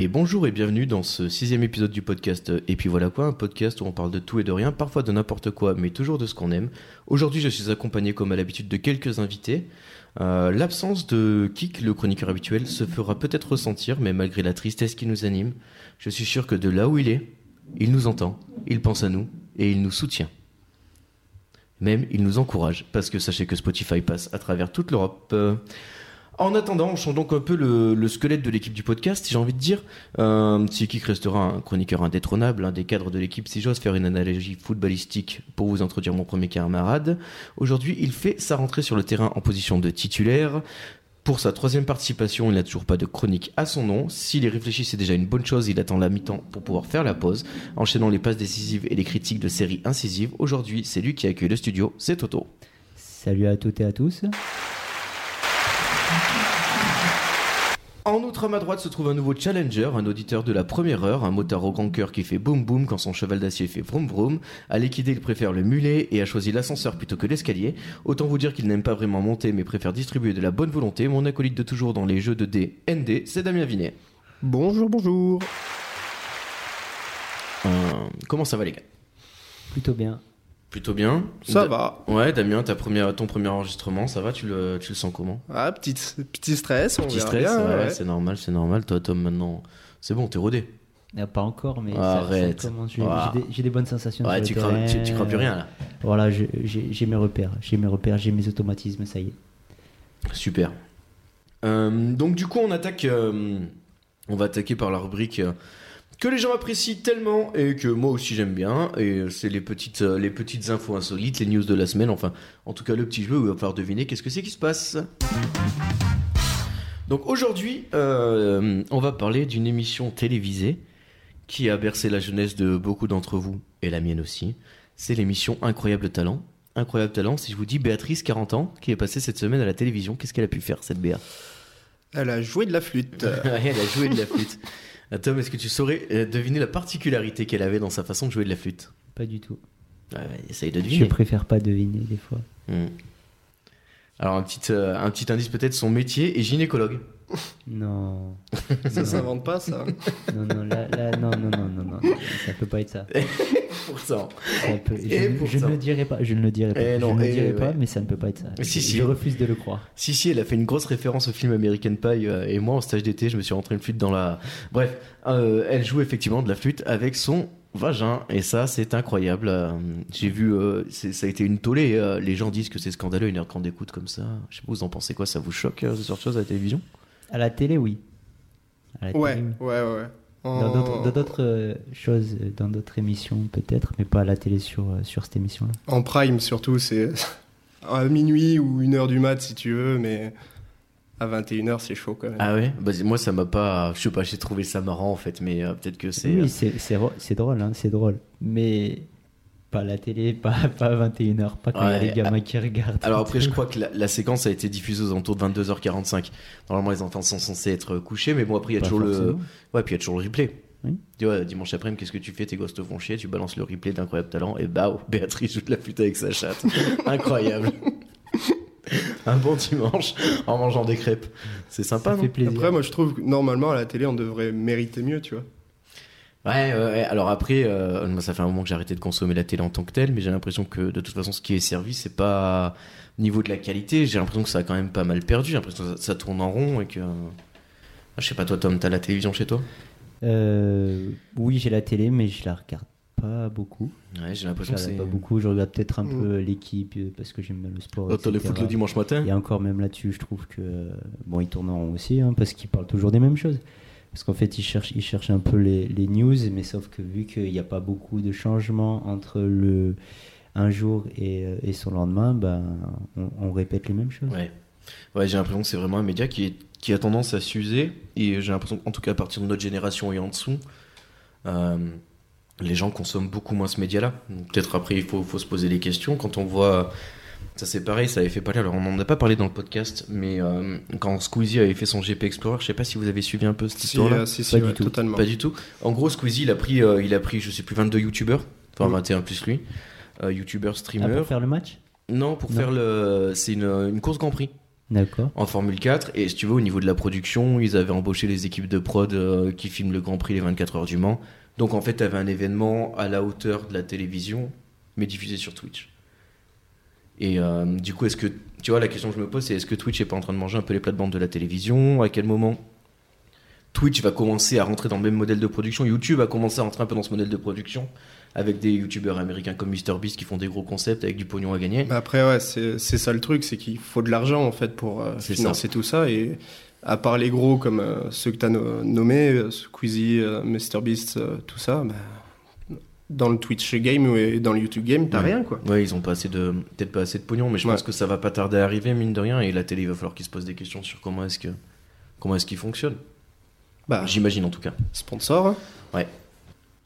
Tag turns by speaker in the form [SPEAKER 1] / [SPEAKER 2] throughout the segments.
[SPEAKER 1] Et bonjour et bienvenue dans ce sixième épisode du podcast Et puis voilà quoi, un podcast où on parle de tout et de rien, parfois de n'importe quoi, mais toujours de ce qu'on aime. Aujourd'hui, je suis accompagné comme à l'habitude de quelques invités. Euh, L'absence de Kik, le chroniqueur habituel, se fera peut-être ressentir, mais malgré la tristesse qui nous anime, je suis sûr que de là où il est, il nous entend, il pense à nous et il nous soutient. Même, il nous encourage, parce que sachez que Spotify passe à travers toute l'Europe. Euh, en attendant, on change donc un peu le, le squelette de l'équipe du podcast, si j'ai envie de dire. Euh, Tsikik restera un chroniqueur indétrônable, un des cadres de l'équipe, si j'ose faire une analogie footballistique pour vous introduire mon premier camarade. Aujourd'hui, il fait sa rentrée sur le terrain en position de titulaire. Pour sa troisième participation, il n'a toujours pas de chronique à son nom. S'il y réfléchit, c'est déjà une bonne chose. Il attend la mi-temps pour pouvoir faire la pause, enchaînant les passes décisives et les critiques de séries incisives. Aujourd'hui, c'est lui qui accueille le studio, c'est Toto.
[SPEAKER 2] Salut à toutes et à tous.
[SPEAKER 1] En outre à ma droite se trouve un nouveau challenger, un auditeur de la première heure, un motard au grand cœur qui fait boum boum quand son cheval d'acier fait vroom vroom. À l'équidé, il préfère le mulet et a choisi l'ascenseur plutôt que l'escalier. Autant vous dire qu'il n'aime pas vraiment monter mais préfère distribuer de la bonne volonté. Mon acolyte de toujours dans les jeux de dés ND, c'est Damien Vinet.
[SPEAKER 3] Bonjour, bonjour.
[SPEAKER 1] Euh, comment ça va les gars
[SPEAKER 2] Plutôt bien.
[SPEAKER 1] Plutôt bien.
[SPEAKER 3] Ça
[SPEAKER 1] Da-
[SPEAKER 3] va.
[SPEAKER 1] Ouais, Damien, ta première, ton premier enregistrement, ça va Tu le, tu le sens comment
[SPEAKER 3] Ah, petit, petit stress, on
[SPEAKER 1] Petit
[SPEAKER 3] verra
[SPEAKER 1] stress,
[SPEAKER 3] bien,
[SPEAKER 1] ouais,
[SPEAKER 3] ouais.
[SPEAKER 1] ouais, c'est normal, c'est normal. Toi, Tom, maintenant, c'est bon, t'es rodé.
[SPEAKER 2] Ah, Pas encore, mais ça-
[SPEAKER 1] Arrête.
[SPEAKER 2] ça commence. J'ai
[SPEAKER 1] Ah.
[SPEAKER 2] j'ai des, j'ai des bonnes sensations.
[SPEAKER 1] Ouais,
[SPEAKER 2] sur le
[SPEAKER 1] tu crains, tu,
[SPEAKER 2] terrain.
[SPEAKER 1] tu crains plus rien là.
[SPEAKER 2] Voilà, je- j'ai j'ai mes repères, j'ai mes repères, j'ai mes automatismes, ça y est.
[SPEAKER 1] Super. Euh, donc du coup, on attaque. euh, on va attaquer par la rubrique euh, que les gens apprécient tellement et que moi aussi j'aime bien. Et euh, c'est les petites, euh, les petites infos insolites, les news de la semaine. Enfin, en tout cas, le petit jeu où il va falloir deviner qu'est-ce que c'est qui se passe. Donc aujourd'hui, euh, on va parler d'une émission télévisée qui a bercé la jeunesse de beaucoup d'entre vous et la mienne aussi. C'est l'émission Incroyable Talent. Incroyable talent, si je vous dis Béatrice, 40 ans, qui est passée cette semaine à la télévision, qu'est-ce qu'elle a pu faire cette Béa
[SPEAKER 3] Elle a joué de la flûte.
[SPEAKER 1] Ah, Elle a joué de la flûte. Ah, Tom, est-ce que tu saurais euh, deviner la particularité qu'elle avait dans sa façon de jouer de la flûte
[SPEAKER 2] Pas du tout.
[SPEAKER 1] ouais, ouais, Essaye de
[SPEAKER 2] Je
[SPEAKER 1] deviner.
[SPEAKER 2] préfère pas deviner des fois.
[SPEAKER 1] Hmm. Alors un petit, euh, un petit indice peut-être, son métier est gynécologue.
[SPEAKER 2] Non.
[SPEAKER 3] Ça
[SPEAKER 2] Non.
[SPEAKER 3] s'invente pas, ça.
[SPEAKER 2] Non, non, là, là, non, non, non, non, non, ça peut pas être ça.
[SPEAKER 1] Pourtant.
[SPEAKER 2] Ça peut- je,
[SPEAKER 1] Et
[SPEAKER 2] ne- je
[SPEAKER 1] pourtant.
[SPEAKER 2] ne le dirai pas, je ne le dirai pas,
[SPEAKER 1] Eh non,
[SPEAKER 2] je ne
[SPEAKER 1] eh
[SPEAKER 2] le dirai
[SPEAKER 1] ouais.
[SPEAKER 2] pas, mais ça ne peut pas être ça.
[SPEAKER 1] Si,
[SPEAKER 2] je,
[SPEAKER 1] si.
[SPEAKER 2] je refuse de le croire.
[SPEAKER 1] Si, si, elle a fait une grosse référence au film American Pie. euh, et moi, en stage d'été, je me suis rentré une flûte dans la. Bref, euh, elle joue effectivement de la flûte avec son vagin. Et ça, c'est incroyable. Euh, J'ai vu. euh, c'est- ça a été une tollée. euh, les gens disent que c'est scandaleux une heure qu'on écoute comme ça. Je sais pas, vous en pensez quoi Ça vous choque, euh, ce genre de choses à la télévision
[SPEAKER 2] À la télé, oui. À la
[SPEAKER 3] Ouais,
[SPEAKER 2] télé, oui.
[SPEAKER 3] ouais, ouais. En-
[SPEAKER 1] Oh.
[SPEAKER 2] Dans d'autres- dans d'autres euh, choses, euh, dans d'autres émissions peut-être, mais pas à la télé sur, euh, sur cette émission-là.
[SPEAKER 3] En prime, surtout, c'est à minuit ou une heure du mat, si tu veux, mais à 21h, c'est chaud, quand même.
[SPEAKER 1] Ah ouais bah, Moi, ça m'a pas. Je sais pas, j'ai trouvé ça marrant en fait. Mais euh, peut-être que c'est.
[SPEAKER 2] Oui, c'est c'est ro- c'est drôle, hein, c'est drôle. Mais pas à la télé, pas, pas à 21h, pas quand il y
[SPEAKER 1] Ouais,
[SPEAKER 2] a les gamins qui regardent.
[SPEAKER 1] Alors après, je crois que la, la séquence a été diffusée aux alentours de 22h45. Normalement, les enfants sont censés être couchés, mais bon, après, il y a
[SPEAKER 2] Pas
[SPEAKER 1] toujours le.
[SPEAKER 2] forcément.
[SPEAKER 1] Ouais, puis il y a toujours le replay.
[SPEAKER 2] Oui.
[SPEAKER 1] Tu vois, dimanche après-midi, qu'est-ce que tu fais Tes gosses te font chier, tu balances le replay d'Incroyable Talent et bah, oh, Béatrice joue de la flûte avec sa chatte. Incroyable. Un bon dimanche en mangeant des crêpes. C'est sympa,
[SPEAKER 2] Ça
[SPEAKER 1] non
[SPEAKER 2] fait plaisir.
[SPEAKER 3] Après, moi, je trouve que normalement, à la télé, on devrait mériter mieux, tu vois.
[SPEAKER 1] Ouais, ouais, ouais. alors après, euh, moi, ça fait un moment que j'ai arrêté de consommer la télé en tant que telle, mais j'ai l'impression que de toute façon, ce qui est servi, c'est pas au niveau de la qualité. J'ai l'impression que ça a quand même pas mal perdu. J'ai l'impression que ça, ça tourne en rond et que. Ah, Je sais pas, toi, Tom, t'as la télévision chez toi
[SPEAKER 2] Euh, oui, j'ai la télé, mais je la regarde pas beaucoup.
[SPEAKER 1] Ouais, j'ai
[SPEAKER 2] Je
[SPEAKER 1] l'impression
[SPEAKER 2] la
[SPEAKER 1] que c'est.
[SPEAKER 2] regarde pas beaucoup. Je regarde peut-être un
[SPEAKER 3] Mm.
[SPEAKER 2] peu l'équipe euh, parce que j'aime bien le sport.
[SPEAKER 1] Oh, t'as le
[SPEAKER 2] etc.
[SPEAKER 1] foot le dimanche matin
[SPEAKER 2] Et encore même là-dessus, je trouve que euh, bon, ils tournent en rond aussi, hein, parce qu'ils parlent toujours des mêmes choses. Parce qu'en fait, ils cherchent, ils cherchent un peu les, les news, mais sauf que vu qu'il n'y a pas beaucoup de changements entre le un jour et, euh, et son lendemain, ben, on, on répète les mêmes choses.
[SPEAKER 1] Ouais. Ouais, j'ai l'impression que c'est vraiment un média qui, est- qui a tendance à s'user. Et j'ai l'impression, en tout cas à partir de notre génération et en dessous, euh, les gens consomment beaucoup moins ce média-là. Donc, Peut-être après, il faut, faut se poser des questions. Quand on voit. Ça, c'est pareil, ça avait fait parler. Alors, on n'en a pas parlé dans le podcast, mais euh, quand Squeezie avait fait son GP Explorer, je sais pas si vous avez suivi un peu cette
[SPEAKER 3] Si,
[SPEAKER 1] histoire-là.
[SPEAKER 3] euh, si, si,
[SPEAKER 2] Pas du
[SPEAKER 3] ouais,
[SPEAKER 2] tout.
[SPEAKER 3] totalement.
[SPEAKER 1] Pas du tout. En gros, Squeezie, il a pris, euh, il a pris je sais plus, 22 youtubeurs, enfin
[SPEAKER 3] Mm.
[SPEAKER 1] 21 plus lui, euh, youtubeurs,
[SPEAKER 2] Ah,
[SPEAKER 1] streamers.
[SPEAKER 2] pour faire le match
[SPEAKER 1] Non, pour
[SPEAKER 2] Non.
[SPEAKER 1] faire le. C'est une, une course Grand Prix.
[SPEAKER 2] D'accord.
[SPEAKER 1] en Formule 4. Et si tu veux, au niveau de la production, ils avaient embauché les équipes de prod euh, qui filment le Grand Prix les 24 heures du Mans. Donc en fait, tu avais un événement à la hauteur de la télévision, mais diffusé sur Twitch. Et euh, du coup, est-ce que, tu vois, la question que je me pose, c'est est-ce que Twitch est pas en train de manger un peu les plates-bandes de la télévision À quel moment Twitch va commencer à rentrer dans le même modèle de production YouTube va commencer à rentrer un peu dans ce modèle de production avec des youtubeurs américains comme MrBeast qui font des gros concepts avec du pognon à gagner.
[SPEAKER 3] Bah après, ouais, c'est c'est ça le truc, c'est qu'il faut de l'argent en fait pour euh,
[SPEAKER 1] C'est
[SPEAKER 3] financer tout ça. Et à part les gros comme euh, ceux que tu as nommés, euh, Squeezie, euh, MrBeast, euh, tout ça, bah, dans le Twitch game et dans le YouTube game, t'as
[SPEAKER 1] Ouais.
[SPEAKER 3] rien quoi.
[SPEAKER 1] Ouais, ils ont pas assez de, peut-être pas assez de pognon, mais je
[SPEAKER 3] Ouais.
[SPEAKER 1] pense que ça va pas tarder à arriver, mine de rien. Et la télé, il va falloir qu'ils se posent des questions sur comment est-ce que, comment est-ce qu'ils fonctionnent.
[SPEAKER 3] Bah,
[SPEAKER 1] J'imagine en tout cas.
[SPEAKER 3] sponsor. hein,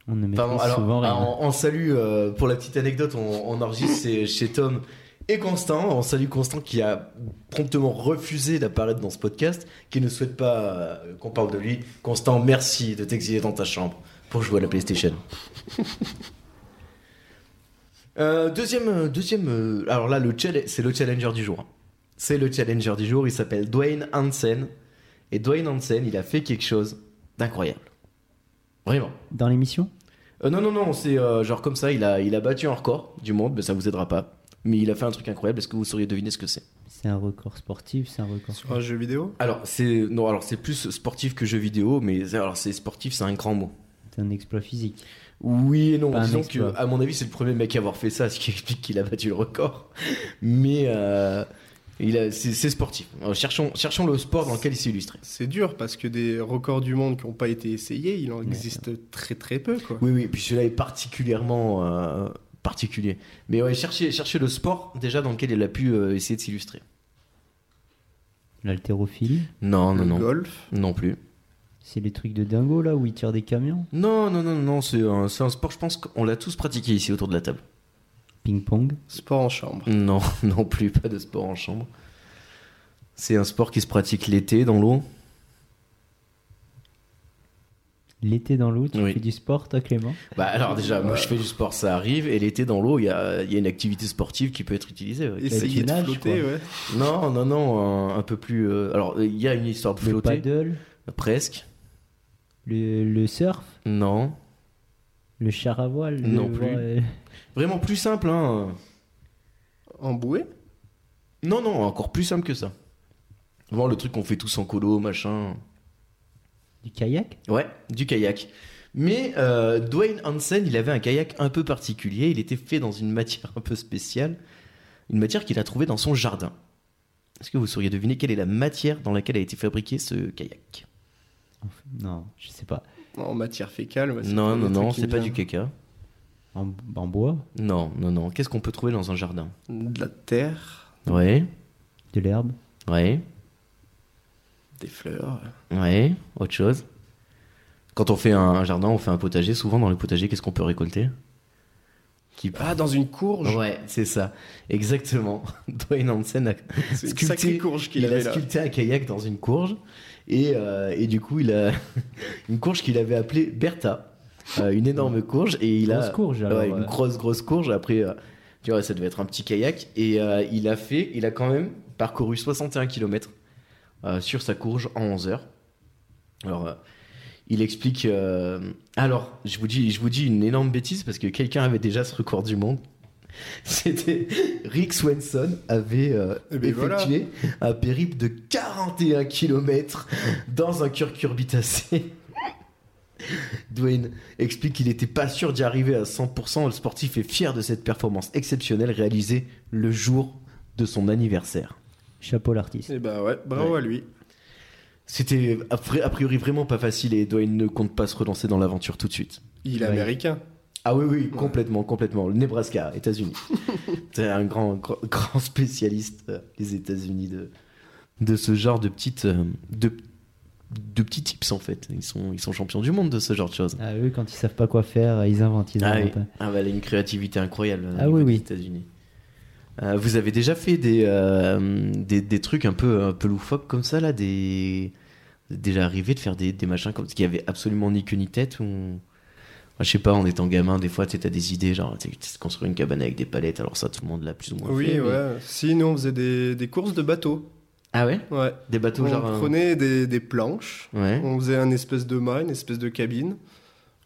[SPEAKER 2] On ne maîtrise
[SPEAKER 1] Pardon, alors,
[SPEAKER 2] souvent rien.
[SPEAKER 1] alors, on, on salue, euh, pour la petite anecdote, on, on enregistre chez, chez Tom et Constant. On salue Constant qui a promptement refusé d'apparaître dans ce podcast, qui ne souhaite pas euh, qu'on parle de lui. Constant, merci de t'exiler dans ta chambre pour jouer à la PlayStation. Euh, deuxième, euh, deuxième. euh, alors là, le challenge- c'est le challenger du jour. C'est le challenger du jour. Il s'appelle Dwayne Hansen. Et Dwayne Hansen, il a fait quelque chose d'incroyable. Vraiment.
[SPEAKER 2] Dans l'émission
[SPEAKER 1] Euh, non, non, non, c'est euh, genre comme ça, il a, il a battu un record du monde, mais ça vous aidera pas. Mais il a fait un truc incroyable, est-ce que vous sauriez deviner ce que c'est
[SPEAKER 2] C'est un record sportif, c'est un record
[SPEAKER 3] Sur un jeu vidéo
[SPEAKER 1] Alors, c'est non, alors c'est plus sportif que jeu vidéo, mais c'est- alors c'est sportif, c'est un grand mot.
[SPEAKER 2] C'est un exploit physique.
[SPEAKER 1] Oui et non,
[SPEAKER 2] Pas un
[SPEAKER 1] disons
[SPEAKER 2] exploit.
[SPEAKER 1] que à mon avis, c'est le premier mec à avoir fait ça, ce qui explique qu'il a battu le record. Mais euh, il a- c'est c'est sportif. Alors, cherchons, cherchons le sport dans lequel il s'est illustré.
[SPEAKER 3] C'est dur parce que des records du monde qui n'ont pas été essayés, il en
[SPEAKER 2] Ouais.
[SPEAKER 3] existe très très peu quoi.
[SPEAKER 1] Oui, oui, puis celui-là est particulièrement euh, particulier. Mais ouais, cherchez, cherchez le sport déjà dans lequel il a pu euh, essayer de s'illustrer.
[SPEAKER 2] L'haltérophilie,
[SPEAKER 1] Non, non,
[SPEAKER 3] Le
[SPEAKER 1] non,
[SPEAKER 3] golf,
[SPEAKER 1] non plus.
[SPEAKER 2] c'est les trucs de dingo là où ils tirent des camions.
[SPEAKER 1] Non, non, non, non, c'est un, c'est un sport, je pense qu'on l'a tous pratiqué ici autour de la table.
[SPEAKER 2] Ping-pong,
[SPEAKER 3] sport en chambre.
[SPEAKER 1] Non, non plus, pas de sport en chambre. C'est un sport qui se pratique l'été dans l'eau.
[SPEAKER 2] l'été dans l'eau, tu
[SPEAKER 1] Oui.
[SPEAKER 2] fais du sport toi Clément
[SPEAKER 1] Bah alors déjà, moi je fais du sport, ça arrive, et l'été dans l'eau, il y a, il y a une activité sportive qui peut être utilisée. oui.
[SPEAKER 2] tu
[SPEAKER 3] Essayer de
[SPEAKER 2] nages,
[SPEAKER 3] flotter,
[SPEAKER 2] quoi.
[SPEAKER 3] ouais.
[SPEAKER 1] Non, non, non, un, un peu plus... euh, alors, il y a une histoire de
[SPEAKER 2] Le
[SPEAKER 1] flotter.
[SPEAKER 2] paddle,
[SPEAKER 1] Presque.
[SPEAKER 2] le, le surf,
[SPEAKER 1] Non.
[SPEAKER 2] le char à voile, le-
[SPEAKER 1] Non plus.
[SPEAKER 2] euh,
[SPEAKER 1] Vraiment plus simple, hein.
[SPEAKER 3] En bouée
[SPEAKER 1] Non, non, encore plus simple que ça. Vraiment le truc qu'on fait tous en colo, machin.
[SPEAKER 2] du kayak.
[SPEAKER 1] Ouais, du kayak. Mais euh, Dwayne Hansen, il avait un kayak un peu particulier. Il était fait dans une matière un peu spéciale. Une matière qu'il a trouvée dans son jardin. Est-ce que vous sauriez deviner quelle est la matière dans laquelle a été fabriqué ce kayak
[SPEAKER 2] Enfin, Non, je sais pas.
[SPEAKER 3] En matière fécale ouais, c'est
[SPEAKER 1] Non,
[SPEAKER 3] le
[SPEAKER 1] non,
[SPEAKER 3] truc
[SPEAKER 1] non,
[SPEAKER 3] qui
[SPEAKER 1] c'est
[SPEAKER 3] me
[SPEAKER 1] pas
[SPEAKER 3] vient.
[SPEAKER 1] du caca.
[SPEAKER 2] En, en bois,
[SPEAKER 1] Non, non, non. Qu'est-ce qu'on peut trouver dans un jardin
[SPEAKER 3] De la terre,
[SPEAKER 1] Ouais,
[SPEAKER 2] de l'herbe,
[SPEAKER 1] ouais,
[SPEAKER 3] des fleurs.
[SPEAKER 1] ouais. Autre chose. Quand on fait un, un jardin, on fait un potager. Souvent, dans le potager, qu'est-ce qu'on peut récolter Qui peut-
[SPEAKER 3] Ah, dans une courge
[SPEAKER 1] Ouais, c'est ça. Exactement. Dwayne Hansen a
[SPEAKER 3] C'est une
[SPEAKER 1] sculpté-
[SPEAKER 3] sacrée courge qu'il
[SPEAKER 1] il
[SPEAKER 3] avait
[SPEAKER 1] a
[SPEAKER 3] là.
[SPEAKER 1] sculpté un kayak dans une courge et, euh, et du coup il a une courge qu'il avait appelée Bertha Euh, une énorme courge et il
[SPEAKER 2] Grosse
[SPEAKER 1] a
[SPEAKER 2] courge, alors, euh.
[SPEAKER 1] Ouais, une
[SPEAKER 2] ouais.
[SPEAKER 1] grosse grosse courge après euh, tu vois ça devait être un petit kayak et euh, il a fait il a quand même parcouru 61 km euh, sur sa courge en 11 heures alors euh, il explique euh, alors je vous dis je vous dis une énorme bêtise parce que quelqu'un avait déjà ce record du monde c'était Rick Swenson avait euh,
[SPEAKER 3] Eh ben
[SPEAKER 1] effectué un périple de 41 km dans un curcurbitacé. Dwayne explique qu'il n'était pas sûr d'y arriver à 100%. Le sportif est fier de cette performance exceptionnelle réalisée le jour de son anniversaire.
[SPEAKER 2] chapeau l'artiste.
[SPEAKER 3] Et bah ouais, bravo
[SPEAKER 1] Ouais.
[SPEAKER 3] à lui.
[SPEAKER 1] C'était a pri- a priori vraiment pas facile et Dwayne ne compte pas se relancer dans l'aventure tout de suite.
[SPEAKER 3] Il est
[SPEAKER 2] Ouais.
[SPEAKER 3] américain.
[SPEAKER 1] Ah oui, oui, complètement, complètement. Le Nebraska, États-Unis. C'est un grand, grand, grand spécialiste, euh, les États-Unis, de, de ce genre de petites. euh, De, de petits tips en fait. Ils sont, ils sont champions du monde de ce genre de choses.
[SPEAKER 2] Ah, eux, quand ils savent pas quoi faire, euh, ils inventent, ils
[SPEAKER 1] Ah, oui.
[SPEAKER 2] inventent. hein.
[SPEAKER 1] Ah bah, elle a une créativité incroyable. hein,
[SPEAKER 2] Ah
[SPEAKER 1] aux
[SPEAKER 2] oui, oui.
[SPEAKER 1] États-Unis. Euh, vous avez déjà fait des, euh, des, des trucs un peu, un peu loufoques comme ça, là des... Déjà arrivé de faire des, des machins comme ce qui avait absolument ni queue ni tête ou... Moi, Je sais pas, en étant gamin, des fois, tu sais, t'as des idées, genre, tu sais, tu sais, construire une cabane avec des palettes, alors ça, tout le monde l'a plus ou moins
[SPEAKER 3] Oui,
[SPEAKER 1] fait. mais-
[SPEAKER 3] ouais. Si, nous, on faisait des, des courses de bateaux.
[SPEAKER 1] Ah ouais
[SPEAKER 3] Ouais.
[SPEAKER 1] Des bateaux
[SPEAKER 3] on
[SPEAKER 1] genre. euh,
[SPEAKER 3] prenait des, des planches,
[SPEAKER 1] Ouais.
[SPEAKER 3] on faisait un espèce de mât, une espèce de cabine.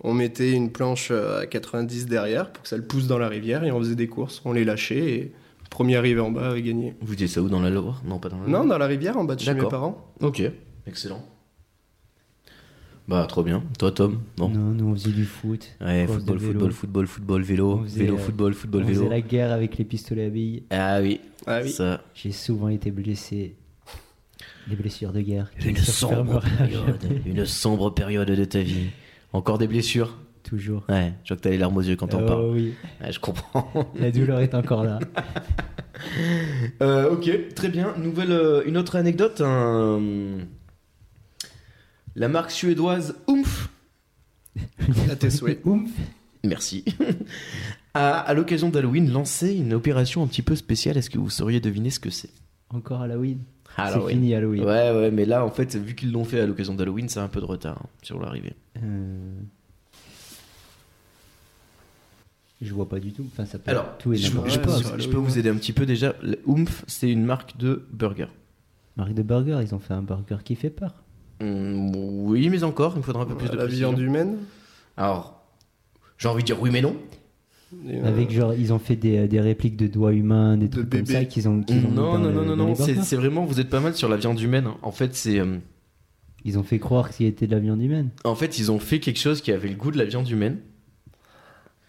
[SPEAKER 3] On mettait une planche euh, à 90 derrière pour que ça le pousse dans la rivière et on faisait des courses. On les lâchait et premier arrivé en bas avait gagné.
[SPEAKER 1] Vous disiez ça où dans la Loire Non, pas dans la Loire.
[SPEAKER 3] Non, dans la rivière en bas de chez mes
[SPEAKER 1] D'accord.
[SPEAKER 3] parents.
[SPEAKER 1] Ok, excellent. Bah, trop bien. Toi, Tom Non.
[SPEAKER 2] Non, nous on faisait du foot.
[SPEAKER 1] Ouais,
[SPEAKER 2] course de
[SPEAKER 1] football,
[SPEAKER 2] vélo.
[SPEAKER 1] football, football, football, vélo,
[SPEAKER 2] On faisait,
[SPEAKER 1] vélo,
[SPEAKER 2] euh,
[SPEAKER 1] football, football,
[SPEAKER 2] on
[SPEAKER 1] vélo.
[SPEAKER 2] faisait la guerre avec les pistolets à billes.
[SPEAKER 1] Ah oui,
[SPEAKER 3] Ah oui.
[SPEAKER 1] ça.
[SPEAKER 2] J'ai souvent été blessé. Des blessures de guerre. qui
[SPEAKER 1] Une
[SPEAKER 2] ne se
[SPEAKER 1] sombre
[SPEAKER 2] refermeront
[SPEAKER 1] période,
[SPEAKER 2] jamais.
[SPEAKER 1] une sombre période de ta vie. Encore des blessures
[SPEAKER 2] Toujours.
[SPEAKER 1] Ouais, je vois que t'as les larmes aux yeux quand on
[SPEAKER 2] Oh
[SPEAKER 1] parle.
[SPEAKER 2] oui,
[SPEAKER 1] Ouais, je comprends.
[SPEAKER 2] la douleur est encore là.
[SPEAKER 1] Euh, ok, très bien. Nouvelle, euh, une autre anecdote. un- euh, La marque suédoise Oomph,
[SPEAKER 3] À tes souhaits.
[SPEAKER 2] Oum.
[SPEAKER 1] merci, a à l'occasion d'Halloween lancé une opération un petit peu spéciale. Est-ce que vous sauriez deviner ce que c'est
[SPEAKER 2] Encore Halloween. C'est
[SPEAKER 1] Ah, Halloween.
[SPEAKER 2] fini Halloween.
[SPEAKER 1] Ouais, ouais, mais là, en fait, vu qu'ils l'ont fait à l'occasion d'Halloween, c'est un peu de retard hein, sur l'arrivée.
[SPEAKER 2] Euh, Je vois pas du tout. Enfin, ça peut
[SPEAKER 1] Alors,
[SPEAKER 2] tout et
[SPEAKER 1] je,
[SPEAKER 2] n'importe
[SPEAKER 1] je peux,
[SPEAKER 2] quoi.
[SPEAKER 3] chose.
[SPEAKER 1] je peux
[SPEAKER 3] Halloween,
[SPEAKER 1] vous
[SPEAKER 3] ouais.
[SPEAKER 1] aider un petit peu déjà. Le Oomph, c'est une marque de burger.
[SPEAKER 2] Marque de burger, ils ont fait un burger qui fait peur.
[SPEAKER 1] Hmm, oui, mais encore, il me faudra un peu plus de
[SPEAKER 3] la
[SPEAKER 1] précision.
[SPEAKER 3] viande humaine.
[SPEAKER 1] Alors, j'ai envie de dire oui, mais non.
[SPEAKER 3] Et, euh,
[SPEAKER 2] Avec genre, ils ont fait des, euh, des répliques de doigts humains, des
[SPEAKER 3] De
[SPEAKER 2] trucs
[SPEAKER 3] bébés.
[SPEAKER 2] comme ça qu'ils ont. qu'ils ont mis
[SPEAKER 1] Non,
[SPEAKER 2] dans
[SPEAKER 1] non,
[SPEAKER 2] le-
[SPEAKER 1] non, non,
[SPEAKER 2] dans les
[SPEAKER 1] non, c'est
[SPEAKER 2] burgers.
[SPEAKER 1] c'est vraiment, vous êtes pas mal sur la viande humaine. hein. En fait, c'est. euh,
[SPEAKER 2] Ils ont fait croire qu'il y était de la viande humaine.
[SPEAKER 1] en fait, ils ont fait quelque chose qui avait le goût de la viande humaine.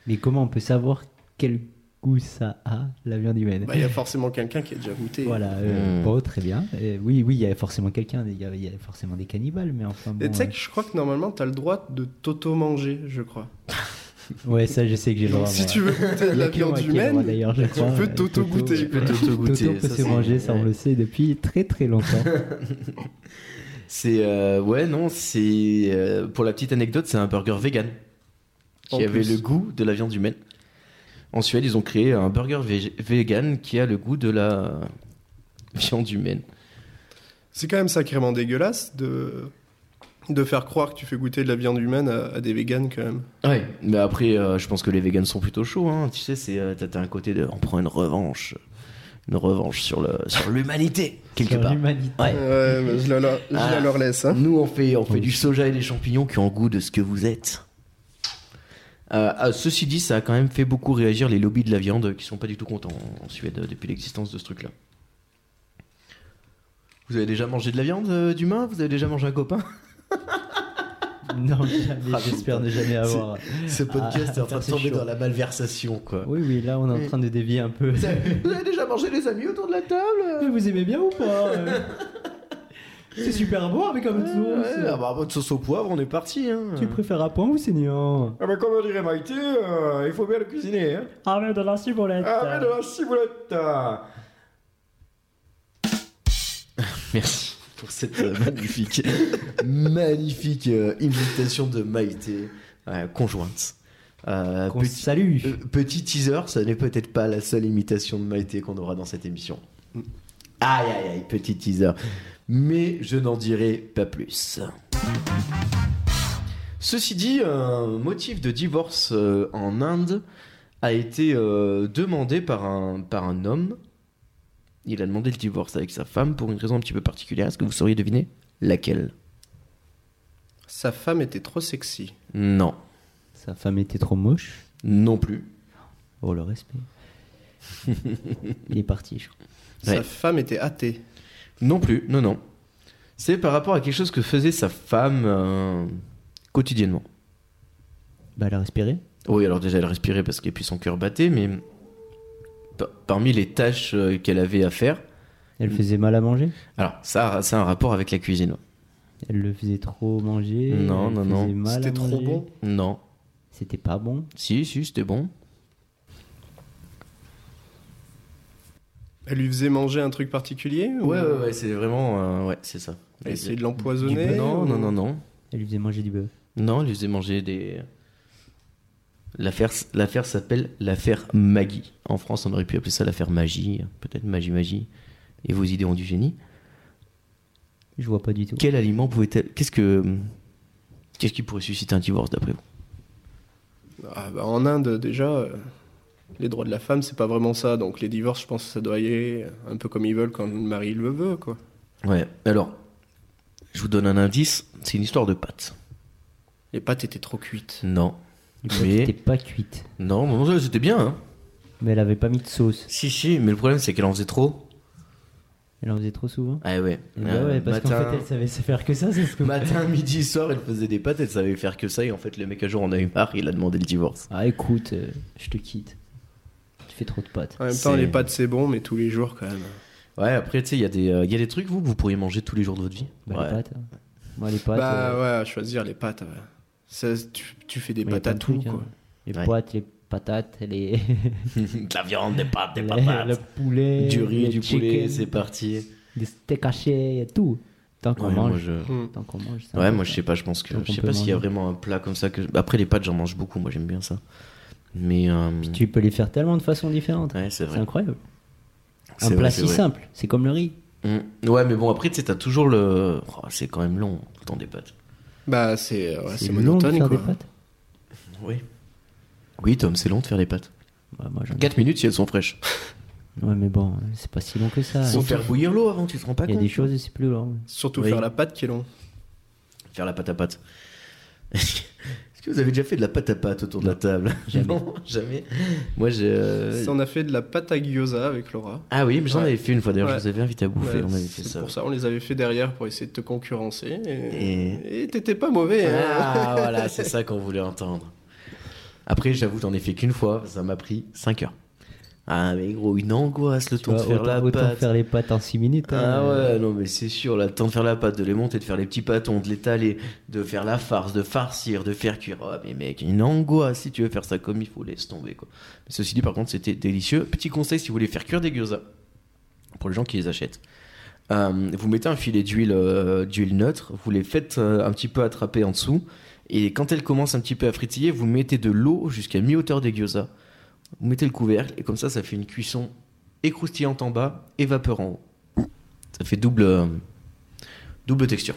[SPEAKER 2] Mais comment on peut savoir quel goût ça a, la viande humaine
[SPEAKER 3] bah, Il y a forcément quelqu'un qui a déjà goûté.
[SPEAKER 2] Voilà, euh,
[SPEAKER 1] Hmm.
[SPEAKER 2] bon, très bien. Euh, oui, oui, il y avait forcément quelqu'un, il y avait, il y avait forcément des cannibales, mais enfin.
[SPEAKER 3] Et
[SPEAKER 2] bon,
[SPEAKER 3] tu sais que je crois que normalement, t'as le droit de t'auto-manger, je crois.
[SPEAKER 2] euh, Ouais, ça, je sais que j'ai le
[SPEAKER 3] Donc
[SPEAKER 2] droit.
[SPEAKER 3] si
[SPEAKER 2] moi.
[SPEAKER 3] tu veux
[SPEAKER 2] Il y
[SPEAKER 3] goûter de
[SPEAKER 2] a
[SPEAKER 3] la
[SPEAKER 2] que moi
[SPEAKER 3] viande
[SPEAKER 2] qui ai le droit,
[SPEAKER 3] humaine,
[SPEAKER 2] d'ailleurs, je
[SPEAKER 3] tu
[SPEAKER 2] crois,
[SPEAKER 3] peux
[SPEAKER 2] euh,
[SPEAKER 3] t'auto-goûter.
[SPEAKER 1] Tu peux t'auto-goûter,
[SPEAKER 2] Toto peut
[SPEAKER 1] ça,
[SPEAKER 2] se
[SPEAKER 1] c'est-
[SPEAKER 2] manger, ça on le sait depuis très très longtemps.
[SPEAKER 1] C'est. euh, ouais, non, c'est. euh, pour la petite anecdote, c'est un burger vegan. Qui
[SPEAKER 3] En
[SPEAKER 1] avait
[SPEAKER 3] plus.
[SPEAKER 1] le goût de la viande humaine. En Suède, ils ont créé un burger vég- vegan qui a le goût de la viande humaine.
[SPEAKER 3] C'est quand même sacrément dégueulasse de... de faire croire que tu fais goûter de la viande humaine à, à des véganes quand même.
[SPEAKER 1] Ouais, mais après, euh, je pense que les vegans sont plutôt chauds. Hein. Tu sais, c'est euh, t'as t'as un côté de. On prend une revanche. Une revanche sur le- sur l'humanité, quelque
[SPEAKER 2] Sur
[SPEAKER 1] part.
[SPEAKER 2] l'humanité.
[SPEAKER 1] Ouais.
[SPEAKER 3] Ouais, mais je la, leur- je la
[SPEAKER 1] Ah.
[SPEAKER 3] leur laisse. hein.
[SPEAKER 1] Nous, on fait, on fait
[SPEAKER 2] Oui.
[SPEAKER 1] du soja et des champignons qui ont goût de ce que vous êtes. Euh, ah, ceci dit, ça a quand même fait beaucoup réagir les lobbies de la viande qui sont pas du tout contents en Suède euh, depuis l'existence de ce truc-là. Vous avez déjà mangé de la viande euh, d'humain Vous avez déjà mangé un copain
[SPEAKER 2] Non, jamais,
[SPEAKER 1] Ah,
[SPEAKER 2] j'espère
[SPEAKER 1] putain.
[SPEAKER 2] ne jamais avoir.
[SPEAKER 1] Ce podcast
[SPEAKER 2] Ah,
[SPEAKER 1] est en train de
[SPEAKER 2] c'est
[SPEAKER 1] tomber
[SPEAKER 2] chaud.
[SPEAKER 1] dans la malversation, quoi.
[SPEAKER 2] Oui, oui, là on est en train de dévier un peu. Ah,
[SPEAKER 1] Vous avez vous avez déjà mangé les amis autour de la table
[SPEAKER 2] Mais vous aimez bien ou pas euh C'est super bon avec un peu de sauce.
[SPEAKER 1] Ouais, ah bah, votre sauce au poivre, on est parti. Hein.
[SPEAKER 2] Tu préfères à point ou saignant
[SPEAKER 1] Ah bah, comme dirait Maïté, euh, il faut bien le cuisiner. Hein.
[SPEAKER 2] Ah, mais de la ciboulette.
[SPEAKER 1] Ah, mais de la ciboulette Merci pour cette euh, magnifique, magnifique euh, invitation de Maïté, euh, conjointe. Euh,
[SPEAKER 2] Qu'on
[SPEAKER 1] petit,
[SPEAKER 2] salue.
[SPEAKER 1] euh, petit teaser, ça n'est peut-être pas la seule imitation de Maïté qu'on aura dans cette émission. Aïe, aïe, aïe, petit teaser. Mais je n'en dirai pas plus. Ceci dit, un motif de divorce euh, en Inde a été euh, demandé par un, par un homme. Il a demandé le divorce avec sa femme pour une raison un petit peu particulière. Est-ce que vous sauriez deviner laquelle
[SPEAKER 3] Sa femme était trop sexy.
[SPEAKER 1] Non.
[SPEAKER 2] Sa femme était trop moche.
[SPEAKER 1] Non plus.
[SPEAKER 2] Oh, le respect. Il est parti, je crois.
[SPEAKER 1] Ouais.
[SPEAKER 3] Sa femme était athée.
[SPEAKER 1] Non plus. Non, non. C'est par rapport à quelque chose que faisait sa femme euh, quotidiennement.
[SPEAKER 2] Bah, elle a respiré.
[SPEAKER 1] Oui, alors déjà, elle respirait parce que puis son cœur battait, mais par- parmi les tâches euh, qu'elle avait à faire,
[SPEAKER 2] Elle faisait mal à manger.
[SPEAKER 1] alors ça, ça a un rapport avec la cuisine.
[SPEAKER 2] Elle le faisait trop manger.
[SPEAKER 1] Non,
[SPEAKER 2] elle
[SPEAKER 1] non,
[SPEAKER 2] faisait
[SPEAKER 1] non.
[SPEAKER 2] mal à
[SPEAKER 3] C'était trop
[SPEAKER 2] manger.
[SPEAKER 3] bon.
[SPEAKER 1] Non.
[SPEAKER 2] C'était pas bon.
[SPEAKER 1] Si, si, c'était bon.
[SPEAKER 3] Elle lui faisait manger un truc particulier ou-
[SPEAKER 1] Ouais, ouais, ouais, c'est vraiment. euh, ouais, c'est ça.
[SPEAKER 3] Elle essayait de
[SPEAKER 1] Du
[SPEAKER 3] l'empoisonner
[SPEAKER 1] bœuf. Non,
[SPEAKER 3] ou-
[SPEAKER 1] non, non, non.
[SPEAKER 2] Elle lui faisait manger du bœuf.
[SPEAKER 1] Non, elle lui faisait manger des. L'affaire l'affaire s'appelle l'affaire Maggie. En France, on aurait pu appeler ça l'affaire Magie. hein. Peut-être Magie Magie. Et vos idées ont du génie.
[SPEAKER 2] Je vois pas du tout.
[SPEAKER 1] Quel aliment pouvait-elle. Qu'est-ce que. Qu'est-ce qui pourrait susciter un divorce d'après vous
[SPEAKER 3] Ah bah, en Inde, déjà, euh, les droits de euh, la femme, c'est pas vraiment ça. Donc les divorces, je pense que ça doit y aller un peu comme ils veulent quand le mari le veut, quoi.
[SPEAKER 1] Ouais, alors, je vous donne un indice, c'est une histoire de pâtes.
[SPEAKER 3] Les pâtes étaient trop cuites.
[SPEAKER 1] Non.
[SPEAKER 2] Elle
[SPEAKER 1] Mais...
[SPEAKER 2] était pas cuite.
[SPEAKER 1] Non, non, c'était bien, hein.
[SPEAKER 2] Mais elle avait pas mis de sauce.
[SPEAKER 1] Si, si, mais le problème, c'est qu'elle en faisait trop.
[SPEAKER 2] Elle en faisait trop souvent.
[SPEAKER 1] Ah ouais.
[SPEAKER 2] Et bah
[SPEAKER 1] Euh,
[SPEAKER 2] ouais, parce
[SPEAKER 1] matin,
[SPEAKER 2] qu'en fait, elle savait se faire que ça, c'est ce que.
[SPEAKER 1] matin, midi, soir, elle faisait des pâtes, elle savait faire que ça, et en fait, le mec, un jour, en a eu marre, il a demandé le divorce.
[SPEAKER 2] Ah écoute, euh, je te quitte. Tu fais trop de pâtes.
[SPEAKER 3] En même
[SPEAKER 1] C'est-
[SPEAKER 3] temps, les pâtes, c'est bon, mais tous les jours, quand même.
[SPEAKER 1] Ouais, après, tu sais, il y, a des, euh, il y a des trucs, vous, que vous pourriez manger tous les jours de votre vie.
[SPEAKER 2] Bah,
[SPEAKER 1] ouais.
[SPEAKER 2] Les pâtes. hein. Moi, les pâtes.
[SPEAKER 3] bah
[SPEAKER 2] euh,
[SPEAKER 3] ouais, à choisir les pâtes. ouais. Ça, tu, tu fais des
[SPEAKER 2] moi, il y a
[SPEAKER 3] pâtes à
[SPEAKER 2] plein de
[SPEAKER 3] tout,
[SPEAKER 2] trucs, hein.
[SPEAKER 3] quoi.
[SPEAKER 2] Les
[SPEAKER 1] Ouais.
[SPEAKER 2] pâtes, les patates, les.
[SPEAKER 1] de la viande, des pâtes, des
[SPEAKER 2] les-
[SPEAKER 1] patates.
[SPEAKER 2] le poulet.
[SPEAKER 1] Du riz,
[SPEAKER 2] le
[SPEAKER 1] du poulet,
[SPEAKER 2] chicken,
[SPEAKER 1] c'est parti.
[SPEAKER 2] Des steaks hachés, et tout. Tant qu'on
[SPEAKER 1] Ouais, moi,
[SPEAKER 2] mange.
[SPEAKER 1] je...
[SPEAKER 3] Hmm.
[SPEAKER 2] Tant qu'on mange. c'est
[SPEAKER 1] Ouais,
[SPEAKER 2] un
[SPEAKER 1] moi
[SPEAKER 2] peu
[SPEAKER 1] je
[SPEAKER 2] ça.
[SPEAKER 1] sais pas, je pense que
[SPEAKER 2] Donc,
[SPEAKER 1] je
[SPEAKER 2] on
[SPEAKER 1] sais
[SPEAKER 2] peut
[SPEAKER 1] pas s'il y a
[SPEAKER 2] manger.
[SPEAKER 1] vraiment un plat comme ça que après les pâtes j'en mange beaucoup, moi j'aime bien ça. Mais euh,
[SPEAKER 2] Tu peux les faire tellement de façons différentes.
[SPEAKER 1] ouais, c'est
[SPEAKER 2] C'est
[SPEAKER 1] vrai.
[SPEAKER 2] incroyable.
[SPEAKER 1] C'est
[SPEAKER 2] Un
[SPEAKER 1] vrai,
[SPEAKER 2] plat
[SPEAKER 1] c'est
[SPEAKER 2] si
[SPEAKER 1] vrai.
[SPEAKER 2] simple, c'est comme le riz.
[SPEAKER 1] Mm. Ouais, mais bon après tu sais t'as toujours le oh, c'est quand même long le temps des pâtes.
[SPEAKER 3] Bah, c'est ouais, c'est
[SPEAKER 2] long de
[SPEAKER 3] monotone,
[SPEAKER 2] faire
[SPEAKER 3] quoi.
[SPEAKER 2] des pâtes.
[SPEAKER 1] Oui. Oui, Tom, c'est long de faire les pâtes.
[SPEAKER 2] Ouais, moi, j'en-
[SPEAKER 1] 4 minutes si elles sont fraîches.
[SPEAKER 2] Ouais, mais bon, c'est pas si long que ça.
[SPEAKER 1] Faut faire bouillir l'eau avant, tu te rends pas
[SPEAKER 2] Ah, Il y a
[SPEAKER 1] compte.
[SPEAKER 2] des choses, c'est plus long.
[SPEAKER 3] Surtout
[SPEAKER 1] Oui.
[SPEAKER 3] faire la pâte qui est long.
[SPEAKER 1] Faire la pâte à pâte. Est-ce que vous avez déjà fait de la pâte à pâte autour de la table
[SPEAKER 2] Jamais.
[SPEAKER 1] Non, jamais. Moi j'ai euh,
[SPEAKER 3] Ça, On a fait de la pâte à gyoza avec Laura.
[SPEAKER 1] Ah oui, mais j'en
[SPEAKER 3] Ouais.
[SPEAKER 1] avais fait une fois d'ailleurs,
[SPEAKER 3] Ouais.
[SPEAKER 1] je vous avais invité à bouffer,
[SPEAKER 3] Ouais,
[SPEAKER 1] on avait fait
[SPEAKER 3] c'est
[SPEAKER 1] ça.
[SPEAKER 3] pour ça, on les avait fait derrière pour essayer de te concurrencer.
[SPEAKER 1] Et-
[SPEAKER 3] Et et t'étais pas mauvais. hein.
[SPEAKER 1] Ah voilà, c'est ça qu'on voulait entendre. Après, j'avoue, j'en ai fait qu'une fois, ça m'a pris 5 heures. Ah mais gros, une angoisse le
[SPEAKER 2] Tu
[SPEAKER 1] temps de
[SPEAKER 2] vois,
[SPEAKER 1] faire
[SPEAKER 2] autant,
[SPEAKER 1] la
[SPEAKER 2] autant
[SPEAKER 1] pâte.
[SPEAKER 2] faire les pâtes en 6 minutes.
[SPEAKER 1] Ah
[SPEAKER 2] hein.
[SPEAKER 1] ouais, non mais c'est sûr, là, le temps de faire la pâte, de les monter, de faire les petits pâtons, de l'étaler, de faire la farce, de farcir, de faire cuire. Oh mais mec, une angoisse si tu veux faire ça comme il faut, laisse tomber quoi. Mais ceci dit, par contre, c'était délicieux. Petit conseil si vous voulez faire cuire des gyoza, pour les gens qui les achètent. Euh, vous mettez un filet d'huile euh, d'huile neutre, vous les faites euh, un petit peu attraper en dessous, et quand elles commencent un petit peu à frétiller, vous mettez de l'eau jusqu'à mi-hauteur des gyoza. Vous mettez le couvercle, et comme ça, ça fait une cuisson écroustillante en bas et vapeur en haut. Ça fait double, euh, double texture.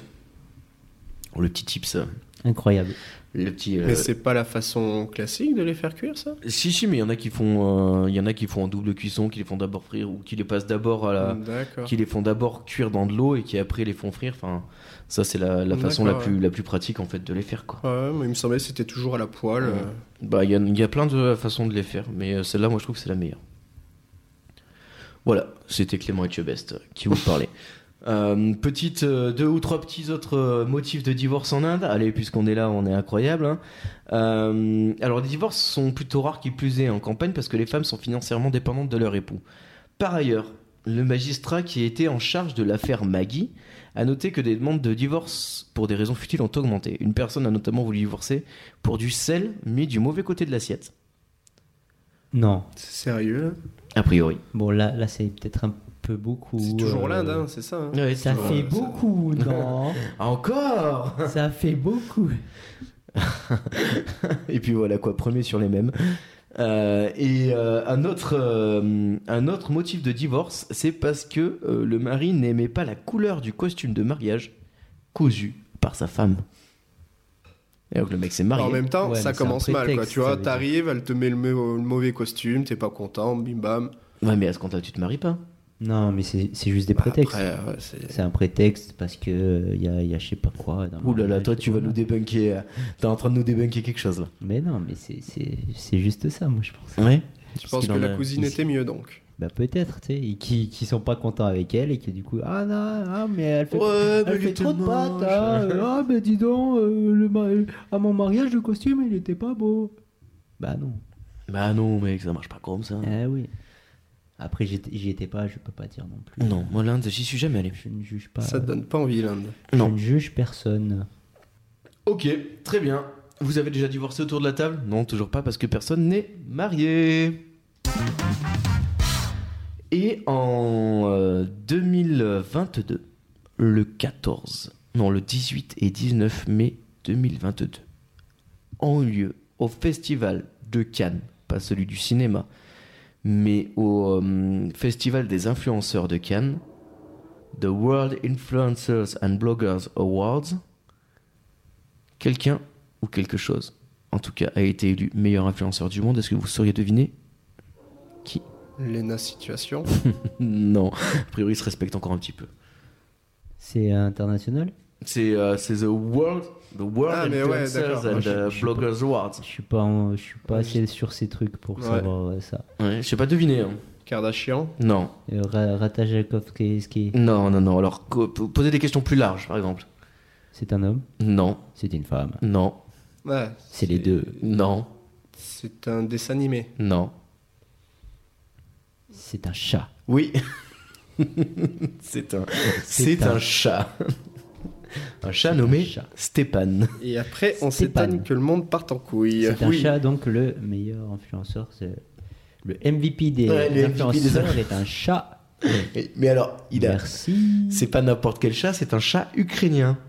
[SPEAKER 1] Oh, le petit tips, euh,
[SPEAKER 2] Incroyable.
[SPEAKER 1] le petit. euh,
[SPEAKER 3] Mais c'est pas la façon classique de les faire cuire, ça
[SPEAKER 1] si si, mais il y en a qui font, euh, il y en a qui font en double cuisson, qui les font d'abord frire ou qui les passent d'abord à
[SPEAKER 2] Euh,
[SPEAKER 1] la,
[SPEAKER 3] Mm, D'accord.
[SPEAKER 1] qui les font d'abord cuire dans de l'eau et qui après les font frire. Enfin, ça c'est la, la façon la
[SPEAKER 3] Mm, D'accord,
[SPEAKER 1] plus, la plus pratique en fait de les faire quoi.
[SPEAKER 3] Ouais, mais il me semblait que c'était toujours à la poêle.
[SPEAKER 1] Ouais.
[SPEAKER 3] euh.
[SPEAKER 1] Bah il y, a- il y a plein de façons de les faire, mais euh, celle-là moi je trouve que c'est la meilleure. Voilà, c'était Clément Etchebest euh, qui vous parlait. Euh, petite euh, deux ou trois petits autres euh, motifs de divorce en Inde. Allez, puisqu'on est là, on est incroyable. hein. Euh, alors les divorces sont plutôt rares qui plus est en campagne parce que les femmes sont financièrement dépendantes de leur époux. Par ailleurs, le magistrat qui était en charge de l'affaire Maggie a noté que des demandes de divorce pour des raisons futiles ont augmenté. Une personne a notamment voulu divorcer pour du sel mis du mauvais côté de l'assiette.
[SPEAKER 2] Non.
[SPEAKER 3] C'est sérieux, là
[SPEAKER 1] A priori.
[SPEAKER 2] Bon, là, là c'est peut-être un peu beaucoup.
[SPEAKER 3] C'est toujours
[SPEAKER 2] euh,
[SPEAKER 3] l'Inde, hein, c'est ça hein
[SPEAKER 1] Ouais,
[SPEAKER 2] Ça
[SPEAKER 1] toujours,
[SPEAKER 2] fait
[SPEAKER 1] euh,
[SPEAKER 2] beaucoup, non
[SPEAKER 1] Encore
[SPEAKER 2] Ça fait beaucoup.
[SPEAKER 1] Et puis voilà quoi, premier sur les mêmes. Euh, et euh, un, autre, euh, un autre motif de divorce, c'est parce que euh, le mari n'aimait pas la couleur du costume de mariage cousu par sa femme. Et donc le mec s'est marié.
[SPEAKER 3] Bah, En même temps,
[SPEAKER 2] Ouais,
[SPEAKER 3] ça
[SPEAKER 2] mais c'est un
[SPEAKER 3] commence mal, quoi.
[SPEAKER 2] prétexte,
[SPEAKER 3] Tu
[SPEAKER 2] ça
[SPEAKER 3] vois,
[SPEAKER 2] veut
[SPEAKER 3] t'arrives, elle te met le, mau- le mauvais costume, t'es pas content, bim bam.
[SPEAKER 1] Ouais, mais à ce compte-là, tu te maries pas.
[SPEAKER 2] Non, mais c'est c'est juste des
[SPEAKER 3] Bah,
[SPEAKER 2] prétextes.
[SPEAKER 3] Après, ouais, c'est-
[SPEAKER 2] C'est un prétexte parce que euh, y a, y a je sais pas quoi. dans le
[SPEAKER 1] Ouh là là,
[SPEAKER 2] mariage,
[SPEAKER 1] toi, tu vas
[SPEAKER 2] voilà.
[SPEAKER 1] nous débunker. euh, T'es en train de nous débunker quelque chose là.
[SPEAKER 2] Mais non, mais c'est- c'est c'est juste ça, moi, je pense.
[SPEAKER 1] Ouais.
[SPEAKER 3] je pense que la cousine
[SPEAKER 2] ici.
[SPEAKER 3] était mieux, donc.
[SPEAKER 2] Bah peut-être, tu sais, et qui, qui sont pas contents avec elle et qui du coup, ah non, ah, mais elle fait,
[SPEAKER 1] Ouais, mais
[SPEAKER 2] elle
[SPEAKER 1] il
[SPEAKER 2] fait
[SPEAKER 1] était
[SPEAKER 2] trop de pâtes,
[SPEAKER 1] moche.
[SPEAKER 2] ah, euh, ah, mais dis donc, euh, le mari- à mon mariage le costume il était pas beau. Bah non.
[SPEAKER 1] Bah non, mec, ça marche pas comme ça.
[SPEAKER 2] Eh oui. Après j'y étais- j'y étais pas, je peux pas dire non plus.
[SPEAKER 1] Non, moi l'Inde, j'y suis jamais allé.
[SPEAKER 2] Je ne juge pas.
[SPEAKER 3] Ça te donne pas envie, l'Inde.
[SPEAKER 2] je
[SPEAKER 1] Non.
[SPEAKER 2] ne juge personne.
[SPEAKER 1] Ok, très bien. Vous avez déjà divorcé autour de la table Non, toujours pas, parce que personne n'est marié. Et en euh, 2022, le 14, non, le 18 et 19 mai 2022, ont eu lieu au Festival de Cannes, pas celui du cinéma, mais au euh, Festival des influenceurs de Cannes, The World Influencers and Bloggers Awards, quelqu'un ou quelque chose, en tout cas, a été élu meilleur influenceur du monde. Est-ce que vous sauriez deviner
[SPEAKER 3] Lena Situation.
[SPEAKER 1] Non, a priori, il se respecte encore un petit peu.
[SPEAKER 2] C'est international
[SPEAKER 1] C'est euh, c'est The World, the world
[SPEAKER 3] Ah, mais ouais,
[SPEAKER 1] Influencers
[SPEAKER 3] d'accord.
[SPEAKER 1] and
[SPEAKER 2] Moi, je-
[SPEAKER 1] euh,
[SPEAKER 2] je suis pas-
[SPEAKER 1] Bloggers Awards.
[SPEAKER 2] Je suis pas, en- je suis pas
[SPEAKER 3] Ouais,
[SPEAKER 2] assez sur ces trucs pour
[SPEAKER 3] Ouais.
[SPEAKER 2] savoir euh, ça.
[SPEAKER 1] Ouais, je sais pas deviner. hein.
[SPEAKER 3] Kardashian.
[SPEAKER 1] Non,
[SPEAKER 2] Euh, Ra- Rata Jakowski,
[SPEAKER 1] non, non, non. Alors, co- poser des questions plus larges, par exemple.
[SPEAKER 2] c'est un homme
[SPEAKER 1] Non,
[SPEAKER 2] C'est une femme
[SPEAKER 1] non,
[SPEAKER 3] Ouais,
[SPEAKER 2] C'est les deux.
[SPEAKER 1] non,
[SPEAKER 3] C'est un dessin animé.
[SPEAKER 1] non.
[SPEAKER 2] C'est un chat
[SPEAKER 1] Oui. c'est un, c'est un chat. Un chat
[SPEAKER 2] un
[SPEAKER 1] nommé
[SPEAKER 2] chat.
[SPEAKER 1] Stéphane.
[SPEAKER 3] Et après, on
[SPEAKER 2] Stéphane.
[SPEAKER 3] s'étonne que le monde parte en couille.
[SPEAKER 2] C'est un
[SPEAKER 3] Oui.
[SPEAKER 2] chat, donc le meilleur influenceur, c'est le MVP des
[SPEAKER 1] Ouais, le MVP des
[SPEAKER 2] influenceurs est un chat.
[SPEAKER 1] Mais, mais alors, il a.
[SPEAKER 2] Merci.
[SPEAKER 1] C'est pas n'importe quel chat, c'est un chat ukrainien.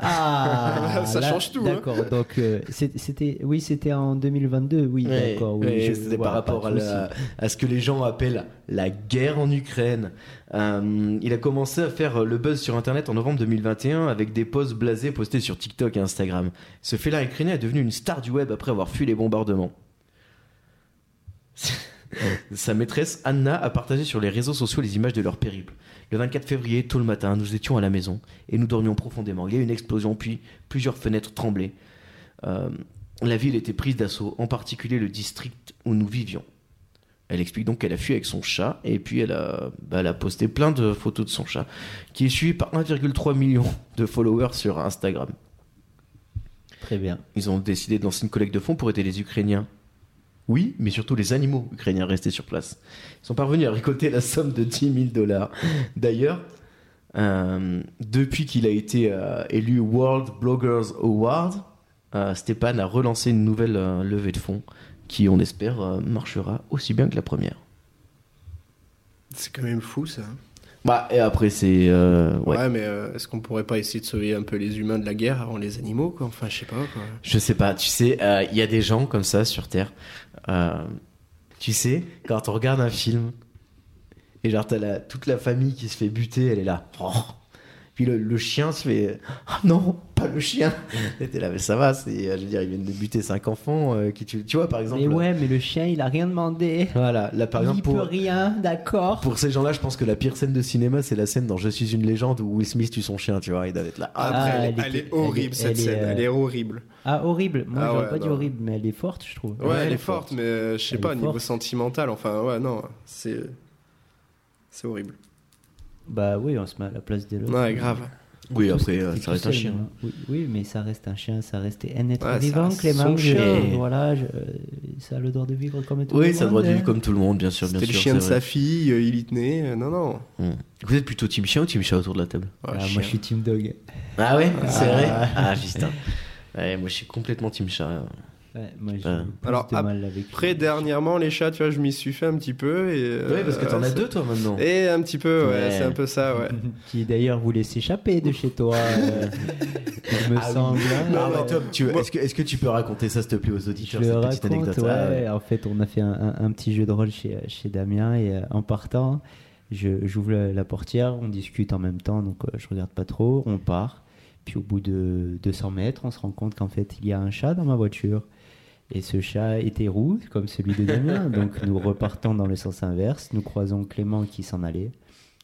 [SPEAKER 2] Ah,
[SPEAKER 3] Ça change tout, hein.
[SPEAKER 2] D'accord. Donc euh, c'est- c'était, oui, c'était en 2022, oui,
[SPEAKER 1] Ouais,
[SPEAKER 2] d'accord. Oui,
[SPEAKER 1] ouais,
[SPEAKER 2] je
[SPEAKER 1] c'était
[SPEAKER 2] vois,
[SPEAKER 1] par
[SPEAKER 2] pas de
[SPEAKER 1] rapport à, la- à ce que les gens appellent la guerre en Ukraine. Euh, il a commencé à faire le buzz sur Internet en novembre 2021 avec des posts blasés postés sur TikTok et Instagram. Ce félin ukrainien est devenu une star du web après avoir fui les bombardements. Sa maîtresse Anna a partagé sur les réseaux sociaux les images de leur périple. Le 24 février, tôt le matin, nous étions à la maison et nous dormions profondément. Il y a eu une explosion, puis plusieurs fenêtres tremblaient. Euh, la ville était prise d'assaut, en particulier le district où nous vivions. Elle explique donc qu'elle a fui avec son chat et puis elle a, bah, elle a posté plein de photos de son chat qui est suivi par 1,3 million de followers sur Instagram.
[SPEAKER 2] souci. Très bien.
[SPEAKER 1] Ils ont décidé de lancer une collecte de fonds pour aider les Ukrainiens. Oui, mais surtout les animaux ukrainiens restés sur place. Ils sont parvenus à récolter la somme de 10 000 dollars. D'ailleurs, euh, depuis qu'il a été euh, élu World Bloggers Award, euh, Stéphane a relancé une nouvelle euh, levée de fonds qui, on espère, euh, marchera aussi bien que la première.
[SPEAKER 3] C'est quand même fou ça.
[SPEAKER 1] Bah, et après, c'est. euh,
[SPEAKER 3] Ouais,
[SPEAKER 1] ouais.
[SPEAKER 3] mais euh, est-ce qu'on pourrait pas essayer de sauver un peu les humains de la guerre avant les animaux quoi Enfin, je sais pas quoi.
[SPEAKER 1] Je sais pas, tu sais, euh, il y a des gens comme ça sur Terre. euh, tu sais, quand on regarde un film, et genre t'as la, toute la famille qui se fait buter, elle est là. Oh. Puis le, le chien se fait. Ah non, pas le chien Et t'es là, mais ça va, c'est, euh, je veux dire, ils viennent de buter cinq enfants. euh, qui tu, tu vois, par exemple.
[SPEAKER 2] Mais ouais, mais le chien, il a rien demandé.
[SPEAKER 1] Voilà, là par exemple,
[SPEAKER 2] il peut
[SPEAKER 1] pour,
[SPEAKER 2] rien, d'accord.
[SPEAKER 1] pour ces gens-là, je pense que la pire scène de cinéma, c'est la scène dans Je suis une légende où Will Smith tue son chien, tu vois, il doit être là. Ah,
[SPEAKER 3] Après,
[SPEAKER 2] Ah,
[SPEAKER 3] elle,
[SPEAKER 2] elle
[SPEAKER 3] est- elle
[SPEAKER 2] était-
[SPEAKER 3] est horrible
[SPEAKER 2] elle est-
[SPEAKER 3] cette
[SPEAKER 2] elle est,
[SPEAKER 3] scène.
[SPEAKER 2] euh,
[SPEAKER 3] Elle est horrible.
[SPEAKER 2] Ah horrible. Moi,
[SPEAKER 3] Ah
[SPEAKER 2] j'aurais
[SPEAKER 3] ouais,
[SPEAKER 2] pas dit
[SPEAKER 3] non.
[SPEAKER 2] horrible, mais elle est forte, je trouve.
[SPEAKER 3] Ouais, elle est forte, mais euh, je sais
[SPEAKER 2] Elle
[SPEAKER 3] pas,
[SPEAKER 2] est
[SPEAKER 3] niveau
[SPEAKER 2] forte.
[SPEAKER 3] sentimental, enfin, ouais, non, c'est. C'est horrible.
[SPEAKER 2] Bah oui, on se met à la place des autres.
[SPEAKER 3] Ouais, grave.
[SPEAKER 1] oui,
[SPEAKER 2] Tout
[SPEAKER 1] après,
[SPEAKER 2] seul,
[SPEAKER 1] euh,
[SPEAKER 2] t'es
[SPEAKER 1] ça
[SPEAKER 2] tout
[SPEAKER 1] reste un
[SPEAKER 2] seul,
[SPEAKER 1] chien.
[SPEAKER 2] hein. Oui, oui, mais ça reste un chien, ça reste un être
[SPEAKER 3] Ouais, ça
[SPEAKER 2] vivant,
[SPEAKER 3] reste
[SPEAKER 2] Clément.
[SPEAKER 1] son chien.
[SPEAKER 2] Je- Voilà, je- euh, ça a le droit de vivre comme tout le
[SPEAKER 1] Oui, ça
[SPEAKER 2] monde,
[SPEAKER 1] doit être
[SPEAKER 2] hein.
[SPEAKER 1] comme tout le monde, bien sûr, bien
[SPEAKER 3] C'était
[SPEAKER 1] sûr.
[SPEAKER 3] le chien
[SPEAKER 1] c'est
[SPEAKER 3] de
[SPEAKER 1] vrai.
[SPEAKER 3] sa fille, euh, il y tenait, euh, non, non.
[SPEAKER 1] Hmm. Vous êtes plutôt team chien ou team chat autour de la table
[SPEAKER 3] Oh,
[SPEAKER 2] Ah,
[SPEAKER 3] chien.
[SPEAKER 2] moi, je suis team dog.
[SPEAKER 1] Ah ouais, c'est
[SPEAKER 2] Ah.
[SPEAKER 1] vrai. Ah putain. Ouais, moi je suis complètement team chat.
[SPEAKER 2] Ouais, moi, j'ai
[SPEAKER 1] Ouais.
[SPEAKER 2] plus
[SPEAKER 3] Alors,
[SPEAKER 2] de mal avec
[SPEAKER 3] Après, dernièrement, les chats, tu vois, je m'y suis fait un petit peu. Et, euh,
[SPEAKER 1] Ouais, parce que t'en
[SPEAKER 3] ouais,
[SPEAKER 1] as
[SPEAKER 3] c'est-
[SPEAKER 1] deux toi maintenant.
[SPEAKER 3] Et un petit peu, ouais,
[SPEAKER 1] Ouais.
[SPEAKER 3] c'est un peu ça, ouais.
[SPEAKER 2] euh, qui d'ailleurs voulait s'échapper de chez toi. euh, il me
[SPEAKER 1] Ah oui.
[SPEAKER 2] semble. hein.
[SPEAKER 1] Non,
[SPEAKER 3] non.
[SPEAKER 1] mais Tom, tu-
[SPEAKER 3] Moi-
[SPEAKER 1] est-ce que, est-ce que tu peux raconter ça s'il te plaît aux
[SPEAKER 2] Je
[SPEAKER 1] auditeurs
[SPEAKER 2] le
[SPEAKER 1] cette
[SPEAKER 2] raconte,
[SPEAKER 1] petite anecdote
[SPEAKER 2] ouais.
[SPEAKER 1] Ah, ouais.
[SPEAKER 2] En fait, on a fait un, un- un petit jeu de rôle chez, chez Damien et euh, en partant, je- j'ouvre la, la portière, on discute en même temps, donc euh, je regarde pas trop, on part. Puis au bout de 200 mètres, on se rend compte qu'en fait, il y a un chat dans ma voiture. Et ce chat était roux, comme celui de Damien. donc nous repartons dans le sens inverse, nous croisons Clément qui s'en allait.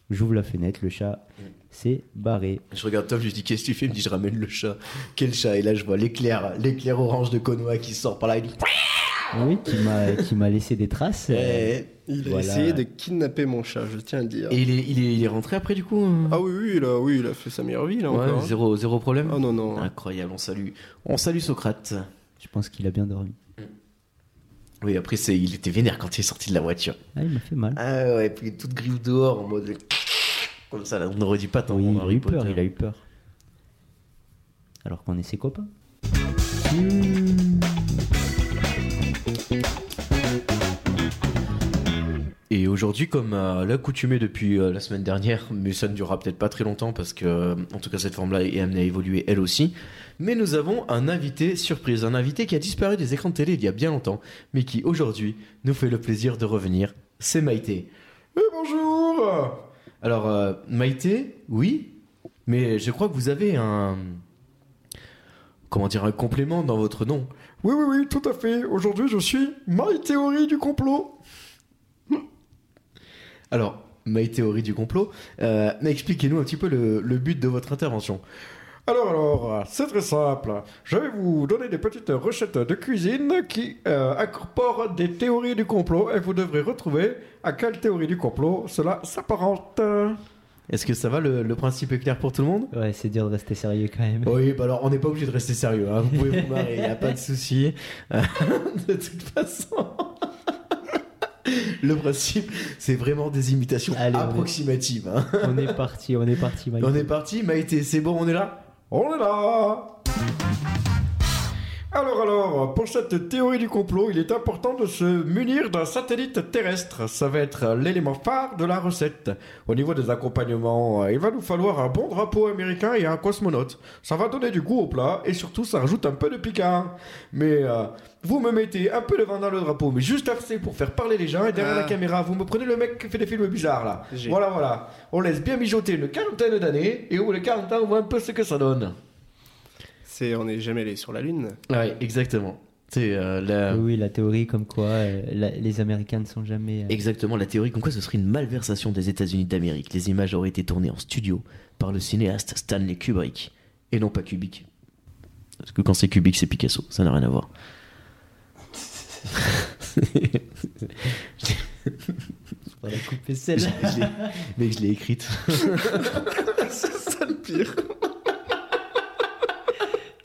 [SPEAKER 2] J'ouvre la fenêtre, le chat s'est barré.
[SPEAKER 1] Ah, Je regarde Tom, je lui dis qu'est-ce que tu fais Il me dit je ramène le chat. Quel chat Et là je vois l'éclair, l'éclair orange de Konoha qui sort par là. Il dit
[SPEAKER 2] Oui, qui m'a- qui m'a laissé des traces. euh,
[SPEAKER 1] Eh.
[SPEAKER 3] Il a
[SPEAKER 2] Voilà.
[SPEAKER 3] essayé de kidnapper mon chat, je tiens à le dire.
[SPEAKER 1] Et il est, il, est, il est rentré après du coup hein
[SPEAKER 3] Ah oui, oui, il a, oui, il a fait sa meilleure vie, là,
[SPEAKER 1] Ouais,
[SPEAKER 3] encore. hein.
[SPEAKER 1] zéro, zéro problème.
[SPEAKER 4] Oh
[SPEAKER 3] Ah non, non.
[SPEAKER 1] Incroyable, on salue, on salue Socrate.
[SPEAKER 2] Je pense qu'il a bien dormi.
[SPEAKER 1] Oui, après c'est, il était vénère quand il est sorti de la voiture.
[SPEAKER 2] Ah, il m'a fait mal.
[SPEAKER 1] Ah ouais, puis toute griffe dehors en mode. Comme ça, là, on n'aurait dit pas tant
[SPEAKER 2] Oui,
[SPEAKER 1] bon
[SPEAKER 2] il a
[SPEAKER 1] Harry
[SPEAKER 2] eu peur,
[SPEAKER 1] Potter.
[SPEAKER 2] il a eu peur. Alors qu'on est ses copains.
[SPEAKER 1] Et aujourd'hui, comme à l'accoutumée depuis euh, la semaine dernière, mais ça ne durera peut-être pas très longtemps parce que, euh, en tout cas, cette forme-là est amenée à évoluer elle aussi. Mais nous avons un invité surprise, un invité qui a disparu des écrans de télé il y a bien longtemps, mais qui aujourd'hui nous fait le plaisir de revenir. C'est Maïté. Eh, bonjour Alors, euh, Maïté, oui, mais je crois que vous avez un. Comment dire, un complément dans votre nom.
[SPEAKER 4] Oui, oui, oui, tout à fait. Aujourd'hui, je suis My Théorie du complot.
[SPEAKER 1] Alors, ma théorie du complot. Euh, mais expliquez-nous un petit peu le, le but de votre intervention.
[SPEAKER 4] Alors, alors, c'est très simple. Je vais vous donner des petites recettes de cuisine qui euh, incorporent des théories du complot et vous devrez retrouver à quelle théorie du complot cela s'apparente.
[SPEAKER 1] Est-ce que ça va le, le principe est clair pour tout le monde
[SPEAKER 2] Ouais, c'est dur de rester sérieux quand même.
[SPEAKER 1] Oui, bah alors on n'est pas obligé de rester sérieux. hein. Vous pouvez vous marrer, il n'y a pas de souci. Euh, de toute façon. Le principe, c'est vraiment des imitations
[SPEAKER 2] Allez, on est-
[SPEAKER 1] approximatives. hein.
[SPEAKER 2] on est parti, on est parti, Mike.
[SPEAKER 1] On est parti, Maïté, c'est bon, on est là
[SPEAKER 4] On est là Alors alors, pour cette théorie du complot, il est important de se munir d'un satellite terrestre. Ça va être l'élément phare de la recette. Au niveau des accompagnements, euh, il va nous falloir un bon drapeau américain et un cosmonaute. Ça va donner du goût au plat et surtout ça rajoute un peu de piquant. Mais euh, vous me mettez un peu de vin dans le drapeau, mais juste assez pour faire parler les gens et derrière
[SPEAKER 3] Ah.
[SPEAKER 4] la caméra, vous me prenez le mec qui fait des films bizarres là.
[SPEAKER 3] J'ai-
[SPEAKER 4] Voilà voilà, on laisse bien mijoter une quarantaine d'années et au bout de 40 ans on voit un peu ce que ça donne.
[SPEAKER 3] C'est on n'est jamais allé sur la lune.
[SPEAKER 1] Ouais, exactement. C'est euh, la...
[SPEAKER 2] Oui, Oui, la théorie comme quoi euh, la- les Américains ne sont jamais. euh,
[SPEAKER 1] Exactement, la théorie comme quoi ce serait une malversation des États-Unis d'Amérique. Les images auraient été tournées en studio par le cinéaste Stanley Kubrick et non pas Kubik. Parce que quand c'est Kubik, c'est Picasso, ça n'a rien à voir.
[SPEAKER 2] on va la couper celle-là.
[SPEAKER 1] Je l'ai- Mec, je l'ai écrite.
[SPEAKER 3] C'est le pire.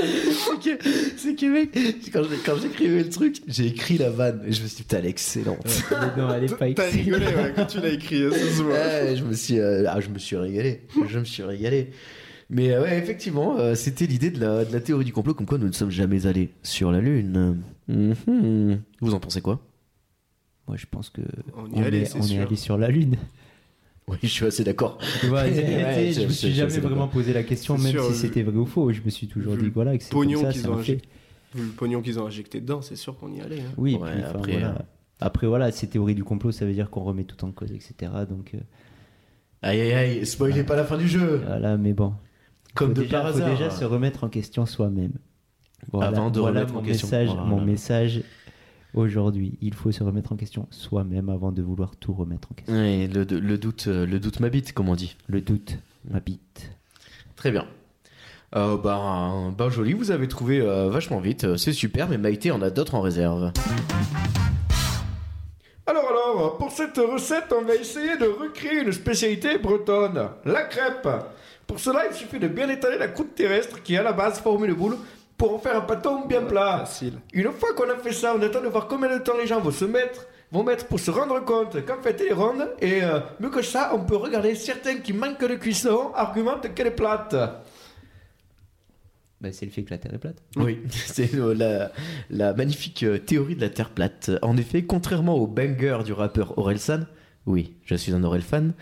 [SPEAKER 1] C'est que- c'est que, mec, quand je- quand j'écrivais le truc, j'ai écrit la vanne et je me suis dit, putain, elle est excellente.
[SPEAKER 2] Mais non, elle est pas
[SPEAKER 3] T'as
[SPEAKER 2] excellente.
[SPEAKER 3] rigolé ouais, quand tu l'as écrit,
[SPEAKER 4] hein,
[SPEAKER 3] ça se voit.
[SPEAKER 1] Ouais, je me suis, euh, ah, je me suis régalé. Je me suis régalé. Mais euh, ouais, effectivement, euh, c'était l'idée de la, de la théorie du complot, comme quoi nous ne sommes jamais allés sur la Lune. Mhm. Vous en pensez quoi
[SPEAKER 2] Moi, je pense que
[SPEAKER 3] On y
[SPEAKER 2] on
[SPEAKER 3] allait,
[SPEAKER 2] est
[SPEAKER 3] c'est
[SPEAKER 2] on est
[SPEAKER 3] sûr.
[SPEAKER 2] allé sur la Lune.
[SPEAKER 1] Oui, je suis assez d'accord.
[SPEAKER 2] Tu vois,
[SPEAKER 1] Ouais,
[SPEAKER 2] tu sais,
[SPEAKER 1] je-
[SPEAKER 2] je me
[SPEAKER 1] je-
[SPEAKER 2] suis
[SPEAKER 1] je-
[SPEAKER 2] jamais
[SPEAKER 1] c'est
[SPEAKER 2] vraiment posé la question,
[SPEAKER 3] C'est
[SPEAKER 2] même
[SPEAKER 3] sûr,
[SPEAKER 2] si
[SPEAKER 3] vu-
[SPEAKER 2] c'était vrai ou faux. Je me suis toujours
[SPEAKER 3] vu
[SPEAKER 2] dit,
[SPEAKER 3] le
[SPEAKER 2] voilà, que c'est comme
[SPEAKER 3] pognon
[SPEAKER 2] ça,
[SPEAKER 3] qu'ils
[SPEAKER 2] c'est
[SPEAKER 3] ont
[SPEAKER 2] un fait.
[SPEAKER 3] injecté. Vu le pognon qu'ils ont injecté dedans, c'est sûr qu'on y allait. hein.
[SPEAKER 2] Oui, et
[SPEAKER 1] Ouais,
[SPEAKER 2] puis, enfin,
[SPEAKER 1] après,
[SPEAKER 2] voilà.
[SPEAKER 1] euh,
[SPEAKER 2] Après, voilà, ces théories du complot, ça veut dire qu'on remet tout en cause, etc. Donc, euh,
[SPEAKER 1] Aïe, aïe, aïe, spoilez pas la fin du jeu
[SPEAKER 2] voilà, mais bon.
[SPEAKER 1] Comme
[SPEAKER 2] Faut
[SPEAKER 1] de
[SPEAKER 2] déjà,
[SPEAKER 1] par
[SPEAKER 2] faut
[SPEAKER 1] hasard.
[SPEAKER 2] déjà se remettre en question soi-même.
[SPEAKER 1] Avant de
[SPEAKER 2] voilà
[SPEAKER 1] remettre
[SPEAKER 2] mon
[SPEAKER 1] en question.
[SPEAKER 2] Message,
[SPEAKER 1] Voilà.
[SPEAKER 2] Mon message aujourd'hui, il faut se remettre en question soi-même avant de vouloir tout remettre en question.
[SPEAKER 1] Ouais, le, le doute, euh, le doute m'habite, comme on dit.
[SPEAKER 2] Le doute m'habite.
[SPEAKER 1] Très bien. Euh, bah, bah, joli, vous avez trouvé euh, vachement vite, euh, c'est super, mais Maïté en a d'autres en réserve.
[SPEAKER 4] Alors alors, pour cette recette, on va essayer de recréer une spécialité bretonne, la crêpe. Pour cela, il suffit de bien étaler la croûte terrestre qui est à la base formée de boules pour en faire un pâton bien plat.
[SPEAKER 3] Facile.
[SPEAKER 4] Une fois qu'on a fait ça, on attend de voir combien de temps les gens vont se mettre, vont mettre pour se rendre compte qu'en fait elle est ronde et euh, mieux que ça, on peut regarder certains qui manquent de cuisson argumentent qu'elle est plate.
[SPEAKER 2] Bah, c'est le fait que la Terre est plate.
[SPEAKER 1] Oui, c'est euh, la, la magnifique euh, théorie de la Terre plate. En effet, contrairement au banger du rappeur Orelsan, oui, je suis un Orelsan, fan,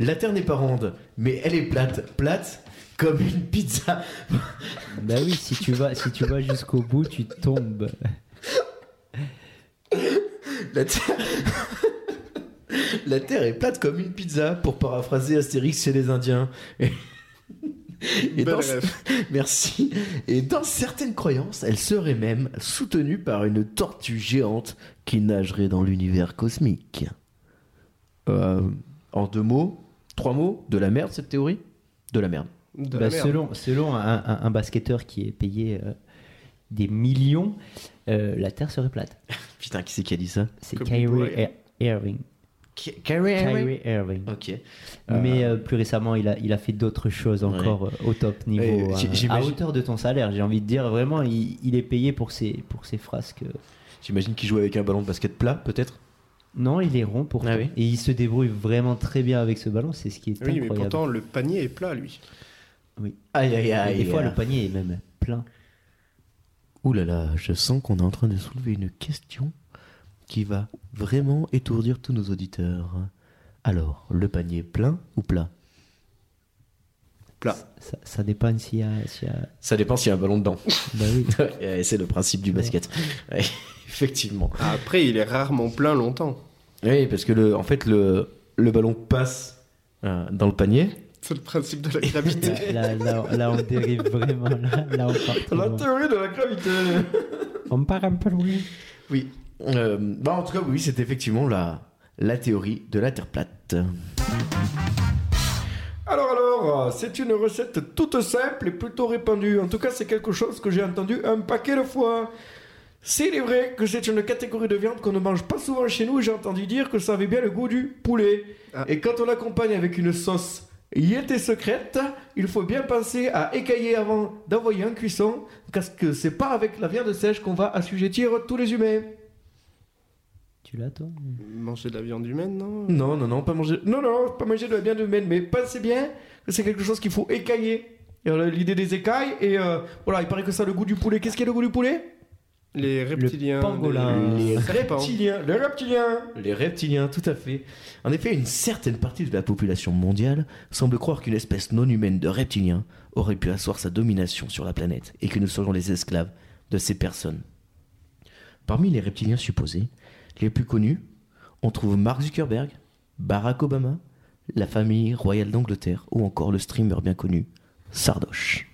[SPEAKER 1] la Terre n'est pas ronde, mais elle est plate, plate comme une pizza.
[SPEAKER 2] Bah oui, si tu vas, si tu vas jusqu'au bout, tu tombes.
[SPEAKER 1] La Terre, la terre est plate comme une pizza, pour paraphraser Astérix chez les Indiens. Et, et
[SPEAKER 3] Belle
[SPEAKER 1] dans-
[SPEAKER 3] ref.
[SPEAKER 1] Merci. Et dans certaines croyances, elle serait même soutenue par une tortue géante qui nagerait dans l'univers cosmique. Euh, en deux mots, trois mots, de la merde cette théorie De la merde.
[SPEAKER 3] De
[SPEAKER 2] Bah,
[SPEAKER 3] la merde.
[SPEAKER 2] selon selon un, un- un basketteur qui est payé euh, des millions, euh, la Terre serait plate.
[SPEAKER 1] Putain, qui c'est qui a dit ça
[SPEAKER 2] C'est
[SPEAKER 3] Kobe
[SPEAKER 2] Kyrie
[SPEAKER 3] Bryant.
[SPEAKER 2] Ir- Irving.
[SPEAKER 1] Carrie
[SPEAKER 2] Kyrie Irving.
[SPEAKER 1] Ok.
[SPEAKER 2] Mais euh, plus récemment, il a, il a fait d'autres choses
[SPEAKER 1] Ouais.
[SPEAKER 2] encore euh, au top niveau.
[SPEAKER 1] Et,
[SPEAKER 2] hein,
[SPEAKER 1] j-
[SPEAKER 2] à
[SPEAKER 1] j'imagine-
[SPEAKER 2] hauteur de ton salaire, j'ai envie de dire, vraiment, il, il est payé pour ses, pour ses phrases. que-
[SPEAKER 1] J'imagine qu'il joue avec un ballon de basket plat, peut-être
[SPEAKER 2] Non, il est rond pour
[SPEAKER 1] Ah oui.
[SPEAKER 2] Et il se débrouille vraiment très bien avec ce ballon, c'est ce qui est
[SPEAKER 3] Oui, mais
[SPEAKER 2] incroyable.
[SPEAKER 3] pourtant, le panier est plat, lui.
[SPEAKER 1] Aïe, aïe,
[SPEAKER 2] Et
[SPEAKER 1] aïe.
[SPEAKER 2] des fois, le panier est même plein.
[SPEAKER 1] Ouh là là, je sens qu'on est en train de soulever une question qui va vraiment étourdir tous nos auditeurs. Alors, le panier plein ou plat
[SPEAKER 3] Plat.
[SPEAKER 2] Ça, ça dépend s'il y a. s'il y a-
[SPEAKER 1] Ça dépend s'il y a un ballon dedans.
[SPEAKER 2] Bah oui.
[SPEAKER 1] Ouais, euh, c'est le principe du basket. Ouais, effectivement.
[SPEAKER 3] Après, il est rarement plein longtemps.
[SPEAKER 1] Oui, parce que le, en fait, le, le ballon passe euh, dans le panier.
[SPEAKER 3] C'est le principe de la gravité.
[SPEAKER 2] Là, là, là, là, on dérive vraiment. Là, là, on part. trop
[SPEAKER 4] La
[SPEAKER 2] loin.
[SPEAKER 4] théorie de la gravité.
[SPEAKER 2] On part un peu loin.
[SPEAKER 1] Oui. Euh, bah, en tout cas, oui, c'est effectivement la, la théorie de la Terre plate.
[SPEAKER 4] Alors alors, euh, c'est une recette toute simple et plutôt répandue. En tout cas, c'est quelque chose que j'ai entendu un paquet de fois. S'il est vrai que c'est une catégorie de viande qu'on ne mange pas souvent chez nous, j'ai entendu dire que ça avait bien le goût du poulet.
[SPEAKER 3] Ah.
[SPEAKER 4] Et quand on l'accompagne avec une sauce yété secrète, il faut bien penser à écailler avant d'envoyer en cuisson, parce que c'est pas avec la viande sèche qu'on va assujettir tous les humains.
[SPEAKER 2] Tu l'as, toi
[SPEAKER 3] Manger de la viande humaine, non
[SPEAKER 4] Non, non, non, pas manger. Non, non, pas manger de la viande humaine, mais pensez bien que c'est quelque chose qu'il faut écailler. Et alors, L'idée des écailles, et euh, voilà, il paraît que ça a le goût du poulet. Qu'est-ce qu'il y a le goût du poulet
[SPEAKER 3] Les reptiliens.
[SPEAKER 2] pangolin.
[SPEAKER 3] les-
[SPEAKER 2] Les
[SPEAKER 3] Ça dépend.
[SPEAKER 4] Reptilien, les reptiliens
[SPEAKER 1] Les reptiliens, tout à fait. En effet, une certaine partie de la population mondiale semble croire qu'une espèce non humaine de reptiliens aurait pu asseoir sa domination sur la planète et que nous serions les esclaves de ces personnes. Parmi les reptiliens supposés, les plus connus, on trouve Mark Zuckerberg, Barack Obama, la famille royale d'Angleterre ou encore le streamer bien connu, Sardoche.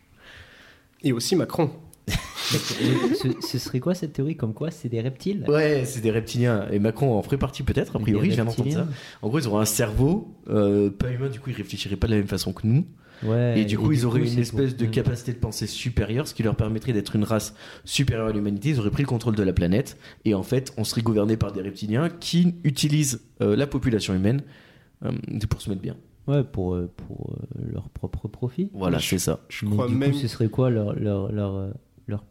[SPEAKER 3] Et aussi Macron.
[SPEAKER 2] ce, ce serait quoi cette théorie Comme quoi, c'est des reptiles
[SPEAKER 1] Ouais, c'est des reptiliens. Et Macron en ferait partie peut-être, a
[SPEAKER 2] Des
[SPEAKER 1] priori, j'ai jamais entendu ça.
[SPEAKER 2] reptiliens.
[SPEAKER 1] En gros, ils auraient un cerveau, euh, pas humain, du coup, ils réfléchiraient pas de la même façon que nous.
[SPEAKER 2] Ouais,
[SPEAKER 1] Et du coup, ils auraient
[SPEAKER 2] c'est
[SPEAKER 1] une espèce
[SPEAKER 2] pour-
[SPEAKER 1] de
[SPEAKER 2] Mm.
[SPEAKER 1] capacité de pensée supérieure, ce qui leur permettrait d'être une race supérieure à l'humanité. Ils auraient pris le contrôle de la planète. Et en fait, on serait gouverné par des reptiliens qui utilisent euh, la population humaine euh, pour se mettre bien.
[SPEAKER 2] Ouais, pour, euh, pour euh, leur propre profit.
[SPEAKER 1] Voilà,
[SPEAKER 3] Je-
[SPEAKER 1] c'est ça.
[SPEAKER 3] Je
[SPEAKER 2] Mais
[SPEAKER 3] crois
[SPEAKER 2] du
[SPEAKER 3] même.
[SPEAKER 2] coup, ce serait quoi leur, leur, leur, euh, leur,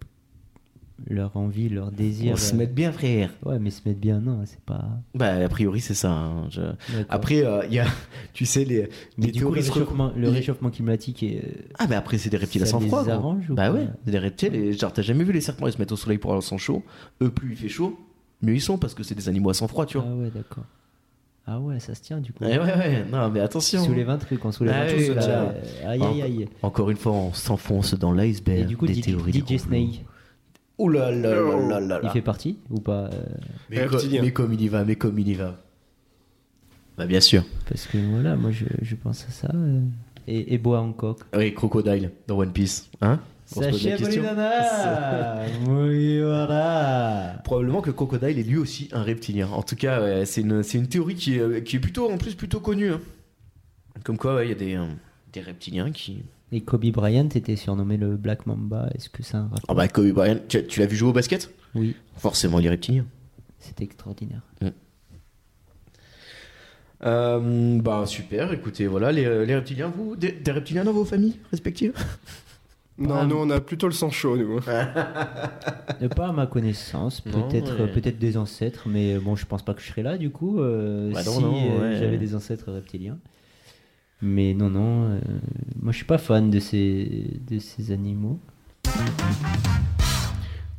[SPEAKER 2] leur envie, leur désir
[SPEAKER 1] Pour se
[SPEAKER 2] euh,
[SPEAKER 1] mettre bien, frère.
[SPEAKER 2] Ouais, mais se mettre bien, non, c'est pas.
[SPEAKER 1] Bah, a priori, c'est ça. hein. Je-
[SPEAKER 2] D'accord.
[SPEAKER 1] Après, euh, il y a, tu sais, les,
[SPEAKER 2] mais
[SPEAKER 1] les
[SPEAKER 2] du coup, le
[SPEAKER 1] théories se recoupent.
[SPEAKER 2] réchauffement, le
[SPEAKER 1] les-
[SPEAKER 2] réchauffement climatique est. euh,
[SPEAKER 1] Ah, mais après, c'est des reptiles à
[SPEAKER 2] Ça
[SPEAKER 1] sang
[SPEAKER 2] les
[SPEAKER 1] froid. gros.
[SPEAKER 2] arrange ou
[SPEAKER 1] Bah
[SPEAKER 2] pas
[SPEAKER 1] ouais, des reptiles. Et genre, t'as jamais vu les serpents, ils se mettent au soleil pour avoir le sang chaud. Eux, plus il fait chaud, mieux ils sont parce que c'est des animaux à sang froid, tu vois.
[SPEAKER 2] Ah ouais, d'accord. Ah ouais, ça se tient du coup.
[SPEAKER 1] Ouais, ouais, ouais. Non, mais attention.
[SPEAKER 2] Sous les 20 trucs, on soulève
[SPEAKER 1] Ah
[SPEAKER 2] un
[SPEAKER 1] oui,
[SPEAKER 2] truc. là,
[SPEAKER 1] déjà.
[SPEAKER 2] euh, Aïe, aïe, aïe.
[SPEAKER 1] Encore une fois, on s'enfonce dans
[SPEAKER 2] Et
[SPEAKER 1] l'iceberg
[SPEAKER 2] du coup,
[SPEAKER 1] des
[SPEAKER 2] DJ,
[SPEAKER 1] théories. du
[SPEAKER 2] DJ
[SPEAKER 1] complot.
[SPEAKER 2] Snake,
[SPEAKER 1] Ouh là là là là là
[SPEAKER 2] il
[SPEAKER 1] là.
[SPEAKER 2] fait partie ou pas euh,
[SPEAKER 1] Mais, co-
[SPEAKER 3] Reptilien.
[SPEAKER 1] mais comme il y va, mais comme il y va. Bah bien sûr.
[SPEAKER 2] Parce que voilà, moi je, je pense à ça. euh, Et, et Boa Hancock.
[SPEAKER 1] Oui, Crocodile dans One Piece. Hein On se pose la question. Probablement que le Crocodile est lui aussi un reptilien. En tout cas, ouais, c'est une, c'est une théorie qui est, qui est plutôt, en plus plutôt connue. hein. Comme quoi, ouais, il y a des, euh, des reptiliens qui...
[SPEAKER 2] Et Kobe Bryant était surnommé le Black Mamba. Est-ce que ça a un rapport
[SPEAKER 1] Ah bah Kobe Bryant, tu, tu l'as vu jouer au basket
[SPEAKER 2] Oui,
[SPEAKER 1] Forcément, il est reptilien.
[SPEAKER 2] c'est extraordinaire.
[SPEAKER 1] Euh, bah super, écoutez, voilà, les, les reptiliens, vous, des, des reptiliens dans vos familles respectives
[SPEAKER 3] Non, nous, on a plutôt le sang chaud, nous. hein.
[SPEAKER 2] Euh, Pas à ma connaissance,
[SPEAKER 1] Non,
[SPEAKER 2] peut-être
[SPEAKER 1] ouais.
[SPEAKER 2] euh, peut-être des ancêtres, mais bon, je pense pas que je serais là du coup euh,
[SPEAKER 1] Bah non,
[SPEAKER 2] si
[SPEAKER 1] non,
[SPEAKER 2] euh,
[SPEAKER 1] ouais.
[SPEAKER 2] j'avais des ancêtres reptiliens. Mais non, non, euh, moi je suis pas fan de ces, de ces animaux.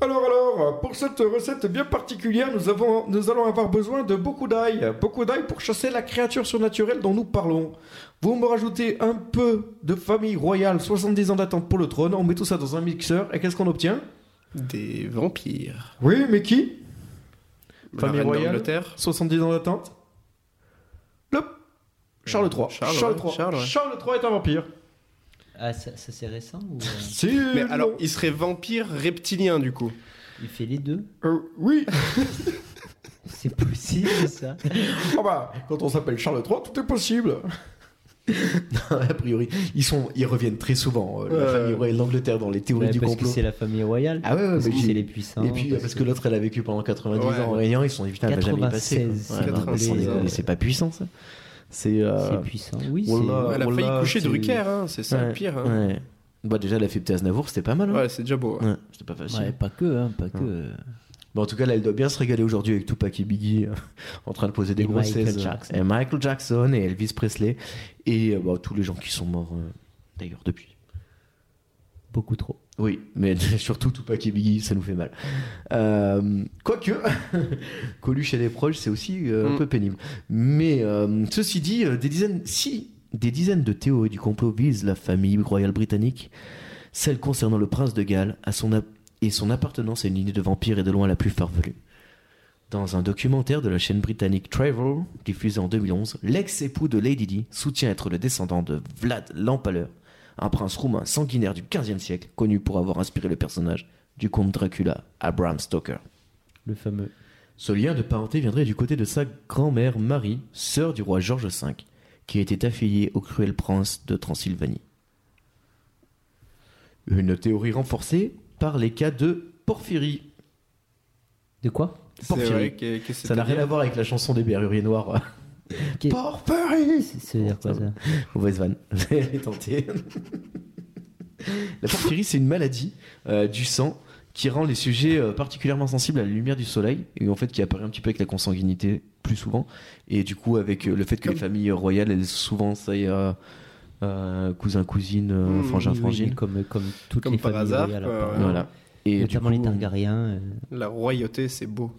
[SPEAKER 4] Alors alors, pour cette recette bien particulière, nous, avons, nous allons avoir besoin de beaucoup d'ail. Beaucoup d'ail pour chasser la créature surnaturelle dont nous parlons. Vous me rajoutez un peu de famille royale, 70 ans d'attente pour le trône, on met tout ça dans un mixeur, et qu'est-ce qu'on obtient
[SPEAKER 3] Des vampires.
[SPEAKER 4] Oui, mais qui Famille
[SPEAKER 3] la reine
[SPEAKER 4] royale.
[SPEAKER 3] d'Angleterre.
[SPEAKER 4] 70 ans d'attente Le... Charles III.
[SPEAKER 3] Euh, Charles, ouais,
[SPEAKER 4] III.
[SPEAKER 3] Charles, ouais.
[SPEAKER 4] Charles III est un vampire.
[SPEAKER 2] Ah, ça, ça, c'est récent ou euh,
[SPEAKER 4] Si,
[SPEAKER 3] Mais
[SPEAKER 4] non.
[SPEAKER 3] alors, il serait vampire reptilien, du coup.
[SPEAKER 2] il fait les deux
[SPEAKER 4] Euh, oui,
[SPEAKER 2] C'est possible ça
[SPEAKER 4] Ah bah, quand on s'appelle Charles III, tout est possible.
[SPEAKER 1] A priori, ils, sont, ils reviennent très souvent, euh, la
[SPEAKER 3] Ouais.
[SPEAKER 1] famille royale d'Angleterre dans les théories
[SPEAKER 2] Ouais,
[SPEAKER 1] du
[SPEAKER 2] Parce que
[SPEAKER 1] complot.
[SPEAKER 2] c'est la famille royale.
[SPEAKER 1] Ah ouais, ouais,
[SPEAKER 2] parce
[SPEAKER 1] mais
[SPEAKER 2] que
[SPEAKER 1] j'ai-
[SPEAKER 2] c'est les puissants.
[SPEAKER 1] Et puis, parce, que, l'autre, elle a vécu pendant 90
[SPEAKER 3] Ouais.
[SPEAKER 1] ans en régnant, ils se sont dit, putain, elle va jamais y passer. quoi.
[SPEAKER 2] 96,
[SPEAKER 1] Ouais, non, mais sans
[SPEAKER 3] 96,
[SPEAKER 1] déconner,
[SPEAKER 3] ouais.
[SPEAKER 1] c'est pas puissant, ça. C'est... euh,
[SPEAKER 2] c'est puissant, oui.
[SPEAKER 1] oh
[SPEAKER 2] Ah, c'est-
[SPEAKER 1] là,
[SPEAKER 3] elle a
[SPEAKER 1] oh
[SPEAKER 3] failli
[SPEAKER 1] là,
[SPEAKER 3] coucher
[SPEAKER 1] c'est-
[SPEAKER 3] Drucker, hein. c'est ça
[SPEAKER 1] ouais,
[SPEAKER 3] le pire. hein.
[SPEAKER 1] ouais. Bah déjà, elle a fait petit Aznavour, c'était pas mal.
[SPEAKER 3] Ouais,
[SPEAKER 1] hein.
[SPEAKER 3] c'est déjà beau. ouais.
[SPEAKER 1] Ouais, c'était pas facile.
[SPEAKER 2] Ouais, pas que, hein, pas que.
[SPEAKER 1] Bon, en tout cas, là, elle doit bien se régaler aujourd'hui avec Tupac et Biggie euh, en train de poser des
[SPEAKER 2] Et
[SPEAKER 1] grosses
[SPEAKER 2] Michael
[SPEAKER 1] thèses. euh,
[SPEAKER 2] Jackson.
[SPEAKER 1] Et Michael Jackson et Elvis Presley et euh, bah, tous les gens qui sont morts euh, d'ailleurs depuis.
[SPEAKER 2] Beaucoup trop.
[SPEAKER 1] Oui, mais surtout Tupac et Biggie, ça nous fait mal. Euh, Quoique, Coluche et les proches, c'est aussi euh, un
[SPEAKER 3] Mm.
[SPEAKER 1] peu pénible. Mais euh, ceci dit, euh, des dizaines, si des dizaines de théories du complot visent la famille royale britannique, celle concernant le prince de Galles à son ap- et son appartenance à une lignée de vampires est de loin la plus farfelue. Dans un documentaire de la chaîne britannique Travel, diffusé en 2011, l'ex-époux de Lady Di soutient être le descendant de Vlad l'Empaleur, un prince roumain sanguinaire du XVe siècle, connu pour avoir inspiré le personnage du comte Dracula à Bram Stoker.
[SPEAKER 2] Le fameux.
[SPEAKER 1] Ce lien de parenté viendrait du côté de sa grand-mère Marie, sœur du roi George V, qui était affilié au cruel prince de Transylvanie. Une théorie renforcée par les cas de Porphyrie.
[SPEAKER 2] De quoi
[SPEAKER 3] C'est
[SPEAKER 1] Porphyrie.
[SPEAKER 3] vrai que- que
[SPEAKER 1] Ça n'a rien à voir avec la chanson des Berruriers Noirs.
[SPEAKER 2] Qui-
[SPEAKER 1] Porphyrie
[SPEAKER 2] C'est- Ça veut dire quoi ça
[SPEAKER 1] Mauvaise vanne. Elle est tentée. la porphyrie, c'est une maladie euh, du sang qui rend les sujets euh, particulièrement sensibles à la lumière du soleil et en fait qui apparaît un petit peu avec la consanguinité plus souvent et du coup avec euh, le fait que les familles euh, royales elles souvent ça y est, euh, euh, cousin cousine euh,
[SPEAKER 3] Mmh,
[SPEAKER 1] frangin
[SPEAKER 2] Oui, oui, mais
[SPEAKER 1] frangine
[SPEAKER 2] comme, euh, comme toutes
[SPEAKER 3] Comme
[SPEAKER 2] les
[SPEAKER 3] par
[SPEAKER 2] familles
[SPEAKER 3] hasard,
[SPEAKER 2] royales,
[SPEAKER 3] quoi,
[SPEAKER 2] apparemment.
[SPEAKER 3] ouais.
[SPEAKER 1] voilà et du
[SPEAKER 2] Notamment
[SPEAKER 1] coup,
[SPEAKER 2] les Targaryens. euh.
[SPEAKER 3] La royauté, c'est beau.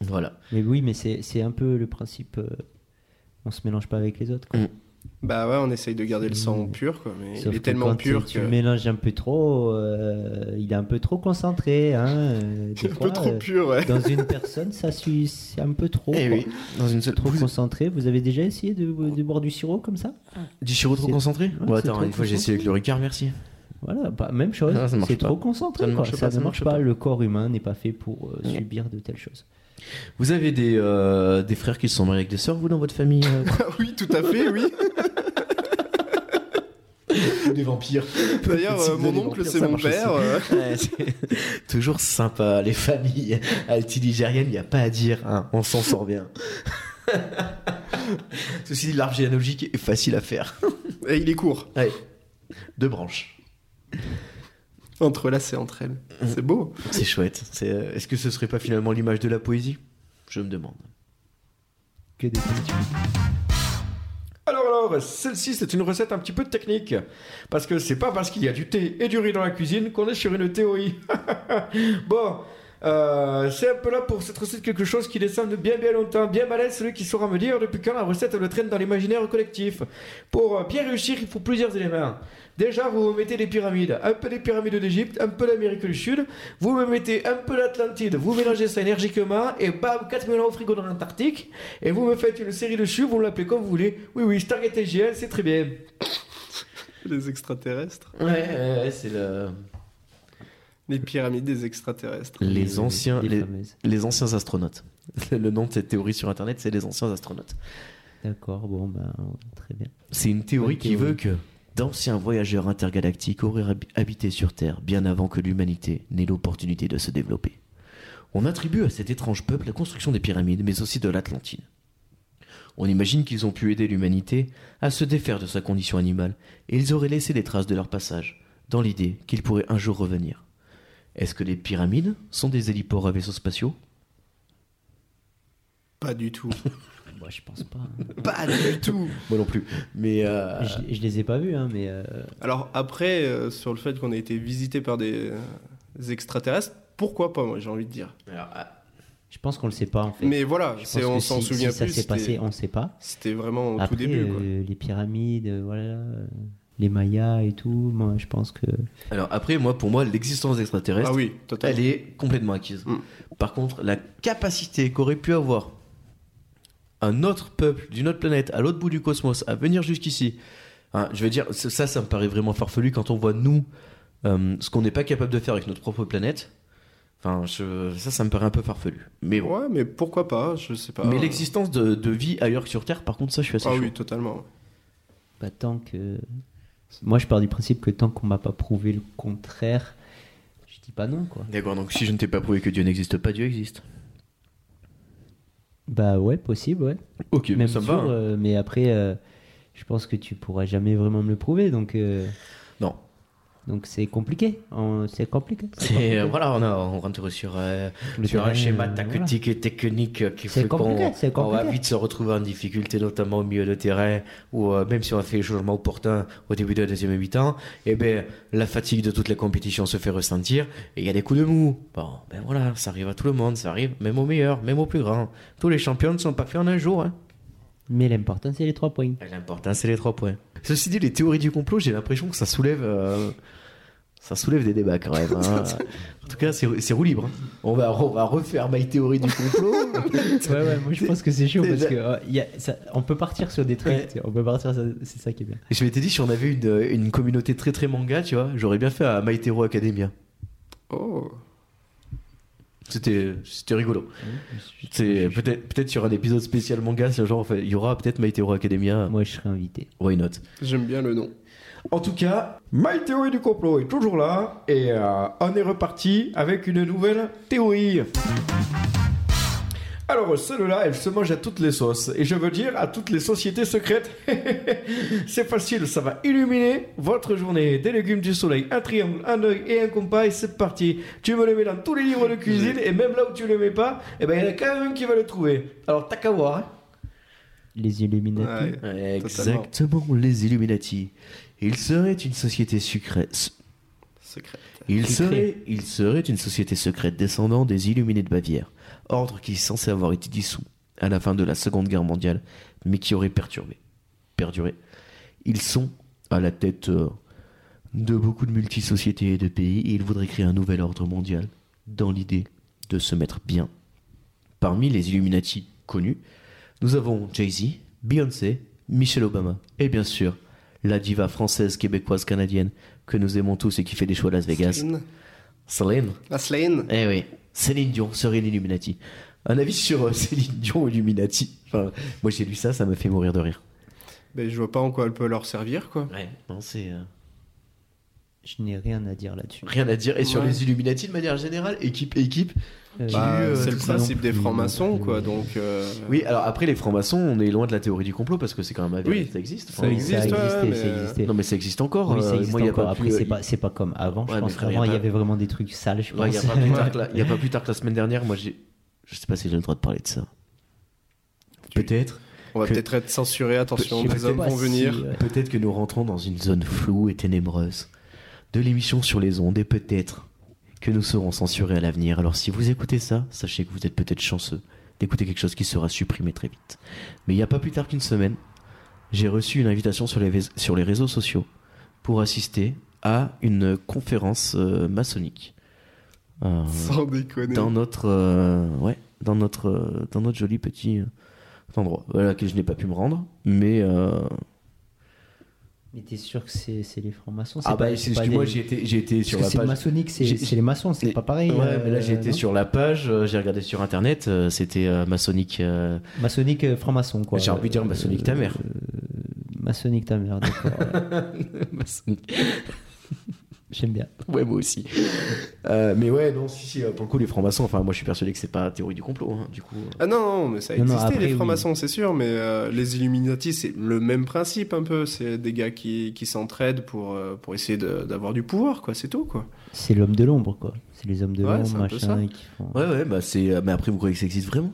[SPEAKER 1] voilà
[SPEAKER 2] Mais oui, mais c'est c'est un peu le principe. euh, on se mélange pas avec les autres. Quoi.
[SPEAKER 3] Bah ouais, on essaye de garder le sang pur, quoi, mais
[SPEAKER 2] Sauf
[SPEAKER 3] il
[SPEAKER 2] que
[SPEAKER 3] est tellement
[SPEAKER 2] quand
[SPEAKER 3] pur
[SPEAKER 2] Tu
[SPEAKER 3] que.
[SPEAKER 2] le mélanges un peu trop. euh, il est un peu trop concentré. Hein, euh,
[SPEAKER 3] C'est
[SPEAKER 2] des
[SPEAKER 3] un
[SPEAKER 2] fois,
[SPEAKER 3] peu trop
[SPEAKER 2] euh,
[SPEAKER 3] pur, ouais.
[SPEAKER 2] Dans une personne, ça suit c'est un peu trop.
[SPEAKER 1] Eh
[SPEAKER 2] quoi.
[SPEAKER 1] oui, dans une seule
[SPEAKER 2] Trop
[SPEAKER 1] Vous-
[SPEAKER 2] concentré. Vous avez déjà essayé de, de boire du sirop comme ça
[SPEAKER 1] du sirop trop
[SPEAKER 2] C'est-
[SPEAKER 1] concentré
[SPEAKER 2] Ouais,
[SPEAKER 1] Bon,
[SPEAKER 2] c'est
[SPEAKER 1] attends
[SPEAKER 2] trop
[SPEAKER 1] une fois j'ai essayé avec le Ricard merci
[SPEAKER 2] Voilà, bah, même chose.
[SPEAKER 1] Non, Ah, ça marche
[SPEAKER 2] C'est
[SPEAKER 1] pas.
[SPEAKER 2] trop concentré.
[SPEAKER 1] Ça ne
[SPEAKER 2] quoi.
[SPEAKER 1] marche pas, ça
[SPEAKER 2] ne marche pas.
[SPEAKER 1] pas.
[SPEAKER 2] Le corps humain n'est pas fait pour euh,
[SPEAKER 1] Ouais.
[SPEAKER 2] subir de telles choses.
[SPEAKER 1] vous avez des euh, des frères qui se sont mariés avec des sœurs vous dans votre famille euh,
[SPEAKER 3] oui, tout à fait, oui.
[SPEAKER 1] ou des vampires
[SPEAKER 3] D'ailleurs,
[SPEAKER 1] Si
[SPEAKER 3] euh,
[SPEAKER 1] vous avez
[SPEAKER 3] mon
[SPEAKER 1] des
[SPEAKER 3] oncle,
[SPEAKER 1] vampires,
[SPEAKER 3] c'est
[SPEAKER 1] ça
[SPEAKER 3] mon
[SPEAKER 1] marche aussi.
[SPEAKER 3] père. euh,
[SPEAKER 1] Ouais, c'est toujours sympa, les familles altiligériennes, il n'y a pas à dire, hein, on s'en sort bien. Ceci dit, l'arbre généalogique est facile à faire.
[SPEAKER 3] Et il est court,
[SPEAKER 1] Allez, deux branches,
[SPEAKER 3] entrelacé entre elles.
[SPEAKER 2] Mm.
[SPEAKER 3] C'est beau.
[SPEAKER 1] c'est chouette. C'est, euh, Est-ce que ce serait pas finalement l'image de la poésie Je me demande.
[SPEAKER 2] Que des
[SPEAKER 4] Alors, alors, celle-ci, c'est une recette un petit peu technique. Parce que c'est pas parce qu'il y a du thé et du riz dans la cuisine qu'on est sur une théorie. bon, euh, c'est un peu là pour cette recette quelque chose qui descend de bien, bien longtemps. Bien malin celui qui saura me dire depuis quand la recette le traîne dans l'imaginaire collectif. Pour euh, bien réussir, il faut plusieurs éléments. Déjà, vous mettez les pyramides, un peu les pyramides d'Égypte, un peu l'Amérique du Sud. Vous me mettez un peu l'Atlantide, vous mélangez ça énergiquement et bam, 4000 ans au frigo dans l'Antarctique. Et vous me faites une série dessus, vous l'appelez comme vous voulez. Oui, oui, Stargate TGL, c'est très bien.
[SPEAKER 3] Les extraterrestres.
[SPEAKER 1] Ouais, ouais, ouais, c'est le...
[SPEAKER 3] Les pyramides des extraterrestres.
[SPEAKER 1] les anciens,
[SPEAKER 2] des
[SPEAKER 1] les,
[SPEAKER 2] fameuses.
[SPEAKER 1] les anciens astronautes. Le nom de cette théorie sur internet, c'est les anciens astronautes.
[SPEAKER 2] D'accord, bon, ben, très bien.
[SPEAKER 1] C'est une théorie
[SPEAKER 2] Bonne
[SPEAKER 1] qui
[SPEAKER 2] théorie.
[SPEAKER 1] veut que d'anciens voyageurs intergalactiques auraient hab- habité sur Terre bien avant que l'humanité n'ait l'opportunité de se développer. On attribue à cet étrange peuple la construction des pyramides, mais aussi de l'Atlantide. On imagine qu'ils ont pu aider l'humanité à se défaire de sa condition animale, et ils auraient laissé des traces de leur passage, dans l'idée qu'ils pourraient un jour revenir. Est-ce que les pyramides sont des héliports à vaisseaux spatiaux
[SPEAKER 3] Pas du tout.
[SPEAKER 2] Moi, je pense pas. hein.
[SPEAKER 3] Pas du tout.
[SPEAKER 1] Moi non plus. Mais euh,
[SPEAKER 2] Je, je les ai pas vus, hein, mais euh,
[SPEAKER 3] Alors après, euh, sur le fait qu'on a été visité par des, euh, des extraterrestres, pourquoi pas, moi, j'ai envie de dire.
[SPEAKER 1] alors, ah,
[SPEAKER 2] je pense qu'on le sait pas en fait.
[SPEAKER 3] Mais voilà,
[SPEAKER 2] Je pense
[SPEAKER 3] c'est- on
[SPEAKER 2] que
[SPEAKER 3] s'en
[SPEAKER 2] si-
[SPEAKER 3] souvient
[SPEAKER 2] si ça
[SPEAKER 3] plus.
[SPEAKER 2] s'est passé,
[SPEAKER 3] C'était
[SPEAKER 2] on sait pas.
[SPEAKER 3] c'était vraiment au
[SPEAKER 2] Après,
[SPEAKER 3] tout début. quoi.
[SPEAKER 2] euh, les pyramides, euh, voilà, euh, les Mayas et tout. Moi, je pense que
[SPEAKER 1] alors après, moi, pour moi, l'existence d'extraterrestres,
[SPEAKER 3] Ah oui, totalement.
[SPEAKER 1] elle est complètement acquise.
[SPEAKER 3] Mm.
[SPEAKER 1] Par contre, la capacité qu'aurait pu avoir un autre peuple d'une autre planète à l'autre bout du cosmos à venir jusqu'ici, hein, je veux dire, ça, ça ça me paraît vraiment farfelu quand on voit nous euh, ce qu'on n'est pas capable de faire avec notre propre planète. Enfin, je- ça, ça me paraît un peu farfelu. Mais bon.
[SPEAKER 3] Ouais, mais pourquoi pas, je sais pas.
[SPEAKER 1] Mais l'existence de, de vie ailleurs que sur Terre, par contre, ça, je suis assez
[SPEAKER 3] Ah
[SPEAKER 1] chaud.
[SPEAKER 3] oui, totalement.
[SPEAKER 2] bah, tant que. Moi, je pars du principe que tant qu'on m'a pas prouvé le contraire, je dis pas non, quoi.
[SPEAKER 1] D'accord, donc si je ne t'ai pas prouvé que Dieu n'existe pas, Dieu existe.
[SPEAKER 2] Bah ouais, possible, ouais.
[SPEAKER 1] Ok,
[SPEAKER 2] Même
[SPEAKER 1] ça me
[SPEAKER 2] sûr,
[SPEAKER 1] va. hein.
[SPEAKER 2] euh, mais après, euh, je pense que tu pourras jamais vraiment me le prouver, donc. euh,
[SPEAKER 1] Non.
[SPEAKER 2] Donc c'est compliqué, En- c'est compliqué.
[SPEAKER 1] C'est, euh, voilà, on, a- on rentre sur, euh,
[SPEAKER 2] Le
[SPEAKER 1] sur un
[SPEAKER 2] terrain,
[SPEAKER 1] schéma
[SPEAKER 2] euh,
[SPEAKER 1] tactique et technique euh, qui
[SPEAKER 2] C'est
[SPEAKER 1] fait
[SPEAKER 2] compliqué,
[SPEAKER 1] qu'on
[SPEAKER 2] c'est
[SPEAKER 1] on va
[SPEAKER 2] compliqué.
[SPEAKER 1] vite se retrouver en difficulté, notamment au milieu de terrain, ou euh, même si on a fait les changements opportuns au début de la deuxième mi-temps, et ben, la fatigue de toute la compétition se fait ressentir, et il y a des coups de mou. Bon, ben voilà, ça arrive à tout le monde, ça arrive même aux meilleurs, même aux plus grands. Tous les champions ne sont pas faits en un jour. hein.
[SPEAKER 2] Mais l'important, c'est les trois points.
[SPEAKER 1] Et L'important, c'est les trois points. Ceci dit, les théories du complot, j'ai l'impression que ça soulève, euh, ça soulève des débats quand même. hein. en tout cas, c'est c'est roue libre. hein. On va, on va refaire ma théorie du complot.
[SPEAKER 2] Ouais, ouais, moi je pense que c'est chaud
[SPEAKER 1] c'est-
[SPEAKER 2] parce que euh, y a- ça- on peut partir sur des trucs.
[SPEAKER 1] Ouais.
[SPEAKER 2] tu vois, On peut partir, sur- c'est ça qui est bien.
[SPEAKER 1] Et je m'étais dit, si on avait une, une communauté très très manga, tu vois, j'aurais bien fait à My Hero Academia.
[SPEAKER 3] Oh.
[SPEAKER 1] C'était c'était rigolo. C'est peut-être peut-être sur un épisode spécial manga, c'est genre en fait, il y aura peut-être My Hero Academia.
[SPEAKER 2] Moi, je serais invité.
[SPEAKER 1] Why not
[SPEAKER 3] J'aime bien le nom.
[SPEAKER 4] En tout cas, ma théorie du complot est toujours là et euh, on est reparti avec une nouvelle théorie. Alors celle-là, elle se mange à toutes les sauces et je veux dire à toutes les sociétés secrètes. C'est facile, ça va illuminer votre journée. Des légumes du soleil, un triangle, un œil et un compas et c'est parti. Tu me le mets dans tous les livres de cuisine et même là où tu le mets pas, eh ben il y en a quand même un qui va le trouver. Alors t'as qu'à voir. hein.
[SPEAKER 2] Les Illuminati.
[SPEAKER 3] Ouais. Totalement.
[SPEAKER 1] Exactement, les Illuminati. Il serait une société secrète.
[SPEAKER 3] Secret.
[SPEAKER 1] Il
[SPEAKER 2] Secret.
[SPEAKER 1] serait, il serait une société secrète descendant des Illuminés de Bavière, ordre qui est censé avoir été dissous à la fin de la Seconde Guerre mondiale, mais qui aurait perturbé, perduré. Ils sont à la tête euh, de beaucoup de multisociétés et de pays, et ils voudraient créer un nouvel ordre mondial dans l'idée de se mettre bien. Parmi les Illuminati connus, nous avons Jay-Z, Beyoncé, Michelle Obama, et bien sûr, la diva française, québécoise, canadienne, que nous aimons tous et qui fait des choix à Las Vegas.
[SPEAKER 3] Céline.
[SPEAKER 1] Céline
[SPEAKER 3] La Slane.
[SPEAKER 1] Eh oui, Céline Dion serait l'Illuminati. Un avis sur euh, Céline Dion Illuminati Enfin, moi j'ai lu ça, ça m'a fait mourir de rire.
[SPEAKER 3] Ben, je vois pas en quoi elle peut leur servir, quoi.
[SPEAKER 1] Ouais, non, c'est euh,
[SPEAKER 2] Je n'ai rien à dire là-dessus.
[SPEAKER 1] rien à dire. Et sur
[SPEAKER 3] Ouais.
[SPEAKER 1] les Illuminati de manière générale, équipe, équipe.
[SPEAKER 2] Euh,
[SPEAKER 3] Bah,
[SPEAKER 1] euh,
[SPEAKER 3] c'est le
[SPEAKER 2] tout ça non
[SPEAKER 3] principe des
[SPEAKER 2] plus, non
[SPEAKER 3] francs-maçons,
[SPEAKER 2] plus.
[SPEAKER 3] quoi. Donc, euh,
[SPEAKER 1] Oui, alors après les francs-maçons, on est loin de la théorie du complot parce que c'est quand même avéré
[SPEAKER 3] Oui,
[SPEAKER 1] que ça existe.
[SPEAKER 3] ça existe,
[SPEAKER 2] ça
[SPEAKER 3] ouais,
[SPEAKER 2] existait,
[SPEAKER 3] mais-
[SPEAKER 2] ça existait.
[SPEAKER 1] Non, mais ça existe encore.
[SPEAKER 2] oui, ça
[SPEAKER 1] euh,
[SPEAKER 2] existe
[SPEAKER 1] moi, il y a
[SPEAKER 2] encore.
[SPEAKER 1] pas
[SPEAKER 2] Après,
[SPEAKER 1] plus-
[SPEAKER 2] c'est pas, c'est pas comme avant.
[SPEAKER 1] Ouais,
[SPEAKER 2] je
[SPEAKER 1] mais
[SPEAKER 2] pense
[SPEAKER 1] frère, y a
[SPEAKER 2] qu'avant, il y
[SPEAKER 1] pas-
[SPEAKER 2] avait vraiment des trucs sales, je
[SPEAKER 1] Ouais, il
[SPEAKER 2] pense.
[SPEAKER 1] y a pas plus tard que la- il y a pas plus tard que la semaine dernière, moi j'ai. Je sais pas si j'ai le droit de parler de ça. Peut-être.
[SPEAKER 3] on va
[SPEAKER 1] Que-
[SPEAKER 3] peut-être être censuré. Attention,
[SPEAKER 1] Je sais
[SPEAKER 3] les hommes
[SPEAKER 2] pas
[SPEAKER 3] vont
[SPEAKER 2] si,
[SPEAKER 3] venir.
[SPEAKER 2] euh,
[SPEAKER 1] Peut-être que nous rentrons dans une zone floue et ténébreuse de l'émission sur les ondes et peut-être que nous serons censurés à l'avenir. Alors si vous écoutez ça, sachez que vous êtes peut-être chanceux d'écouter quelque chose qui sera supprimé très vite. Mais il n'y a pas plus tard qu'une semaine, j'ai reçu une invitation sur les, vais- sur les réseaux sociaux pour assister à une conférence euh, maçonnique. Euh,
[SPEAKER 3] Sans déconner.
[SPEAKER 1] dans notre euh, ouais dans notre euh, dans notre joli petit euh, endroit voilà que je n'ai pas pu me rendre mais euh,
[SPEAKER 2] Mais t'es sûr que c'est c'est les francs-maçons
[SPEAKER 1] ah bah
[SPEAKER 2] pas-
[SPEAKER 1] c'est-
[SPEAKER 2] pas
[SPEAKER 1] excuse-moi
[SPEAKER 2] des-
[SPEAKER 1] j'ai été j'ai été
[SPEAKER 2] Parce
[SPEAKER 1] sur
[SPEAKER 2] que
[SPEAKER 1] la
[SPEAKER 2] c'est
[SPEAKER 1] page
[SPEAKER 2] maçonnique, c'est
[SPEAKER 1] J'ai-
[SPEAKER 2] c'est les maçons, c'est
[SPEAKER 1] Mais-
[SPEAKER 2] pas pareil.
[SPEAKER 1] ouais
[SPEAKER 2] euh,
[SPEAKER 1] mais là j'ai été
[SPEAKER 2] non
[SPEAKER 1] sur la page euh, j'ai regardé sur internet euh, c'était euh, maçonique euh,
[SPEAKER 2] Maçonnique, euh, franc-maçon, quoi.
[SPEAKER 1] J'ai envie de dire
[SPEAKER 2] Euh,
[SPEAKER 1] maçonnique ta mère.
[SPEAKER 2] euh, maçonnique ta mère, d'accord.
[SPEAKER 1] maçonnique
[SPEAKER 2] J'aime bien.
[SPEAKER 1] ouais moi aussi Euh, mais ouais non si si euh, pour le coup les francs maçons enfin moi je suis persuadé que c'est pas théorie du complot hein, du coup euh.
[SPEAKER 3] Ah non, non, mais ça a
[SPEAKER 2] Non, non,
[SPEAKER 3] existé,
[SPEAKER 2] après,
[SPEAKER 3] les
[SPEAKER 2] oui.
[SPEAKER 3] francs-maçons, c'est sûr, mais euh, les Illuminati, c'est le même principe un peu. C'est des gars qui, qui s'entraident pour, euh, pour essayer de- d'avoir du pouvoir, quoi, c'est tout, quoi.
[SPEAKER 2] C'est l'homme de l'ombre, quoi. C'est les hommes de
[SPEAKER 3] Ouais, c'est
[SPEAKER 2] l'ombre,
[SPEAKER 3] un peu
[SPEAKER 2] machin.
[SPEAKER 3] ça.
[SPEAKER 2] qui font-
[SPEAKER 1] ouais ouais bah c'est euh, mais après vous croyez que ça existe vraiment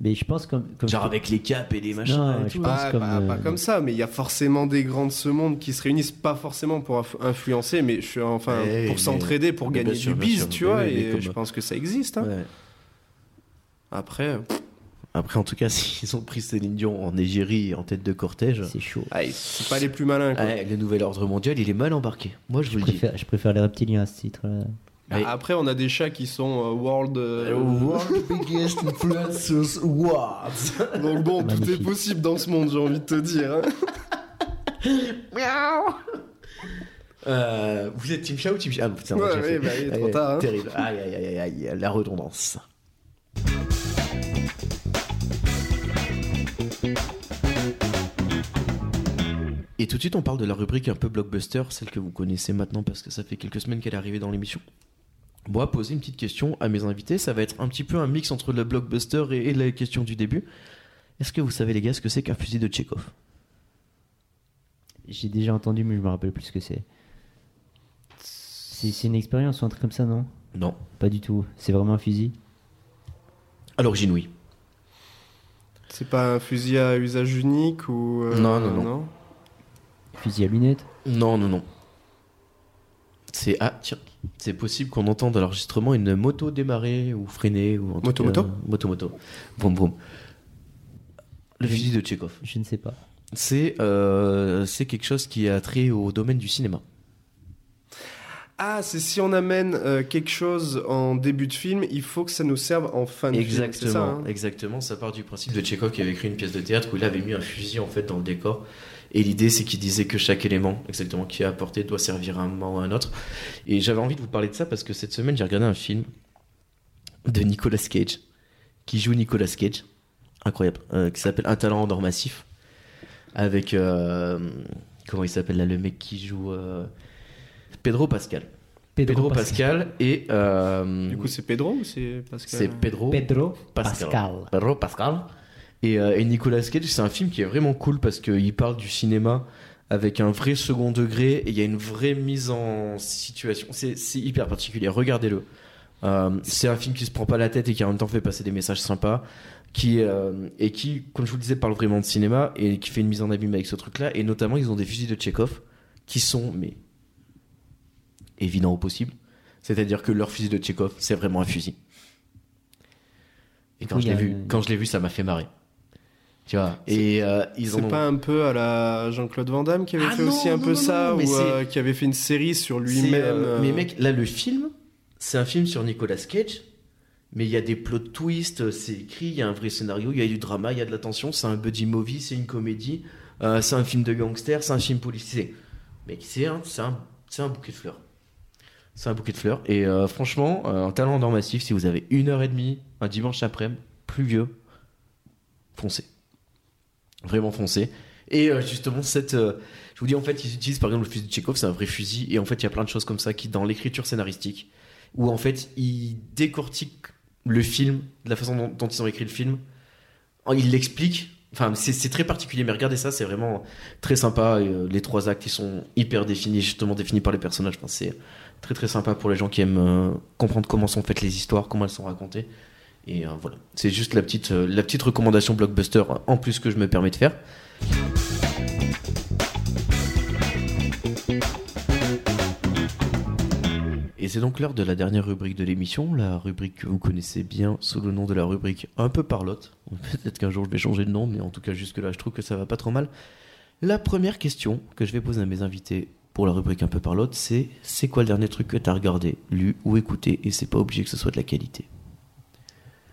[SPEAKER 2] Mais je pense comme. comme
[SPEAKER 1] genre
[SPEAKER 2] je-
[SPEAKER 1] avec les capes et les machins
[SPEAKER 2] Non,
[SPEAKER 1] et
[SPEAKER 2] je
[SPEAKER 1] tout. hein?
[SPEAKER 2] pense
[SPEAKER 3] Pas pas- pas
[SPEAKER 2] comme,
[SPEAKER 3] comme,
[SPEAKER 2] euh,
[SPEAKER 3] ça, mais il y a forcément des grands de ce monde qui se réunissent, pas forcément pour inf- influencer, mais je suis enfin
[SPEAKER 1] Eh, mais-
[SPEAKER 3] pour s'entraider, pour
[SPEAKER 1] mais
[SPEAKER 3] gagner
[SPEAKER 1] bien sûr,
[SPEAKER 3] du
[SPEAKER 1] bien
[SPEAKER 3] bise,
[SPEAKER 1] sûr,
[SPEAKER 3] tu
[SPEAKER 1] mais
[SPEAKER 3] vois,
[SPEAKER 1] oui, mais
[SPEAKER 3] et
[SPEAKER 1] comme-
[SPEAKER 3] je pense que ça existe. hein.
[SPEAKER 1] Ouais.
[SPEAKER 3] Après, euh, pff,
[SPEAKER 1] Après, en tout cas, s'ils ont pris Céline Dion en égérie et en tête de cortège,
[SPEAKER 2] C'est chaud.
[SPEAKER 3] ah, c'est pas les plus malins, quoi.
[SPEAKER 1] ouais, le nouvel ordre mondial, il est mal embarqué. Moi, je vous
[SPEAKER 2] Je
[SPEAKER 1] le dis.
[SPEAKER 2] préfère, je préfère les reptiliens à ce titre-là.
[SPEAKER 1] Mais-
[SPEAKER 3] Bah, Après, on a des chats qui sont euh, world. euh,
[SPEAKER 1] World Biggest Influencers Awards.
[SPEAKER 3] Donc bon, tout est
[SPEAKER 2] Magnifique.
[SPEAKER 3] possible dans ce monde, j'ai envie de te dire. hein.
[SPEAKER 1] Euh, vous êtes Team Chat ou Team Chat Ah, putain,
[SPEAKER 3] Ouais,
[SPEAKER 1] j'ai
[SPEAKER 3] ouais,
[SPEAKER 1] fait.
[SPEAKER 3] bah, il est
[SPEAKER 1] Ouais,
[SPEAKER 3] trop tard, hein.
[SPEAKER 1] Terrible. Aïe, aïe, aïe, aïe, aïe, la redondance. Et tout de suite, on parle de la rubrique un peu blockbuster, celle que vous connaissez maintenant parce que ça fait quelques semaines qu'elle est arrivée dans l'émission. Moi, poser une petite question à mes invités, ça va être un petit peu un mix entre le blockbuster et, et la question du début. Est-ce que vous savez, les gars, ce que c'est qu'un fusil de Tchekhov
[SPEAKER 2] J'ai déjà entendu, mais je me rappelle plus ce que c'est. C'est c'est une expérience ou un truc comme ça, non
[SPEAKER 1] Non.
[SPEAKER 2] Pas du tout. C'est vraiment un fusil
[SPEAKER 1] À l'origine, oui.
[SPEAKER 3] C'est pas un fusil à usage unique ou euh,
[SPEAKER 1] Non, non, non.
[SPEAKER 2] Fusil à lunettes
[SPEAKER 1] Non, non, non. C'est ah tiens, c'est possible qu'on entende à l'enregistrement une moto démarrer ou freiner ou en tout
[SPEAKER 3] Moto,
[SPEAKER 1] cas- euh,
[SPEAKER 3] moto
[SPEAKER 1] moto moto vroom vroom. Le fusil de Tchekhov.
[SPEAKER 2] Je ne sais pas.
[SPEAKER 1] C'est euh, c'est quelque chose qui a trait au domaine du cinéma.
[SPEAKER 3] Ah, c'est si on amène euh, quelque chose en début de film, il faut que ça nous serve en fin de film.
[SPEAKER 1] Exactement,
[SPEAKER 3] c'est ça, hein
[SPEAKER 1] exactement. Ça part du principe de Tchekhov qui avait écrit une pièce de théâtre où il avait mis un fusil en fait dans le décor. Et l'idée, c'est qu'il disait que chaque élément, exactement, qui est apporté doit servir à un moment ou à un autre. Et j'avais envie de vous parler de ça parce que cette semaine, j'ai regardé un film de Nicolas Cage, qui joue Nicolas Cage, incroyable, euh, qui s'appelle Un talent en or massif, avec euh, comment il s'appelle là, le mec qui joue euh, Pedro Pascal. Pedro, Pascal, et euh,
[SPEAKER 3] Du coup, c'est Pedro ou c'est Pascal
[SPEAKER 1] c'est Pedro,
[SPEAKER 2] Pedro
[SPEAKER 1] Pascal.
[SPEAKER 2] Pascal.
[SPEAKER 1] Pedro Pascal. Et, euh, et Nicolas Cage, c'est un film qui est vraiment cool parce qu'il parle du cinéma avec un vrai second degré et il y a une vraie mise en situation. C'est c'est hyper particulier, regardez-le. Euh, c'est un film qui se prend pas la tête et qui en même temps fait passer des messages sympas qui, euh, et qui, comme je vous le disais, parle vraiment de cinéma et qui fait une mise en abîme avec ce truc-là. Et notamment, ils ont des fusils de Tchekhov qui sont, mais évidents au possible. C'est-à-dire que leur fusil de Tchekhov, c'est vraiment un fusil. Et quand
[SPEAKER 2] Oui,
[SPEAKER 1] je l'ai
[SPEAKER 2] il y a-
[SPEAKER 1] vu, quand je l'ai vu, ça m'a fait marrer. Tu vois. Et euh, ils
[SPEAKER 3] C'est
[SPEAKER 1] ont.
[SPEAKER 3] pas un peu à la Jean-Claude Van Damme qui avait
[SPEAKER 1] Ah
[SPEAKER 3] fait
[SPEAKER 1] non,
[SPEAKER 3] aussi un
[SPEAKER 1] non,
[SPEAKER 3] peu
[SPEAKER 1] non,
[SPEAKER 3] ça
[SPEAKER 1] non, mais
[SPEAKER 3] ou
[SPEAKER 1] c'est-
[SPEAKER 3] euh, qui avait fait une série sur
[SPEAKER 1] C'est,
[SPEAKER 3] lui-même
[SPEAKER 1] euh,
[SPEAKER 3] euh,
[SPEAKER 1] Mais mec, là, le film, c'est un film sur Nicolas Cage, mais il y a des plots twists, euh, c'est écrit, il y a un vrai scénario, il y a du drama, il y a de la tension, c'est un buddy movie, c'est une comédie, euh, c'est un film de gangster, c'est un film policier. Mec, c'est un, c'est un, c'est un bouquet de fleurs. C'est un bouquet de fleurs. Et euh, franchement, euh, un talent d'or massif, si vous avez une heure et demie, un dimanche après-midi, pluvieux, foncez. Vraiment foncez. Et euh, justement, cette. euh, je vous dis, en fait, ils utilisent par exemple le fusil de Tchekhov, c'est un vrai fusil, et en fait, il y a plein de choses comme ça qui, dans l'écriture scénaristique, où en fait, ils décortiquent le film, de la façon dont, dont ils ont écrit le film, Oh, ils l'expliquent. Enfin, c'est c'est très particulier, mais regardez ça, c'est vraiment très sympa. Et, euh, les trois actes, ils sont hyper définis, justement définis par les personnages. Enfin, c'est très très sympa pour les gens qui aiment euh, comprendre comment sont faites les histoires, comment elles sont racontées. Et euh, voilà, c'est juste la petite, euh, la petite recommandation blockbuster en plus que je me permets de faire. Et c'est donc l'heure de la dernière rubrique de l'émission, la rubrique que vous connaissez bien sous le nom de la rubrique un peu parlotte. Peut-être qu'un jour je vais changer de nom, mais en tout cas jusque-là je trouve que ça va pas trop mal. La première question que je vais poser à mes invités pour la rubrique un peu parlotte, c'est c'est quoi le dernier truc que t'as regardé, lu ou écouté et c'est pas obligé que ce soit de la qualité.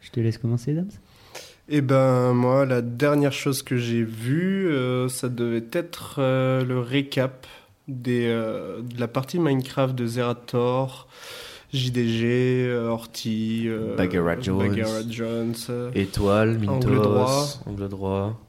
[SPEAKER 2] Je te laisse commencer, Dams.
[SPEAKER 3] Eh ben moi, la dernière chose que j'ai vue, euh, ça devait être euh, le récap des, euh, de la partie Minecraft de Zerator, JDG, euh, Horty, euh,
[SPEAKER 1] Bagheera Jones.
[SPEAKER 3] Bagheera Jones, euh.
[SPEAKER 1] Étoile, Mintos,
[SPEAKER 3] Angle droit.
[SPEAKER 1] Angle droit,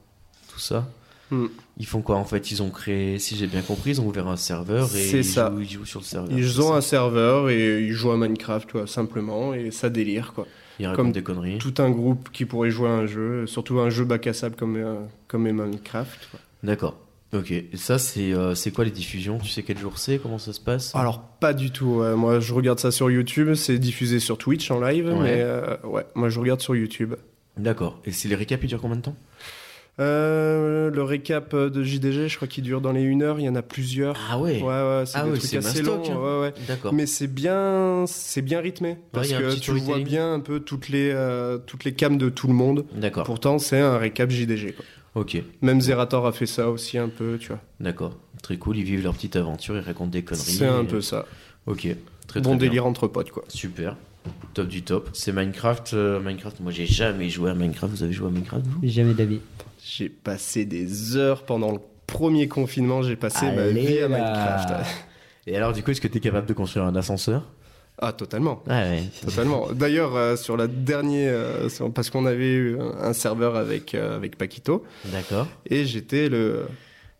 [SPEAKER 1] tout ça.
[SPEAKER 3] Hmm.
[SPEAKER 1] Ils font quoi en fait Ils ont créé, si j'ai bien compris, ils ont ouvert un serveur et
[SPEAKER 3] C'est
[SPEAKER 1] ils,
[SPEAKER 3] ça.
[SPEAKER 1] Jouent, ils jouent sur le serveur.
[SPEAKER 3] Ils
[SPEAKER 1] c'est
[SPEAKER 3] ont
[SPEAKER 1] ça
[SPEAKER 3] un serveur et ils jouent à Minecraft quoi, simplement et ça délire quoi.
[SPEAKER 1] Ils racontent
[SPEAKER 3] comme
[SPEAKER 1] des conneries.
[SPEAKER 3] Tout un groupe qui pourrait jouer à un jeu, surtout un jeu bac à sable comme, euh, comme est Minecraft. quoi.
[SPEAKER 1] D'accord. Ok. Et ça, c'est euh, c'est quoi les diffusions Tu sais quel jour c'est Comment ça se passe
[SPEAKER 3] Alors pas du tout. ouais. Moi je regarde ça sur YouTube, c'est diffusé sur Twitch en live,
[SPEAKER 1] Ouais.
[SPEAKER 3] mais euh, ouais, moi je regarde sur YouTube.
[SPEAKER 1] D'accord. Et c'est les récaps, ils durent combien de temps
[SPEAKER 3] Euh, le récap de JDG, je crois qu'il dure dans les 1 heure, il y en a plusieurs.
[SPEAKER 1] Ah ouais.
[SPEAKER 3] Ouais ouais, c'est
[SPEAKER 1] Ah
[SPEAKER 3] des
[SPEAKER 1] oui,
[SPEAKER 3] trucs
[SPEAKER 1] c'est
[SPEAKER 3] assez longs.
[SPEAKER 1] Mastoc,
[SPEAKER 3] ouais, ouais.
[SPEAKER 1] D'accord.
[SPEAKER 3] Mais c'est bien, c'est bien rythmé parce
[SPEAKER 1] il y a un
[SPEAKER 3] que
[SPEAKER 1] petit
[SPEAKER 3] tu vois
[SPEAKER 1] storytelling.
[SPEAKER 3] bien un peu toutes les euh, toutes les cams de tout le monde.
[SPEAKER 1] D'accord.
[SPEAKER 3] Pourtant, c'est un récap JDG. quoi.
[SPEAKER 1] Ok.
[SPEAKER 3] Même Zerator a fait ça aussi un peu, tu vois.
[SPEAKER 1] D'accord. Très cool. Ils vivent leur petite aventure. Ils racontent des conneries.
[SPEAKER 3] C'est un peu ça.
[SPEAKER 1] Ok. Très très
[SPEAKER 3] bon
[SPEAKER 1] bien.
[SPEAKER 3] délire entre potes, quoi.
[SPEAKER 1] Super. Top du top. C'est Minecraft. euh, Minecraft. Moi, j'ai jamais joué à Minecraft. Vous avez joué à Minecraft vous
[SPEAKER 2] Jamais d'avis.
[SPEAKER 3] J'ai passé des heures pendant le premier confinement, j'ai passé ma vie à Minecraft.
[SPEAKER 1] Et alors, du coup, est-ce que t'es capable de construire un ascenseur
[SPEAKER 3] Ah, totalement.
[SPEAKER 1] Ouais, ouais.
[SPEAKER 3] Totalement. D'ailleurs, euh, sur la dernière, euh, sur- parce qu'on avait eu un un serveur avec, euh, avec Paquito,
[SPEAKER 1] D'accord.
[SPEAKER 3] et j'étais le,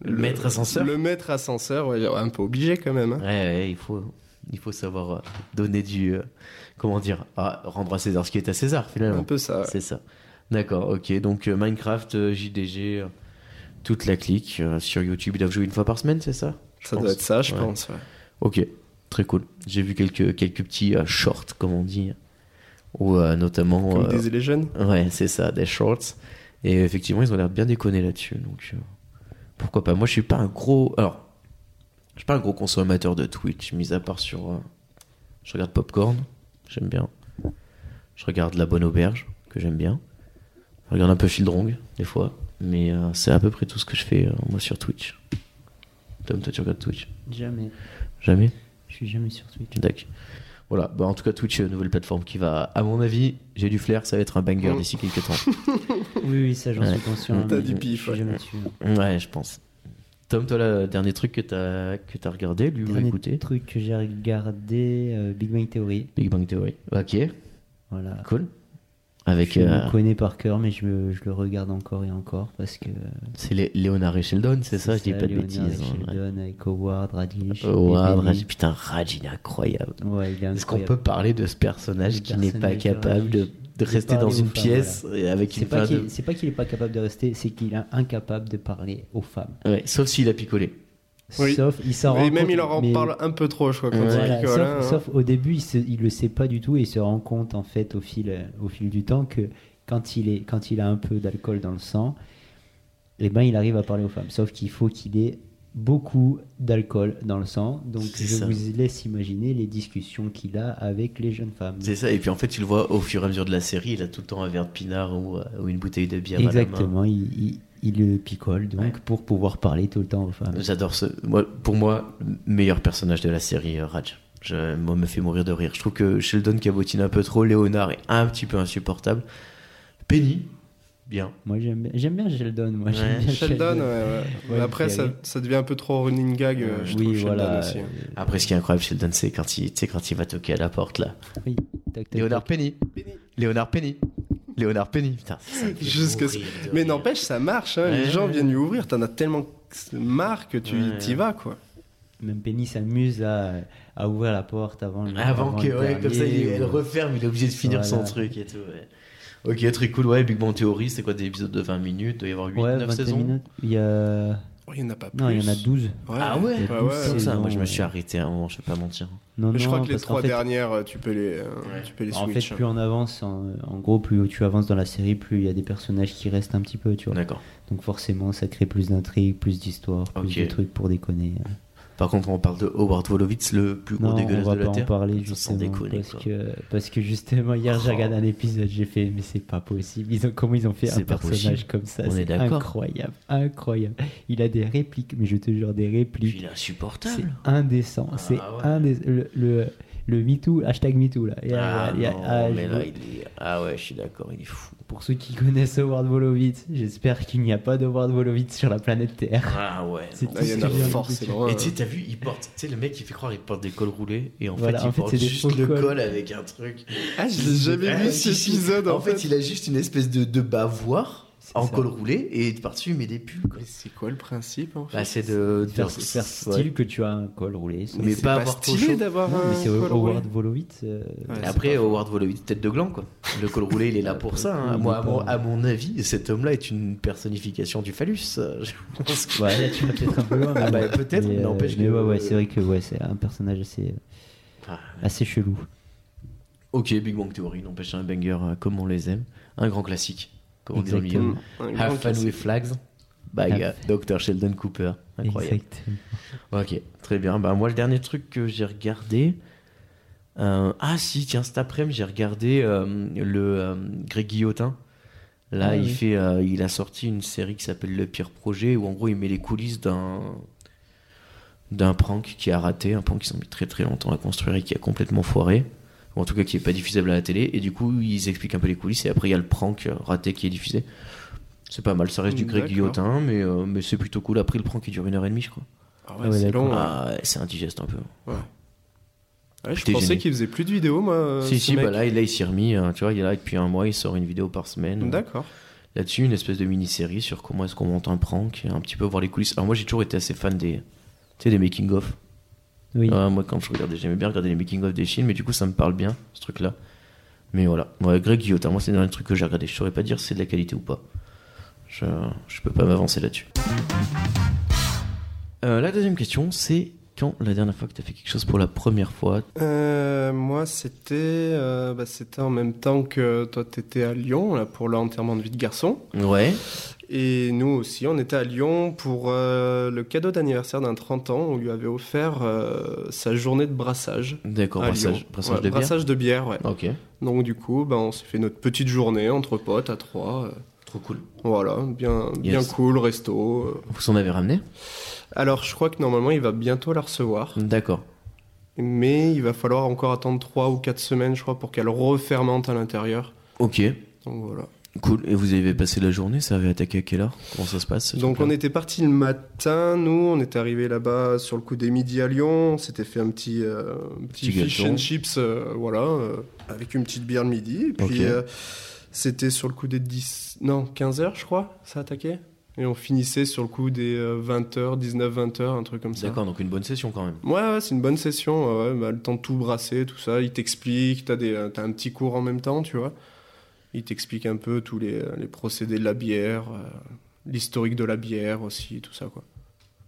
[SPEAKER 1] Le maître ascenseur
[SPEAKER 3] Le maître ascenseur, ouais, un peu obligé quand même. hein.
[SPEAKER 1] Ouais, ouais, il faut, il faut savoir euh, donner du. euh, comment dire ah, Rendre à César ce qui est à César,
[SPEAKER 3] Un
[SPEAKER 1] finalement.
[SPEAKER 3] peu ça. ouais.
[SPEAKER 1] C'est ça. D'accord, ok. Donc euh, Minecraft, euh, JDG, euh, toute la clique euh, sur YouTube. Ils doivent jouer une fois par semaine, c'est ça Je
[SPEAKER 3] Ça
[SPEAKER 1] pense.
[SPEAKER 3] doit être ça, je
[SPEAKER 1] Ouais.
[SPEAKER 3] pense. ouais.
[SPEAKER 1] Ok, très cool. J'ai vu quelques, quelques petits euh, shorts, comme on dit. Ou euh, notamment.
[SPEAKER 3] Comme
[SPEAKER 1] euh,
[SPEAKER 3] disaient les jeunes.
[SPEAKER 1] Ouais, c'est ça, des shorts. Et effectivement, ils ont l'air bien déconnés là-dessus. Donc, euh, pourquoi pas Moi, je suis pas un gros. Alors, je suis pas un gros consommateur de Twitch, mis à part sur. euh, je regarde Popcorn, j'aime bien. Je regarde La Bonne Auberge, que j'aime bien. Je regarde un peu Fildrong, des fois. Mais euh, c'est à peu près tout ce que je fais, euh, moi, sur Twitch. Tom, toi, tu regardes Twitch
[SPEAKER 2] Jamais.
[SPEAKER 1] Jamais
[SPEAKER 2] Je suis jamais sur Twitch.
[SPEAKER 1] D'accord. Voilà, bah, en tout cas, Twitch, euh, nouvelle plateforme qui va, à mon avis, j'ai du flair, ça va être un banger
[SPEAKER 3] Mm.
[SPEAKER 1] d'ici quelques temps.
[SPEAKER 2] Oui, oui, ça j'en
[SPEAKER 1] Ouais.
[SPEAKER 2] suis conscient.
[SPEAKER 3] T'as
[SPEAKER 2] mais
[SPEAKER 3] du pif,
[SPEAKER 2] Je
[SPEAKER 3] ouais.
[SPEAKER 2] suis jamais dessus.
[SPEAKER 1] Ouais, je pense. Tom, toi, le dernier truc que t'as que t'as regardé, lui, ou
[SPEAKER 2] Dernier
[SPEAKER 1] écouté
[SPEAKER 2] truc que j'ai regardé, euh, Big Bang Theory.
[SPEAKER 1] Big Bang Theory. Ok.
[SPEAKER 2] Voilà.
[SPEAKER 1] Cool. Avec.
[SPEAKER 2] je
[SPEAKER 1] euh,
[SPEAKER 2] le connais par cœur, mais je, me- je le regarde encore et encore parce que.
[SPEAKER 1] c'est Lé- Leonard et Sheldon, c'est ça, Je dis pas de
[SPEAKER 2] Leonard
[SPEAKER 1] bêtises.
[SPEAKER 2] et
[SPEAKER 1] hein, ouais.
[SPEAKER 2] Sheldon avec Howard, Radcliffe.
[SPEAKER 1] Howard,
[SPEAKER 2] Benny.
[SPEAKER 1] Raj- putain, Raj, il est incroyable.
[SPEAKER 2] Ouais, il est
[SPEAKER 1] Est-ce qu'on
[SPEAKER 2] incroyable.
[SPEAKER 1] peut parler de ce personnage qui n'est pas
[SPEAKER 2] Personnage de
[SPEAKER 1] capable de,
[SPEAKER 2] Raj.
[SPEAKER 1] de
[SPEAKER 2] Il est
[SPEAKER 1] rester
[SPEAKER 2] pas
[SPEAKER 1] dans
[SPEAKER 2] allé aux
[SPEAKER 1] une
[SPEAKER 2] femmes,
[SPEAKER 1] pièce et avec
[SPEAKER 2] C'est
[SPEAKER 1] une
[SPEAKER 2] pas
[SPEAKER 1] fin de...
[SPEAKER 2] qu'il c'est pas qu'il est pas capable de rester, c'est qu'il est incapable de parler aux femmes.
[SPEAKER 1] Ouais, sauf s'il a picolé.
[SPEAKER 3] Oui.
[SPEAKER 2] Sauf, il s'en rend
[SPEAKER 3] Et même
[SPEAKER 2] compte,
[SPEAKER 3] il leur en
[SPEAKER 2] mais-
[SPEAKER 3] parle un peu trop, je crois. Quand
[SPEAKER 1] Ouais.
[SPEAKER 3] il
[SPEAKER 2] Voilà,
[SPEAKER 3] dit que,
[SPEAKER 2] sauf,
[SPEAKER 3] voilà, hein.
[SPEAKER 2] sauf au début, il, se- il le sait pas du tout et il se rend compte en fait au fil, au fil du temps que quand il, est, quand il a un peu d'alcool dans le sang, eh ben, il arrive à parler aux femmes. Sauf qu'il faut qu'il ait beaucoup d'alcool dans le sang. Donc
[SPEAKER 1] C'est
[SPEAKER 2] je
[SPEAKER 1] ça.
[SPEAKER 2] vous laisse imaginer les discussions qu'il a avec les jeunes femmes.
[SPEAKER 1] C'est ça, et puis en fait, tu le vois au fur et à mesure de la série, il a tout le temps un verre de pinard ou, euh, ou une bouteille de bière à la main.
[SPEAKER 2] Exactement, il, il, il le picole donc
[SPEAKER 1] Ouais.
[SPEAKER 2] pour pouvoir parler tout le temps aux femmes.
[SPEAKER 1] J'adore ce... Moi, pour moi, le meilleur personnage de la série, euh, Raj. Je, moi, me fait mourir de rire. Je trouve que Sheldon cabotine un peu trop, Léonard est un petit peu insupportable. Penny, bien.
[SPEAKER 2] Moi j'aime bien- j'aime bien Sheldon. Moi, j'aime
[SPEAKER 1] Ouais.
[SPEAKER 2] bien
[SPEAKER 3] Sheldon, ouais, ouais. Mais
[SPEAKER 2] Ouais,
[SPEAKER 3] Après,
[SPEAKER 2] c'est
[SPEAKER 3] ça,
[SPEAKER 2] vrai.
[SPEAKER 3] ça devient un peu trop running gag, euh, je
[SPEAKER 2] oui,
[SPEAKER 3] trouve, Sheldon
[SPEAKER 2] voilà.
[SPEAKER 3] aussi.
[SPEAKER 1] Après, ce qui est incroyable, Sheldon, c'est quand il, tu sais, quand il va toquer à la porte, là.
[SPEAKER 2] Oui, tac, tac,
[SPEAKER 1] Léonard
[SPEAKER 2] tac.
[SPEAKER 1] Penny. Léonard Penny. Léonard Penny. Putain, ça me fait
[SPEAKER 3] Jusque-
[SPEAKER 1] mourir de
[SPEAKER 3] Mais
[SPEAKER 1] rire.
[SPEAKER 3] n'empêche, ça marche. hein,
[SPEAKER 1] Ouais.
[SPEAKER 3] Les gens viennent lui ouvrir. T'en as tellement marre que tu
[SPEAKER 1] Ouais.
[SPEAKER 3] t'y vas, quoi.
[SPEAKER 2] Même Penny s'amuse à, à ouvrir la porte avant le
[SPEAKER 1] Avant que,
[SPEAKER 2] le
[SPEAKER 1] ouais, comme ça, il,
[SPEAKER 2] dernier,
[SPEAKER 1] elle
[SPEAKER 2] ou-
[SPEAKER 1] referme, il est obligé de finir son
[SPEAKER 2] Voilà.
[SPEAKER 1] truc et tout. ouais. Ok, très cool. Ouais, Big Bang Theory, c'est quoi des épisodes de 20 minutes Il doit y avoir 8,
[SPEAKER 2] Ouais,
[SPEAKER 1] 9
[SPEAKER 2] 20
[SPEAKER 1] saisons
[SPEAKER 2] minutes. Il y a...
[SPEAKER 3] Oh, il y en a pas plus.
[SPEAKER 2] Non, il y en a 12.
[SPEAKER 3] Ouais.
[SPEAKER 1] Ah ouais
[SPEAKER 2] Il y a
[SPEAKER 3] Ouais,
[SPEAKER 2] douze
[SPEAKER 3] ouais.
[SPEAKER 1] C'est pour ça, moi je me
[SPEAKER 2] ouais.
[SPEAKER 1] suis arrêté à un moment, je vais pas mentir.
[SPEAKER 2] Non,
[SPEAKER 3] Mais je
[SPEAKER 2] non,
[SPEAKER 3] crois que les
[SPEAKER 2] parce qu'en
[SPEAKER 3] trois
[SPEAKER 2] fait,
[SPEAKER 3] dernières, euh, tu peux les, euh,
[SPEAKER 1] Ouais.
[SPEAKER 3] tu peux les
[SPEAKER 2] En
[SPEAKER 3] switch.
[SPEAKER 2] fait, plus on avance, en, en gros, plus tu avances dans la série, plus il y a des personnages qui restent un petit peu, tu vois.
[SPEAKER 1] D'accord.
[SPEAKER 2] Donc forcément, ça crée plus d'intrigues, plus d'histoires, plus
[SPEAKER 1] Ok.
[SPEAKER 2] de trucs pour déconner.
[SPEAKER 1] Par contre, on parle de Howard Wolowitz, le plus gros
[SPEAKER 2] Non, on
[SPEAKER 1] dégueulasse
[SPEAKER 2] va
[SPEAKER 1] de la
[SPEAKER 2] pas en
[SPEAKER 1] Terre.
[SPEAKER 2] parler
[SPEAKER 1] Ça, sans
[SPEAKER 2] justement
[SPEAKER 1] déconner,
[SPEAKER 2] parce
[SPEAKER 1] quoi.
[SPEAKER 2] que parce que justement hier j'ai
[SPEAKER 1] Oh.
[SPEAKER 2] regardé un épisode, j'ai fait mais c'est pas possible. Ils ont comment ils ont fait un
[SPEAKER 1] C'est pas
[SPEAKER 2] personnage
[SPEAKER 1] possible.
[SPEAKER 2] comme ça
[SPEAKER 1] On est
[SPEAKER 2] C'est
[SPEAKER 1] d'accord.
[SPEAKER 2] incroyable, incroyable. Il a des répliques, mais je te jure des répliques.
[SPEAKER 1] Il est
[SPEAKER 2] C'est
[SPEAKER 1] insupportable.
[SPEAKER 2] indécent.
[SPEAKER 1] Ah
[SPEAKER 2] c'est
[SPEAKER 1] ouais.
[SPEAKER 2] indécent. Le, le, le MeToo, hashtag MeToo, là. Et,
[SPEAKER 1] Ah,
[SPEAKER 2] euh, il y a-
[SPEAKER 1] non,
[SPEAKER 2] ah,
[SPEAKER 1] mais
[SPEAKER 2] je-
[SPEAKER 1] là, il est... ah ouais, je suis d'accord, il est fou.
[SPEAKER 2] Pour ceux qui connaissent Howard Wolowitz, j'espère qu'il n'y a pas de Howard Wolowitz sur la planète Terre.
[SPEAKER 1] Ah ouais.
[SPEAKER 2] C'est
[SPEAKER 1] non.
[SPEAKER 2] tout
[SPEAKER 3] Là, il y en
[SPEAKER 2] ce que j'ai
[SPEAKER 3] a
[SPEAKER 2] envie
[SPEAKER 3] forcément.
[SPEAKER 1] Et
[SPEAKER 3] hein.
[SPEAKER 1] tu sais, t'as vu, il porte, tu sais, le mec il fait croire il porte des cols roulés et en
[SPEAKER 2] Voilà,
[SPEAKER 1] fait il
[SPEAKER 2] en fait,
[SPEAKER 1] porte
[SPEAKER 2] c'est des
[SPEAKER 1] juste
[SPEAKER 2] faux
[SPEAKER 1] le
[SPEAKER 2] cols.
[SPEAKER 1] col avec un truc.
[SPEAKER 3] Ah, je l'ai jamais
[SPEAKER 1] Ah,
[SPEAKER 3] vu
[SPEAKER 1] si,
[SPEAKER 3] cet
[SPEAKER 1] si.
[SPEAKER 3] épisode, en,
[SPEAKER 1] En fait, il a juste une espèce de, de bavoir
[SPEAKER 2] C'est
[SPEAKER 1] en
[SPEAKER 2] ça.
[SPEAKER 1] col roulé et par-dessus il met des pulls. quoi.
[SPEAKER 3] Mais c'est quoi le principe, en fait
[SPEAKER 1] Bah, c'est de, de-
[SPEAKER 2] Faire, faire style que tu as un col roulé. ça.
[SPEAKER 1] Mais
[SPEAKER 3] c'est
[SPEAKER 1] pas
[SPEAKER 3] pas,
[SPEAKER 1] avoir trop chaud.
[SPEAKER 3] stylé d'avoir
[SPEAKER 2] Non,
[SPEAKER 3] un
[SPEAKER 2] mais c'est
[SPEAKER 3] col roulé.
[SPEAKER 2] Howard Wolowitz. euh,
[SPEAKER 3] Ouais, c'est
[SPEAKER 1] Après,
[SPEAKER 3] pas-
[SPEAKER 1] Howard Wolowitz, tête de gland, quoi. Le col roulé, il est là pour ça. hein. Moi, à mon, à mon avis, cet homme-là est une personnification du phallus. euh, je pense que-
[SPEAKER 2] Ouais, là, tu vas peut-être un peu loin.
[SPEAKER 1] Ah
[SPEAKER 2] mais-
[SPEAKER 1] bah, peut-être,
[SPEAKER 2] mais,
[SPEAKER 1] mais
[SPEAKER 2] euh,
[SPEAKER 1] n'empêche
[SPEAKER 2] mais
[SPEAKER 1] que-
[SPEAKER 2] ouais, ouais, c'est vrai que ouais, c'est un personnage assez, euh,
[SPEAKER 1] Ah.
[SPEAKER 2] assez chelou.
[SPEAKER 1] Ok, Big Bang Theory, n'empêche un banger euh, comme on les aime. Un grand classique, comme on dit dans le milieu.
[SPEAKER 2] Exactement.
[SPEAKER 3] Mm, un grand
[SPEAKER 1] Have fun
[SPEAKER 3] classique.
[SPEAKER 1] with flags. By
[SPEAKER 2] Ah.
[SPEAKER 1] euh, Dr. Sheldon Cooper. Incroyable.
[SPEAKER 2] Exact.
[SPEAKER 1] Ok, très bien. Bah, moi, le dernier truc que j'ai regardé. euh, ah, si, tiens, cet après-midi, j'ai regardé euh, le euh, Greg Guillotin. Là,
[SPEAKER 2] Ah,
[SPEAKER 1] il,
[SPEAKER 2] oui.
[SPEAKER 1] fait, euh, il a sorti une série qui s'appelle Le Pire Projet, où en gros, il met les coulisses d'un d'un prank qui a raté, un prank qu'ils ont mis très très longtemps à construire et qui a complètement foiré, ou en tout cas qui est pas diffusable à la télé, et du coup ils expliquent un peu les coulisses, et après il y a le prank euh, raté qui est diffusé. C'est pas mal, ça
[SPEAKER 2] Hmm,
[SPEAKER 1] reste du Greg
[SPEAKER 3] D'accord.
[SPEAKER 1] Guillotin, mais, euh, mais c'est plutôt cool. Après le prank il dure une heure et demie, je crois.
[SPEAKER 3] Ah
[SPEAKER 2] Ah
[SPEAKER 3] ouais,
[SPEAKER 2] ouais,
[SPEAKER 3] c'est
[SPEAKER 2] d'accord.
[SPEAKER 3] long. hein.
[SPEAKER 1] Ah, c'est indigeste un peu.
[SPEAKER 2] Ah,
[SPEAKER 3] Ouais, je
[SPEAKER 1] j'étais
[SPEAKER 3] pensais
[SPEAKER 1] gêné.
[SPEAKER 3] qu'il faisait plus de vidéos, moi. euh,
[SPEAKER 1] si,
[SPEAKER 3] ce
[SPEAKER 1] si,
[SPEAKER 3] mec.
[SPEAKER 1] bah là, il, là, il s'y est remis. hein, tu vois, il est là depuis un mois, il sort une vidéo par semaine.
[SPEAKER 3] D'accord.
[SPEAKER 1] Là-dessus, une espèce de mini-série sur comment est-ce qu'on monte un prank, et un petit peu voir les coulisses. Alors, moi, j'ai toujours été assez fan des, tu sais, des making-of.
[SPEAKER 2] Oui.
[SPEAKER 1] Ah, moi, quand je regardais, j'aimais bien regarder les making-of des films, et du coup, ça me parle bien, ce truc-là. Mais voilà, ouais, Greg Guillotin, moi, c'est un truc que j'ai regardé. Je saurais pas dire si c'est de la qualité ou pas. Je, je peux pas m'avancer là-dessus. Euh, la deuxième question, c'est quand la dernière fois que t'as fait quelque chose pour la première fois
[SPEAKER 3] Euh, moi, c'était euh, bah, c'était en même temps que toi, t'étais à Lyon là, pour l'enterrement de vie de garçon.
[SPEAKER 1] Ouais.
[SPEAKER 3] Et nous aussi, on était à Lyon pour euh, le cadeau d'anniversaire d'un 30 ans. On lui avait offert euh, sa journée de brassage.
[SPEAKER 1] D'accord,
[SPEAKER 3] à
[SPEAKER 1] brassage,
[SPEAKER 3] Lyon.
[SPEAKER 1] brassage
[SPEAKER 3] Ah, Ouais,
[SPEAKER 1] de bière.
[SPEAKER 3] brassage de bière, ouais.
[SPEAKER 1] Ok,
[SPEAKER 3] Donc du coup, bah, on s'est fait notre petite journée entre potes à trois. euh,
[SPEAKER 1] trop cool.
[SPEAKER 3] voilà, bien, bien
[SPEAKER 1] Yes.
[SPEAKER 3] cool, resto. euh.
[SPEAKER 1] Vous en avez ramené
[SPEAKER 3] Alors je crois que normalement, il va bientôt la recevoir.
[SPEAKER 1] D'accord.
[SPEAKER 3] Mais il va falloir encore attendre 3 ou 4 semaines, je crois, pour qu'elle refermente à l'intérieur.
[SPEAKER 1] Ok.
[SPEAKER 3] Donc voilà.
[SPEAKER 1] Cool. Et vous avez passé la journée Ça avait attaqué à quelle heure Comment ça se passe
[SPEAKER 3] Donc on était parti le matin, nous, on était arrivés là-bas sur le coup des midi à Lyon, on s'était fait un petit, euh, un petit,
[SPEAKER 1] Petit gâteau.
[SPEAKER 3] fish and chips, euh, voilà, euh, avec une petite bière le midi. Et puis
[SPEAKER 1] Ok.
[SPEAKER 3] euh, c'était sur le coup des 10, non, 15 heures je crois, ça attaquait. Et on finissait sur le coup des euh, 20h, 19-20h, un truc comme ça.
[SPEAKER 1] D'accord, donc une bonne session quand même.
[SPEAKER 3] Ouais, ouais, c'est une bonne session. ouais, ouais, bah, le temps de tout brasser, tout ça. Il t'explique, t'as des, euh, t'as un petit cours en même temps, tu vois. Il t'explique un peu tous les, euh, les procédés de la bière, euh, l'historique de la bière aussi, tout ça, quoi.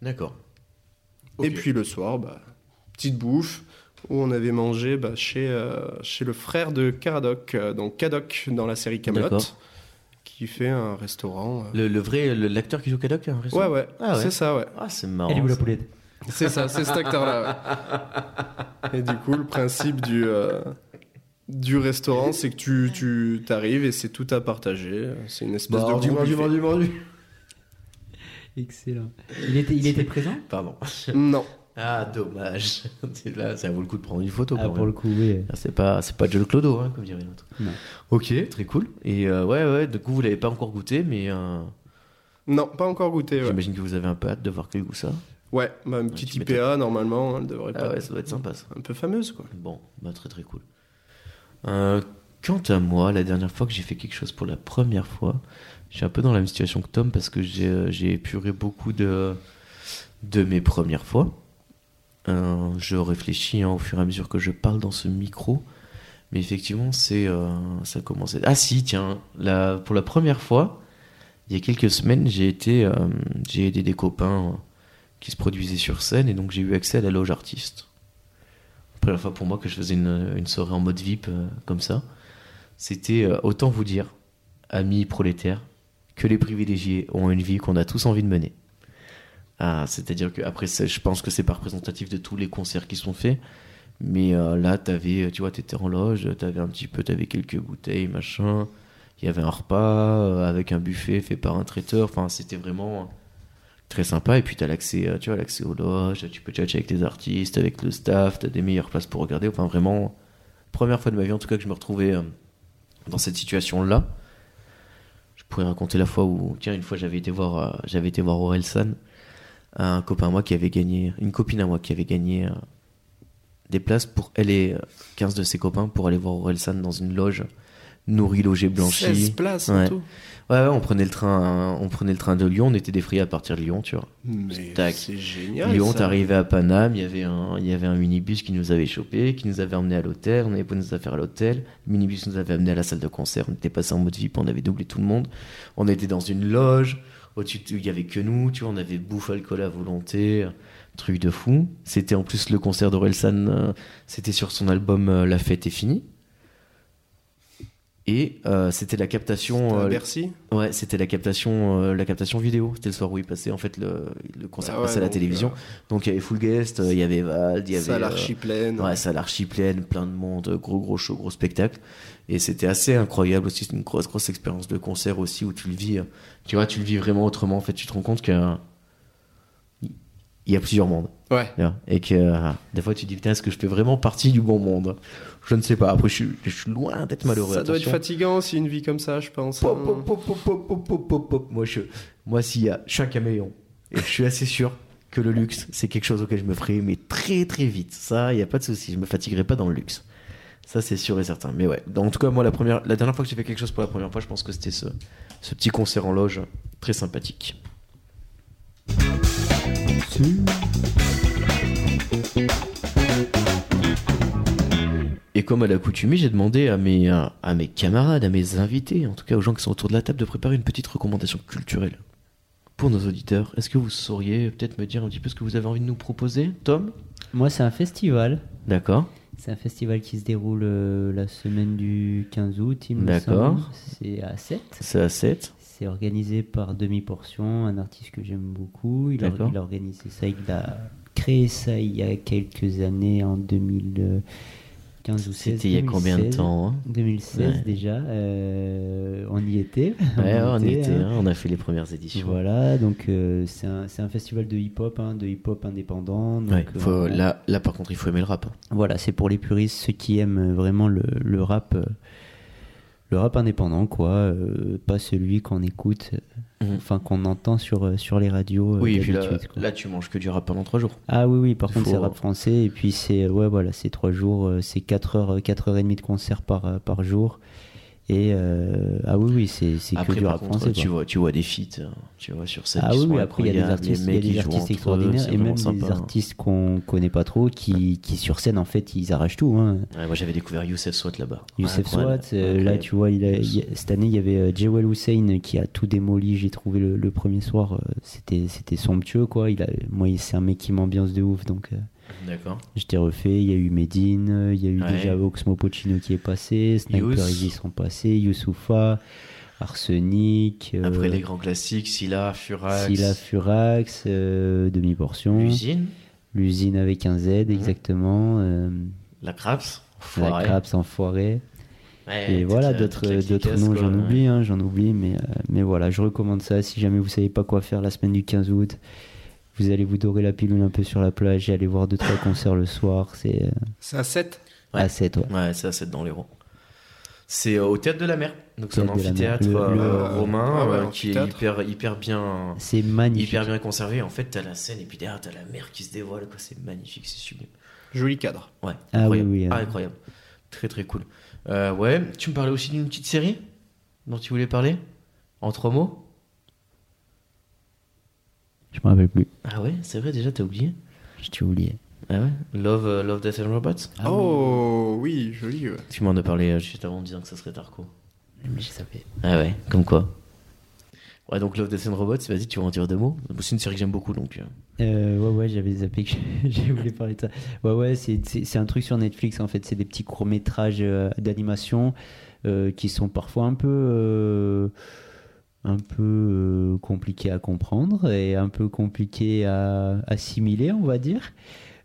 [SPEAKER 1] D'accord.
[SPEAKER 3] Et puis le soir, bah, petite bouffe où on avait mangé bah, chez, euh, chez le frère de Caradoc, euh, donc Cadoc dans la série Camelot,
[SPEAKER 1] D'accord.
[SPEAKER 3] qui fait un restaurant. euh.
[SPEAKER 1] Le, le vrai, le- l'acteur qui joue Kadok, un
[SPEAKER 3] Ouais, ouais,
[SPEAKER 1] Ah ouais.
[SPEAKER 3] c'est ça, ouais.
[SPEAKER 1] Ah, c'est marrant.
[SPEAKER 2] Elle est où la
[SPEAKER 1] ça.
[SPEAKER 2] poulette
[SPEAKER 3] C'est ça, c'est cet acteur-là. ouais. Et du coup, le principe du, euh, du restaurant, c'est que tu, tu t'arrives et c'est tout à partager. C'est une espèce
[SPEAKER 1] Bah,
[SPEAKER 3] de
[SPEAKER 4] Mordu,
[SPEAKER 3] gros
[SPEAKER 4] mordu,
[SPEAKER 3] buffet.
[SPEAKER 4] mordu, mordu.
[SPEAKER 2] Excellent. Il était, il était présent
[SPEAKER 1] Pardon.
[SPEAKER 3] Non.
[SPEAKER 1] Ah, dommage. C'est Là, ça vaut le coup de prendre une photo
[SPEAKER 2] Ah,
[SPEAKER 1] quand
[SPEAKER 2] pour
[SPEAKER 1] même.
[SPEAKER 2] le coup, oui.
[SPEAKER 1] Ah, C'est pas, c'est pas Joel Clodo, hein, comme dirait l'autre.
[SPEAKER 2] Non.
[SPEAKER 1] Ok, très cool. Et euh, ouais, ouais, du coup, vous l'avez pas encore goûté, mais euh,
[SPEAKER 3] Non, pas encore goûté. Ouais,
[SPEAKER 1] j'imagine que vous avez un peu hâte de voir quel goût ça. a.
[SPEAKER 3] ouais bah, une petite
[SPEAKER 1] tu
[SPEAKER 3] IPA, normalement, elle devrait
[SPEAKER 1] Ah
[SPEAKER 3] pas
[SPEAKER 1] ouais, ça doit être sympa ça.
[SPEAKER 3] Un peu fameuse, quoi.
[SPEAKER 1] Bon, bah très très cool. Euh, quant à moi, la dernière fois que j'ai fait quelque chose pour la première fois, je suis un peu dans la même situation que Tom parce que j'ai euh, j'ai épuré beaucoup de, de mes premières fois. Euh, je réfléchis hein, au fur et à mesure que je parle dans ce micro. Mais effectivement, c'est euh, ça commence. à- Ah si, tiens, la, pour la première fois, il y a quelques semaines, j'ai été, euh, j'ai aidé des copains euh, qui se produisaient sur scène et donc j'ai eu accès à la loge artiste première fois pour moi que je faisais une, une soirée en mode VIP euh, comme ça. C'était, euh, autant vous dire, amis prolétaires, que les privilégiés ont une vie qu'on a tous envie de mener. Ah, C'est-à-dire que après, c'est- je pense que c'est pas représentatif de tous les concerts qui sont faits, mais euh, là, t'avais, tu vois, t'étais en loge, t'avais un petit peu, t'avais quelques bouteilles, machin. Il y avait un repas euh, avec un buffet fait par un traiteur. Enfin, c'était vraiment très sympa. Et puis t'as l'accès, euh, tu vois, l'accès aux loges. Tu peux tchatcher avec des artistes, avec le staff. T'as des meilleures places pour regarder. Enfin, vraiment, première fois de ma vie en tout cas que je me retrouvais euh, dans cette situation là. Je pourrais raconter la fois où, tiens, une fois j'avais été voir, euh, j'avais été voir Orelsan, un copain à moi qui avait gagné, une copine à moi qui avait gagné euh, des places pour elle et euh, 15 de ses copains pour aller voir Orelsan dans une loge nourrie, logée, blanchie.
[SPEAKER 3] 16 places en
[SPEAKER 1] Ouais.
[SPEAKER 3] tout.
[SPEAKER 1] Ouais, ouais, on prenait le train, hein, on prenait le train de Lyon, on était défrayé à partir de Lyon, tu vois.
[SPEAKER 3] Mais
[SPEAKER 1] Tac.
[SPEAKER 3] c'est génial.
[SPEAKER 1] Lyon,
[SPEAKER 3] ça.
[SPEAKER 1] t'arrivais à Paname, il y avait un, il y avait un minibus qui nous avait chopé, qui nous avait emmené à l'hôtel, on avait posé nos affaires à l'hôtel, le minibus nous avait amené à la salle de concert, on était passé en mode VIP, on avait doublé tout le monde, on était dans une loge, au-dessus de- il y avait que nous, tu vois, on avait bouffe, alcool à volonté, euh, truc de fou. C'était en plus le concert d'Orelsan, euh, c'était sur son album euh, La fête est finie. Et euh, c'était la captation.
[SPEAKER 3] À
[SPEAKER 1] euh,
[SPEAKER 3] Bercy.
[SPEAKER 1] Ouais, c'était la captation, euh, la captation vidéo. C'était le soir où il passait en fait le, le concert
[SPEAKER 3] Ah ouais,
[SPEAKER 1] passait à la
[SPEAKER 3] donc,
[SPEAKER 1] télévision. Donc il y avait Full Guest, euh, il y avait Vald, il y avait
[SPEAKER 3] Ça,
[SPEAKER 1] euh,
[SPEAKER 3] l'archiplaine.
[SPEAKER 1] ouais, salle archiplaine, plein de monde, gros gros show, gros spectacle. Et c'était assez incroyable aussi. C'est une grosse grosse expérience de concert aussi où tu le vis. euh, Tu vois, tu le vis vraiment autrement. En fait, tu te rends compte que euh, il y a plusieurs mondes.
[SPEAKER 3] Ouais.
[SPEAKER 1] Tu vois, Et que euh, des fois tu te dis putain, est-ce que je fais vraiment partie du bon monde Je ne sais pas. Après, je suis, je suis loin d'être malheureux.
[SPEAKER 3] Ça doit être
[SPEAKER 1] attention.
[SPEAKER 3] fatigant aussi une vie comme ça, je pense.
[SPEAKER 1] Pop,
[SPEAKER 3] hein.
[SPEAKER 1] pop, pop, pop, pop, pop, pop, pop, pop. Moi, je, moi, s'il y a, je suis un caméléon. Et je suis assez sûr que le luxe, c'est quelque chose auquel je me ferai, mais très très vite. Ça, il n'y a pas de souci. Je me fatiguerai pas dans le luxe. Ça, c'est sûr et certain. Mais ouais. En tout cas, moi, la première, la dernière fois que j'ai fait quelque chose pour la première fois, je pense que c'était ce, ce petit concert en loge, très sympathique. Et comme à l'accoutumée, j'ai demandé à mes, à mes camarades, à mes invités, en tout cas aux gens qui sont autour de la table, de préparer une petite recommandation culturelle pour nos auditeurs. Est-ce que vous sauriez peut-être me dire un petit peu ce que vous avez envie de nous proposer, Tom
[SPEAKER 2] Moi, c'est un festival.
[SPEAKER 1] D'accord.
[SPEAKER 2] C'est un festival qui se déroule euh, la semaine du 15 août, il me
[SPEAKER 1] D'accord.
[SPEAKER 2] semble. C'est à 7.
[SPEAKER 1] C'est à 7.
[SPEAKER 2] C'est organisé par Demi Portion, un artiste que j'aime beaucoup. Il a,
[SPEAKER 1] D'accord.
[SPEAKER 2] il a organisé ça, il a créé ça il y a quelques années, en 2015 ou 16.
[SPEAKER 1] C'était il y a combien de
[SPEAKER 2] 2016.
[SPEAKER 1] temps hein
[SPEAKER 2] 2016
[SPEAKER 1] Ouais.
[SPEAKER 2] déjà. euh, on y était.
[SPEAKER 1] Ouais, on y était,
[SPEAKER 2] hein.
[SPEAKER 1] hein, on a fait les premières éditions.
[SPEAKER 2] Voilà, donc euh, c'est un, c'est un festival de hip-hop, hein, de hip-hop indépendant. donc,
[SPEAKER 1] Ouais, faut-
[SPEAKER 2] euh, on-
[SPEAKER 1] là, là, par contre, il faut aimer le rap. hein.
[SPEAKER 2] voilà, c'est pour les puristes, ceux qui aiment vraiment le, le rap, euh, le rap indépendant, quoi, euh, pas celui qu'on écoute, euh,
[SPEAKER 1] Mhm.
[SPEAKER 2] enfin qu'on entend sur, euh, sur les radios. euh,
[SPEAKER 1] Oui, et puis là,
[SPEAKER 2] d'habitude, quoi.
[SPEAKER 1] là, tu manges que du rap pendant 3 jours.
[SPEAKER 2] Ah oui, oui, par
[SPEAKER 1] Il
[SPEAKER 2] contre, c'est
[SPEAKER 1] faut-
[SPEAKER 2] rap français, et puis c'est, euh, ouais, voilà, c'est trois jours, euh, c'est 4 heures, 4 heures et demie de concert par, euh, par jour. Et euh, ah oui, oui, c'est, c'est que
[SPEAKER 1] Après,
[SPEAKER 2] du
[SPEAKER 1] par
[SPEAKER 2] rap
[SPEAKER 1] contre,
[SPEAKER 2] français.
[SPEAKER 1] tu
[SPEAKER 2] quoi.
[SPEAKER 1] vois, tu vois des feats, hein, tu vois, sur scène.
[SPEAKER 2] Ah
[SPEAKER 1] qui
[SPEAKER 2] oui,
[SPEAKER 1] sont
[SPEAKER 2] oui, après, il y a des
[SPEAKER 1] incroyables, les
[SPEAKER 2] artistes, il y a
[SPEAKER 1] mecs,
[SPEAKER 2] des
[SPEAKER 1] ils jouent
[SPEAKER 2] artistes
[SPEAKER 1] entre eux,
[SPEAKER 2] extraordinaires,
[SPEAKER 1] c'est
[SPEAKER 2] et
[SPEAKER 1] vraiment
[SPEAKER 2] même
[SPEAKER 1] sympa,
[SPEAKER 2] des
[SPEAKER 1] hein.
[SPEAKER 2] artistes qu'on connaît pas trop, qui, qui sur scène, en fait, ils arrachent tout. Hein.
[SPEAKER 1] Ouais, moi, j'avais découvert Youssef Swat là-bas.
[SPEAKER 2] Youssef Swat,
[SPEAKER 1] Incroyable,
[SPEAKER 2] euh, là
[SPEAKER 1] incroyable.
[SPEAKER 2] tu vois, il a- il y a- cette année il y avait euh, Jewel Hussein qui a tout démoli, j'ai trouvé le, le premier soir, euh, c'était c'était somptueux quoi, il a, moi il- c'est un mec qui m'ambiance de ouf donc euh,
[SPEAKER 1] D'accord.
[SPEAKER 2] j'étais refait, il y a eu Medine, euh, il y a eu
[SPEAKER 1] Ouais.
[SPEAKER 2] déjà Oxmo Puccino qui est passé, Sniper
[SPEAKER 1] Yous.
[SPEAKER 2] ils y sont passés, Youssoufa, Arsenic, euh,
[SPEAKER 1] Après les grands classiques, Scylla, Furax,
[SPEAKER 2] Scylla Furax, euh, Demi-Portion,
[SPEAKER 1] l'usine, Mhm.
[SPEAKER 2] l'usine avec un Z exactement, euh,
[SPEAKER 1] la Craps,
[SPEAKER 2] la
[SPEAKER 1] Foiré.
[SPEAKER 2] Craps enfoirée.
[SPEAKER 1] Ouais,
[SPEAKER 2] Et
[SPEAKER 1] toute
[SPEAKER 2] voilà,
[SPEAKER 1] la-
[SPEAKER 2] d'autres
[SPEAKER 1] toute la
[SPEAKER 2] d'autres
[SPEAKER 1] clicasse,
[SPEAKER 2] noms,
[SPEAKER 1] quoi,
[SPEAKER 2] j'en
[SPEAKER 1] euh, ouais.
[SPEAKER 2] oublie, hein, j'en oublie, mais, euh, mais voilà, je recommande ça. Si jamais vous savez pas quoi faire la semaine du 15 août, vous allez vous dorer la pilule un peu sur la plage et aller voir deux trois concerts le soir, c'est euh,
[SPEAKER 3] C'est à 7
[SPEAKER 1] Ouais.
[SPEAKER 2] à 7, ouais.
[SPEAKER 1] Ouais, ça, c'est dans l'Hérault. C'est euh, au Théâtre de la Mer. Donc, c'est un
[SPEAKER 2] Théâtre de la Mer.
[SPEAKER 1] amphithéâtre
[SPEAKER 2] Le-
[SPEAKER 1] euh,
[SPEAKER 3] le-
[SPEAKER 1] romain
[SPEAKER 3] Ah ouais,
[SPEAKER 1] euh, qui est
[SPEAKER 3] l'amphithéâtre.
[SPEAKER 1] hyper, hyper bien.
[SPEAKER 2] C'est magnifique.
[SPEAKER 1] Hyper bien conservé, en fait t'as la scène et puis derrière t'as la mer qui se dévoile, quoi. c'est magnifique, c'est sublime.
[SPEAKER 3] Joli cadre.
[SPEAKER 1] Ouais,
[SPEAKER 2] Ah
[SPEAKER 1] incroyable.
[SPEAKER 2] oui, oui,
[SPEAKER 1] Ah,
[SPEAKER 2] euh.
[SPEAKER 1] incroyable. Très très cool. Euh, ouais, tu me parlais aussi d'une petite série dont tu voulais parler En trois mots
[SPEAKER 2] Je me rappelle plus,
[SPEAKER 1] Ah ouais, c'est vrai, déjà t'as oublié.
[SPEAKER 2] je t'ai oublié.
[SPEAKER 1] Ah ouais Love, euh, Love, Death and Robots
[SPEAKER 2] Ah
[SPEAKER 3] oh oui, joli. ouais.
[SPEAKER 1] Tu m'en as parlé euh, juste avant en disant que ça serait Tarko.
[SPEAKER 2] Mais je savais.
[SPEAKER 1] Ah ouais, comme quoi. Ouais, donc Love, Death and Robots, vas-y, tu vas en dire deux mots. C'est une série que j'aime beaucoup donc. euh.
[SPEAKER 2] Euh, ouais, ouais, j'avais zappé que je- je voulais parler de ça. Ouais, ouais, c'est- c'est c'est un truc sur Netflix en fait. C'est des petits courts-métrages euh, d'animation euh, qui sont parfois un peu. euh, un peu euh, compliqués à comprendre et un peu compliqués à assimiler, on va dire.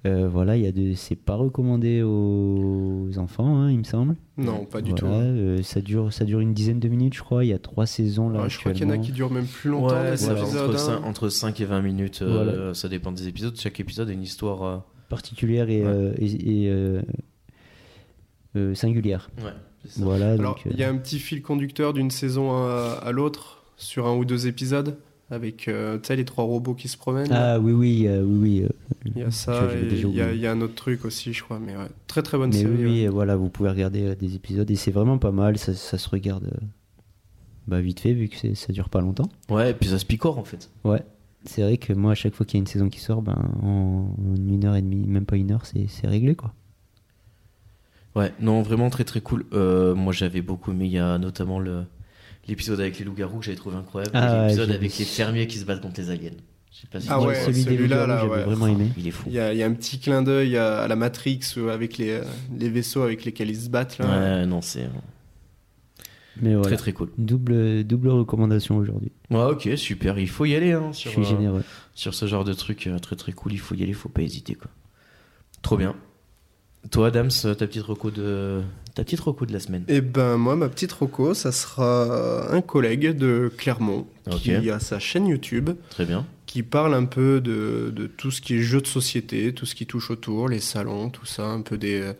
[SPEAKER 2] Euh, voilà, il y a de, c'est pas recommandé aux enfants, hein, il me semble.
[SPEAKER 3] Non, pas du
[SPEAKER 2] Voilà,
[SPEAKER 3] tout.
[SPEAKER 2] euh, ça dure, ça dure une dizaine de minutes, je crois. Il y a trois saisons là.
[SPEAKER 3] Ouais, Ah, je crois qu'il y en a
[SPEAKER 2] actuellement.
[SPEAKER 3] qui durent même plus longtemps.
[SPEAKER 1] ouais,
[SPEAKER 3] les
[SPEAKER 1] ça va
[SPEAKER 3] épisodes,
[SPEAKER 1] entre,
[SPEAKER 3] hein.
[SPEAKER 1] cin- entre 5 et 20 minutes, euh,
[SPEAKER 2] Voilà.
[SPEAKER 1] ça dépend des épisodes. Chaque épisode a une histoire. euh,
[SPEAKER 2] particulière et,
[SPEAKER 1] Ouais.
[SPEAKER 2] euh, et- et, euh, euh, singulière.
[SPEAKER 1] Ouais, c'est ça.
[SPEAKER 2] Voilà.
[SPEAKER 3] Alors,
[SPEAKER 2] donc, euh,
[SPEAKER 3] il y a un petit fil conducteur d'une saison à, à l'autre sur un ou deux épisodes avec euh, tu sais, les trois robots qui se promènent.
[SPEAKER 2] Ah oui, oui, euh, oui, oui. euh,
[SPEAKER 3] il y a
[SPEAKER 2] je-
[SPEAKER 3] ça
[SPEAKER 2] je l'ai
[SPEAKER 3] et
[SPEAKER 2] déjà
[SPEAKER 3] il y, a-
[SPEAKER 2] oublié.
[SPEAKER 3] il y a un autre truc aussi, je crois. Mais ouais, très très bonne
[SPEAKER 2] Mais
[SPEAKER 3] série. hein.
[SPEAKER 2] oui,
[SPEAKER 3] ouais.
[SPEAKER 2] oui, euh, voilà, vous pouvez regarder euh, des épisodes et c'est vraiment pas mal. Ça, ça se regarde euh, bah, vite fait vu que c'est- ça dure pas longtemps.
[SPEAKER 1] Ouais, et puis ça se picore en fait.
[SPEAKER 2] Ouais. C'est vrai que moi, à chaque fois qu'il y a une saison qui sort, ben, en, en une heure et demie, même pas une heure, c'est c'est réglé quoi.
[SPEAKER 1] Ouais, non, vraiment très très cool. Euh, moi j'avais beaucoup aimé, il y a notamment le l'épisode avec les loups-garous que j'avais trouvé incroyable.
[SPEAKER 2] Ah
[SPEAKER 1] et
[SPEAKER 2] ouais,
[SPEAKER 1] l'épisode
[SPEAKER 2] j'ai
[SPEAKER 1] avec
[SPEAKER 2] vu.
[SPEAKER 1] les fermiers qui se battent contre les aliens. Je sais pas si
[SPEAKER 3] Ah
[SPEAKER 1] tu
[SPEAKER 2] Moi,
[SPEAKER 1] vois
[SPEAKER 3] ouais,
[SPEAKER 1] ça.
[SPEAKER 2] celui des Loups-Garous,
[SPEAKER 3] celui-là, là,
[SPEAKER 2] j'avais
[SPEAKER 3] ouais.
[SPEAKER 2] vraiment aimé.
[SPEAKER 1] il est fou.
[SPEAKER 3] Il y, a, il y a un petit clin d'œil à, à la Matrix euh, avec les, euh, les vaisseaux avec lesquels ils se battent. Là.
[SPEAKER 1] Ouais, non, c'est euh,
[SPEAKER 2] Mais voilà.
[SPEAKER 1] très très cool.
[SPEAKER 2] Double, double recommandation aujourd'hui.
[SPEAKER 1] Ouais, ok, super, il faut y aller hein, sur,
[SPEAKER 2] Je suis
[SPEAKER 1] euh,
[SPEAKER 2] généreux.
[SPEAKER 1] sur ce genre de truc euh, très très cool. Il faut y aller, faut pas hésiter quoi. Trop bien. Toi, Adams, euh, ta petite reco de ta petite reco de la semaine.
[SPEAKER 3] Et ben moi, ma petite Rocco, ça sera un collègue de Clermont
[SPEAKER 1] Ok.
[SPEAKER 3] qui a sa chaîne YouTube
[SPEAKER 1] Très bien.
[SPEAKER 3] qui parle un peu de, de tout ce qui est jeu de société, tout ce qui touche autour, les salons, tout ça, un peu des,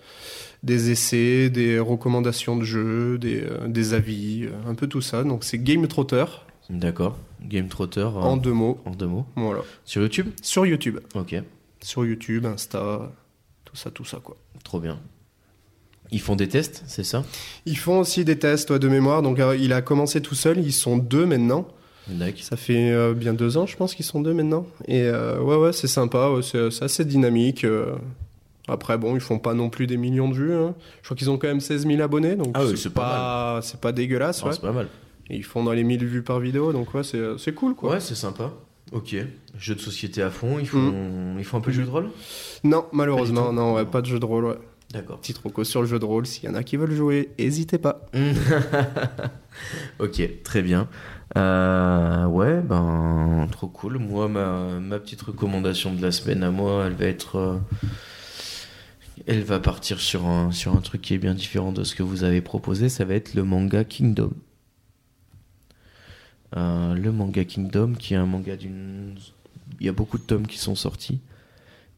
[SPEAKER 3] des essais, des recommandations de jeux, des, euh, des avis, euh, un peu tout ça. Donc c'est Game Trotter
[SPEAKER 1] D'accord. Game Trotter euh,
[SPEAKER 3] en deux mots.
[SPEAKER 1] en deux mots.
[SPEAKER 3] Voilà.
[SPEAKER 1] Sur YouTube
[SPEAKER 3] Sur YouTube.
[SPEAKER 1] Ok.
[SPEAKER 3] Sur YouTube, Insta, tout ça, tout ça quoi.
[SPEAKER 1] Trop bien. Ils font des tests, c'est ça
[SPEAKER 3] Ils font aussi des tests ouais, de mémoire. Donc euh, il a commencé tout seul, ils sont deux maintenant.
[SPEAKER 1] D'accord.
[SPEAKER 3] Ça fait euh, bien deux ans, je pense, qu'ils sont deux maintenant. Et euh, ouais, ouais, c'est sympa, ouais, c'est c'est assez dynamique. euh. Après, bon, ils font pas non plus des millions de vues. hein. Je crois qu'ils ont quand même 16 000 abonnés, donc
[SPEAKER 1] Ah oui, c'est
[SPEAKER 3] c'est
[SPEAKER 1] pas
[SPEAKER 3] pas, c'est pas dégueulasse.
[SPEAKER 1] Ah,
[SPEAKER 3] ouais.
[SPEAKER 1] C'est pas mal.
[SPEAKER 3] Et ils font dans les 1000 vues par vidéo, donc ouais, c'est c'est cool, quoi.
[SPEAKER 1] Ouais, c'est sympa. Ok. Jeux de société à fond, ils font,
[SPEAKER 3] Hmm.
[SPEAKER 1] ils font un peu de jeu de rôle
[SPEAKER 3] Non,
[SPEAKER 1] Pas
[SPEAKER 3] malheureusement,
[SPEAKER 1] du tout.
[SPEAKER 3] non, ouais, pas de jeu de rôle. Ouais.
[SPEAKER 1] D'accord.
[SPEAKER 3] Petit troco sur le jeu de rôle, s'il y en a qui veulent jouer, hésitez pas.
[SPEAKER 1] ok, très bien. Euh, ouais, ben, trop cool. Moi, ma, ma petite recommandation de la semaine à moi, elle va être. euh, elle va partir sur un, sur un truc qui est bien différent de ce que vous avez proposé. Ça va être le manga Kingdom. Euh, le manga Kingdom, qui est un manga d'une. Il y a beaucoup de tomes qui sont sortis.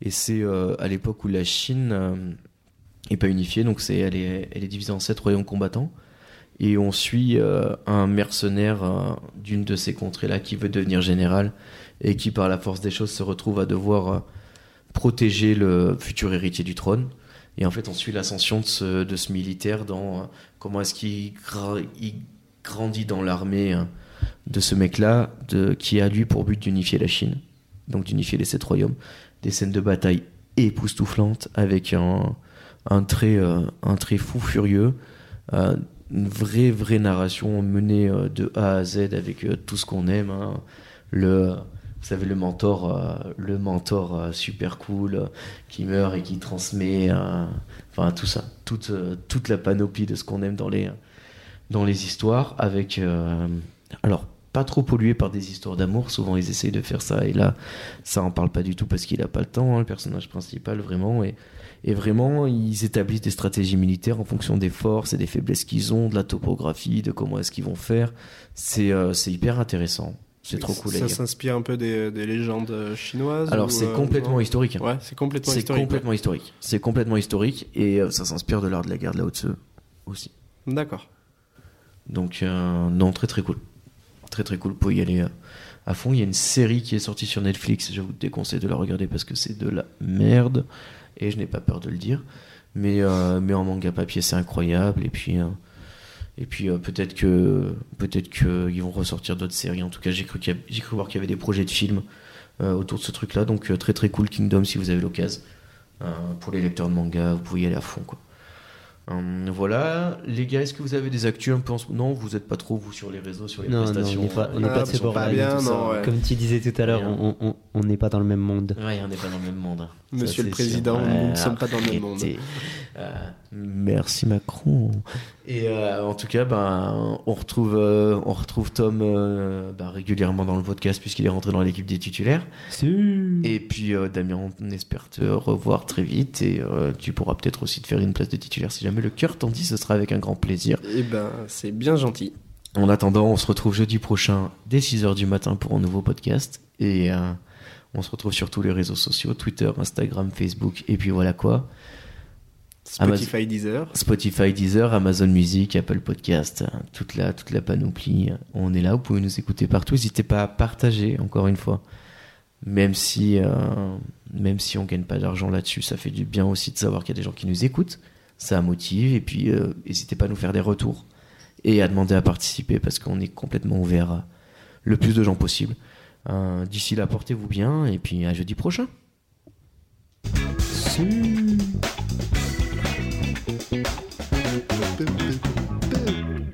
[SPEAKER 1] Et c'est euh, à l'époque où la euh, Chine n'est pas unifiée, donc c'est, elle, est, elle est divisée en sept royaumes combattants. Et on suit euh, un mercenaire euh, d'une de ces contrées-là qui veut devenir général et qui, par la force des choses, se retrouve à devoir euh, protéger le futur héritier du trône. Et en fait, on suit l'ascension de ce, de ce militaire dans euh, comment est-ce qu'il gra- il grandit dans l'armée euh, de ce mec-là, de- qui a lui pour but d'unifier la Chine, donc d'unifier les sept royaumes. Des scènes de bataille époustouflantes avec un, un trait, euh, un trait fou furieux. euh, une vraie, vraie narration menée euh, de A à Z avec euh, tout ce qu'on aime. hein. Le, vous savez, le mentor, euh, le mentor euh, super cool euh, qui meurt et qui transmet. euh, Enfin, tout ça. Toute, euh, toute la panoplie de ce qu'on aime dans les, dans les histoires. Avec. euh, alors, pas trop pollué par des histoires d'amour. Souvent, ils essayent de faire ça. Et là, ça en parle pas du tout parce qu'il a pas le temps, hein, le personnage principal, vraiment. Et, et vraiment, ils établissent des stratégies militaires en fonction des forces et des faiblesses qu'ils ont, de la topographie, de comment est-ce qu'ils vont faire. C'est euh, c'est hyper intéressant. C'est trop cool. à
[SPEAKER 3] Ça
[SPEAKER 1] lire.
[SPEAKER 3] s'inspire un peu des, des légendes euh, chinoises.
[SPEAKER 1] Alors
[SPEAKER 3] ou,
[SPEAKER 1] c'est
[SPEAKER 3] euh,
[SPEAKER 1] complètement
[SPEAKER 3] non
[SPEAKER 1] historique.
[SPEAKER 3] Ouais, c'est complètement
[SPEAKER 1] c'est
[SPEAKER 3] historique.
[SPEAKER 1] complètement historique. C'est complètement historique et euh, ça s'inspire de l'art de la guerre de la haute aussi.
[SPEAKER 3] ouais. D'accord.
[SPEAKER 1] Donc euh, non, très très cool. Très très cool pour y aller euh, à fond. Il y a une série qui est sortie sur Netflix, je vous déconseille de la regarder parce que c'est de la merde et je n'ai pas peur de le dire. Mais, euh, mais en manga papier c'est incroyable et puis, euh, et puis euh, peut-être que peut-être qu'ils vont ressortir d'autres séries. En tout cas j'ai cru, qu'il y a- j'ai cru voir qu'il y avait des projets de films euh, autour de ce truc là. Donc euh, très très cool Kingdom si vous avez l'occasion. Euh, pour les lecteurs de manga, vous pouvez y aller à fond quoi. Hum, voilà, les gars, est-ce que vous avez des actus un peu en ce- Non, vous n'êtes pas trop, vous, sur les réseaux, sur les
[SPEAKER 2] Non, non,
[SPEAKER 1] prestations.
[SPEAKER 2] on n'est pas, on
[SPEAKER 1] euh,
[SPEAKER 2] n'est pas
[SPEAKER 3] Ah,
[SPEAKER 2] de ce
[SPEAKER 1] sur
[SPEAKER 2] bord-là
[SPEAKER 1] Paris,
[SPEAKER 3] bien,
[SPEAKER 1] tout ça.
[SPEAKER 3] non, ouais.
[SPEAKER 2] Comme tu disais tout à l'heure,
[SPEAKER 1] Rien.
[SPEAKER 2] on- on on n'est pas dans le même monde.
[SPEAKER 1] Ouais, on n'est pas dans le même monde. hein. Ça,
[SPEAKER 3] Monsieur le
[SPEAKER 1] c'est sûr.
[SPEAKER 3] Président, nous ne
[SPEAKER 1] Ouais,
[SPEAKER 3] sommes pas dans le même monde.
[SPEAKER 1] arrêtez. Euh, merci Macron. Et euh, en tout cas, ben, on retrouve, euh, on retrouve Tom euh, ben, régulièrement dans le podcast puisqu'il est rentré dans l'équipe des titulaires. Et puis euh, Damien, on espère te revoir très vite et euh, tu pourras peut-être aussi te faire une place de titulaire si jamais le cœur t'en dit. Ce sera avec un grand plaisir.
[SPEAKER 3] Et ben, c'est bien gentil.
[SPEAKER 1] En attendant, on se retrouve jeudi prochain dès 6h du matin pour un nouveau podcast. Et euh, on se retrouve sur tous les réseaux sociaux, Twitter, Instagram, Facebook, et puis voilà quoi. Ah,
[SPEAKER 3] Spotify Deezer.
[SPEAKER 1] Spotify, Deezer, Amazon Music, Apple Podcast, hein, toute la, toute la panoplie. On est là, vous pouvez nous écouter partout. N'hésitez pas à partager, encore une fois. Même si, euh, même si on gagne pas d'argent là-dessus, ça fait du bien aussi de savoir qu'il y a des gens qui nous écoutent. Ça motive. Et puis, euh, n'hésitez pas à nous faire des retours et à demander à participer parce qu'on est complètement ouvert à le plus de gens possible. Euh, D'ici là, portez-vous bien et puis à jeudi prochain.
[SPEAKER 2] Salut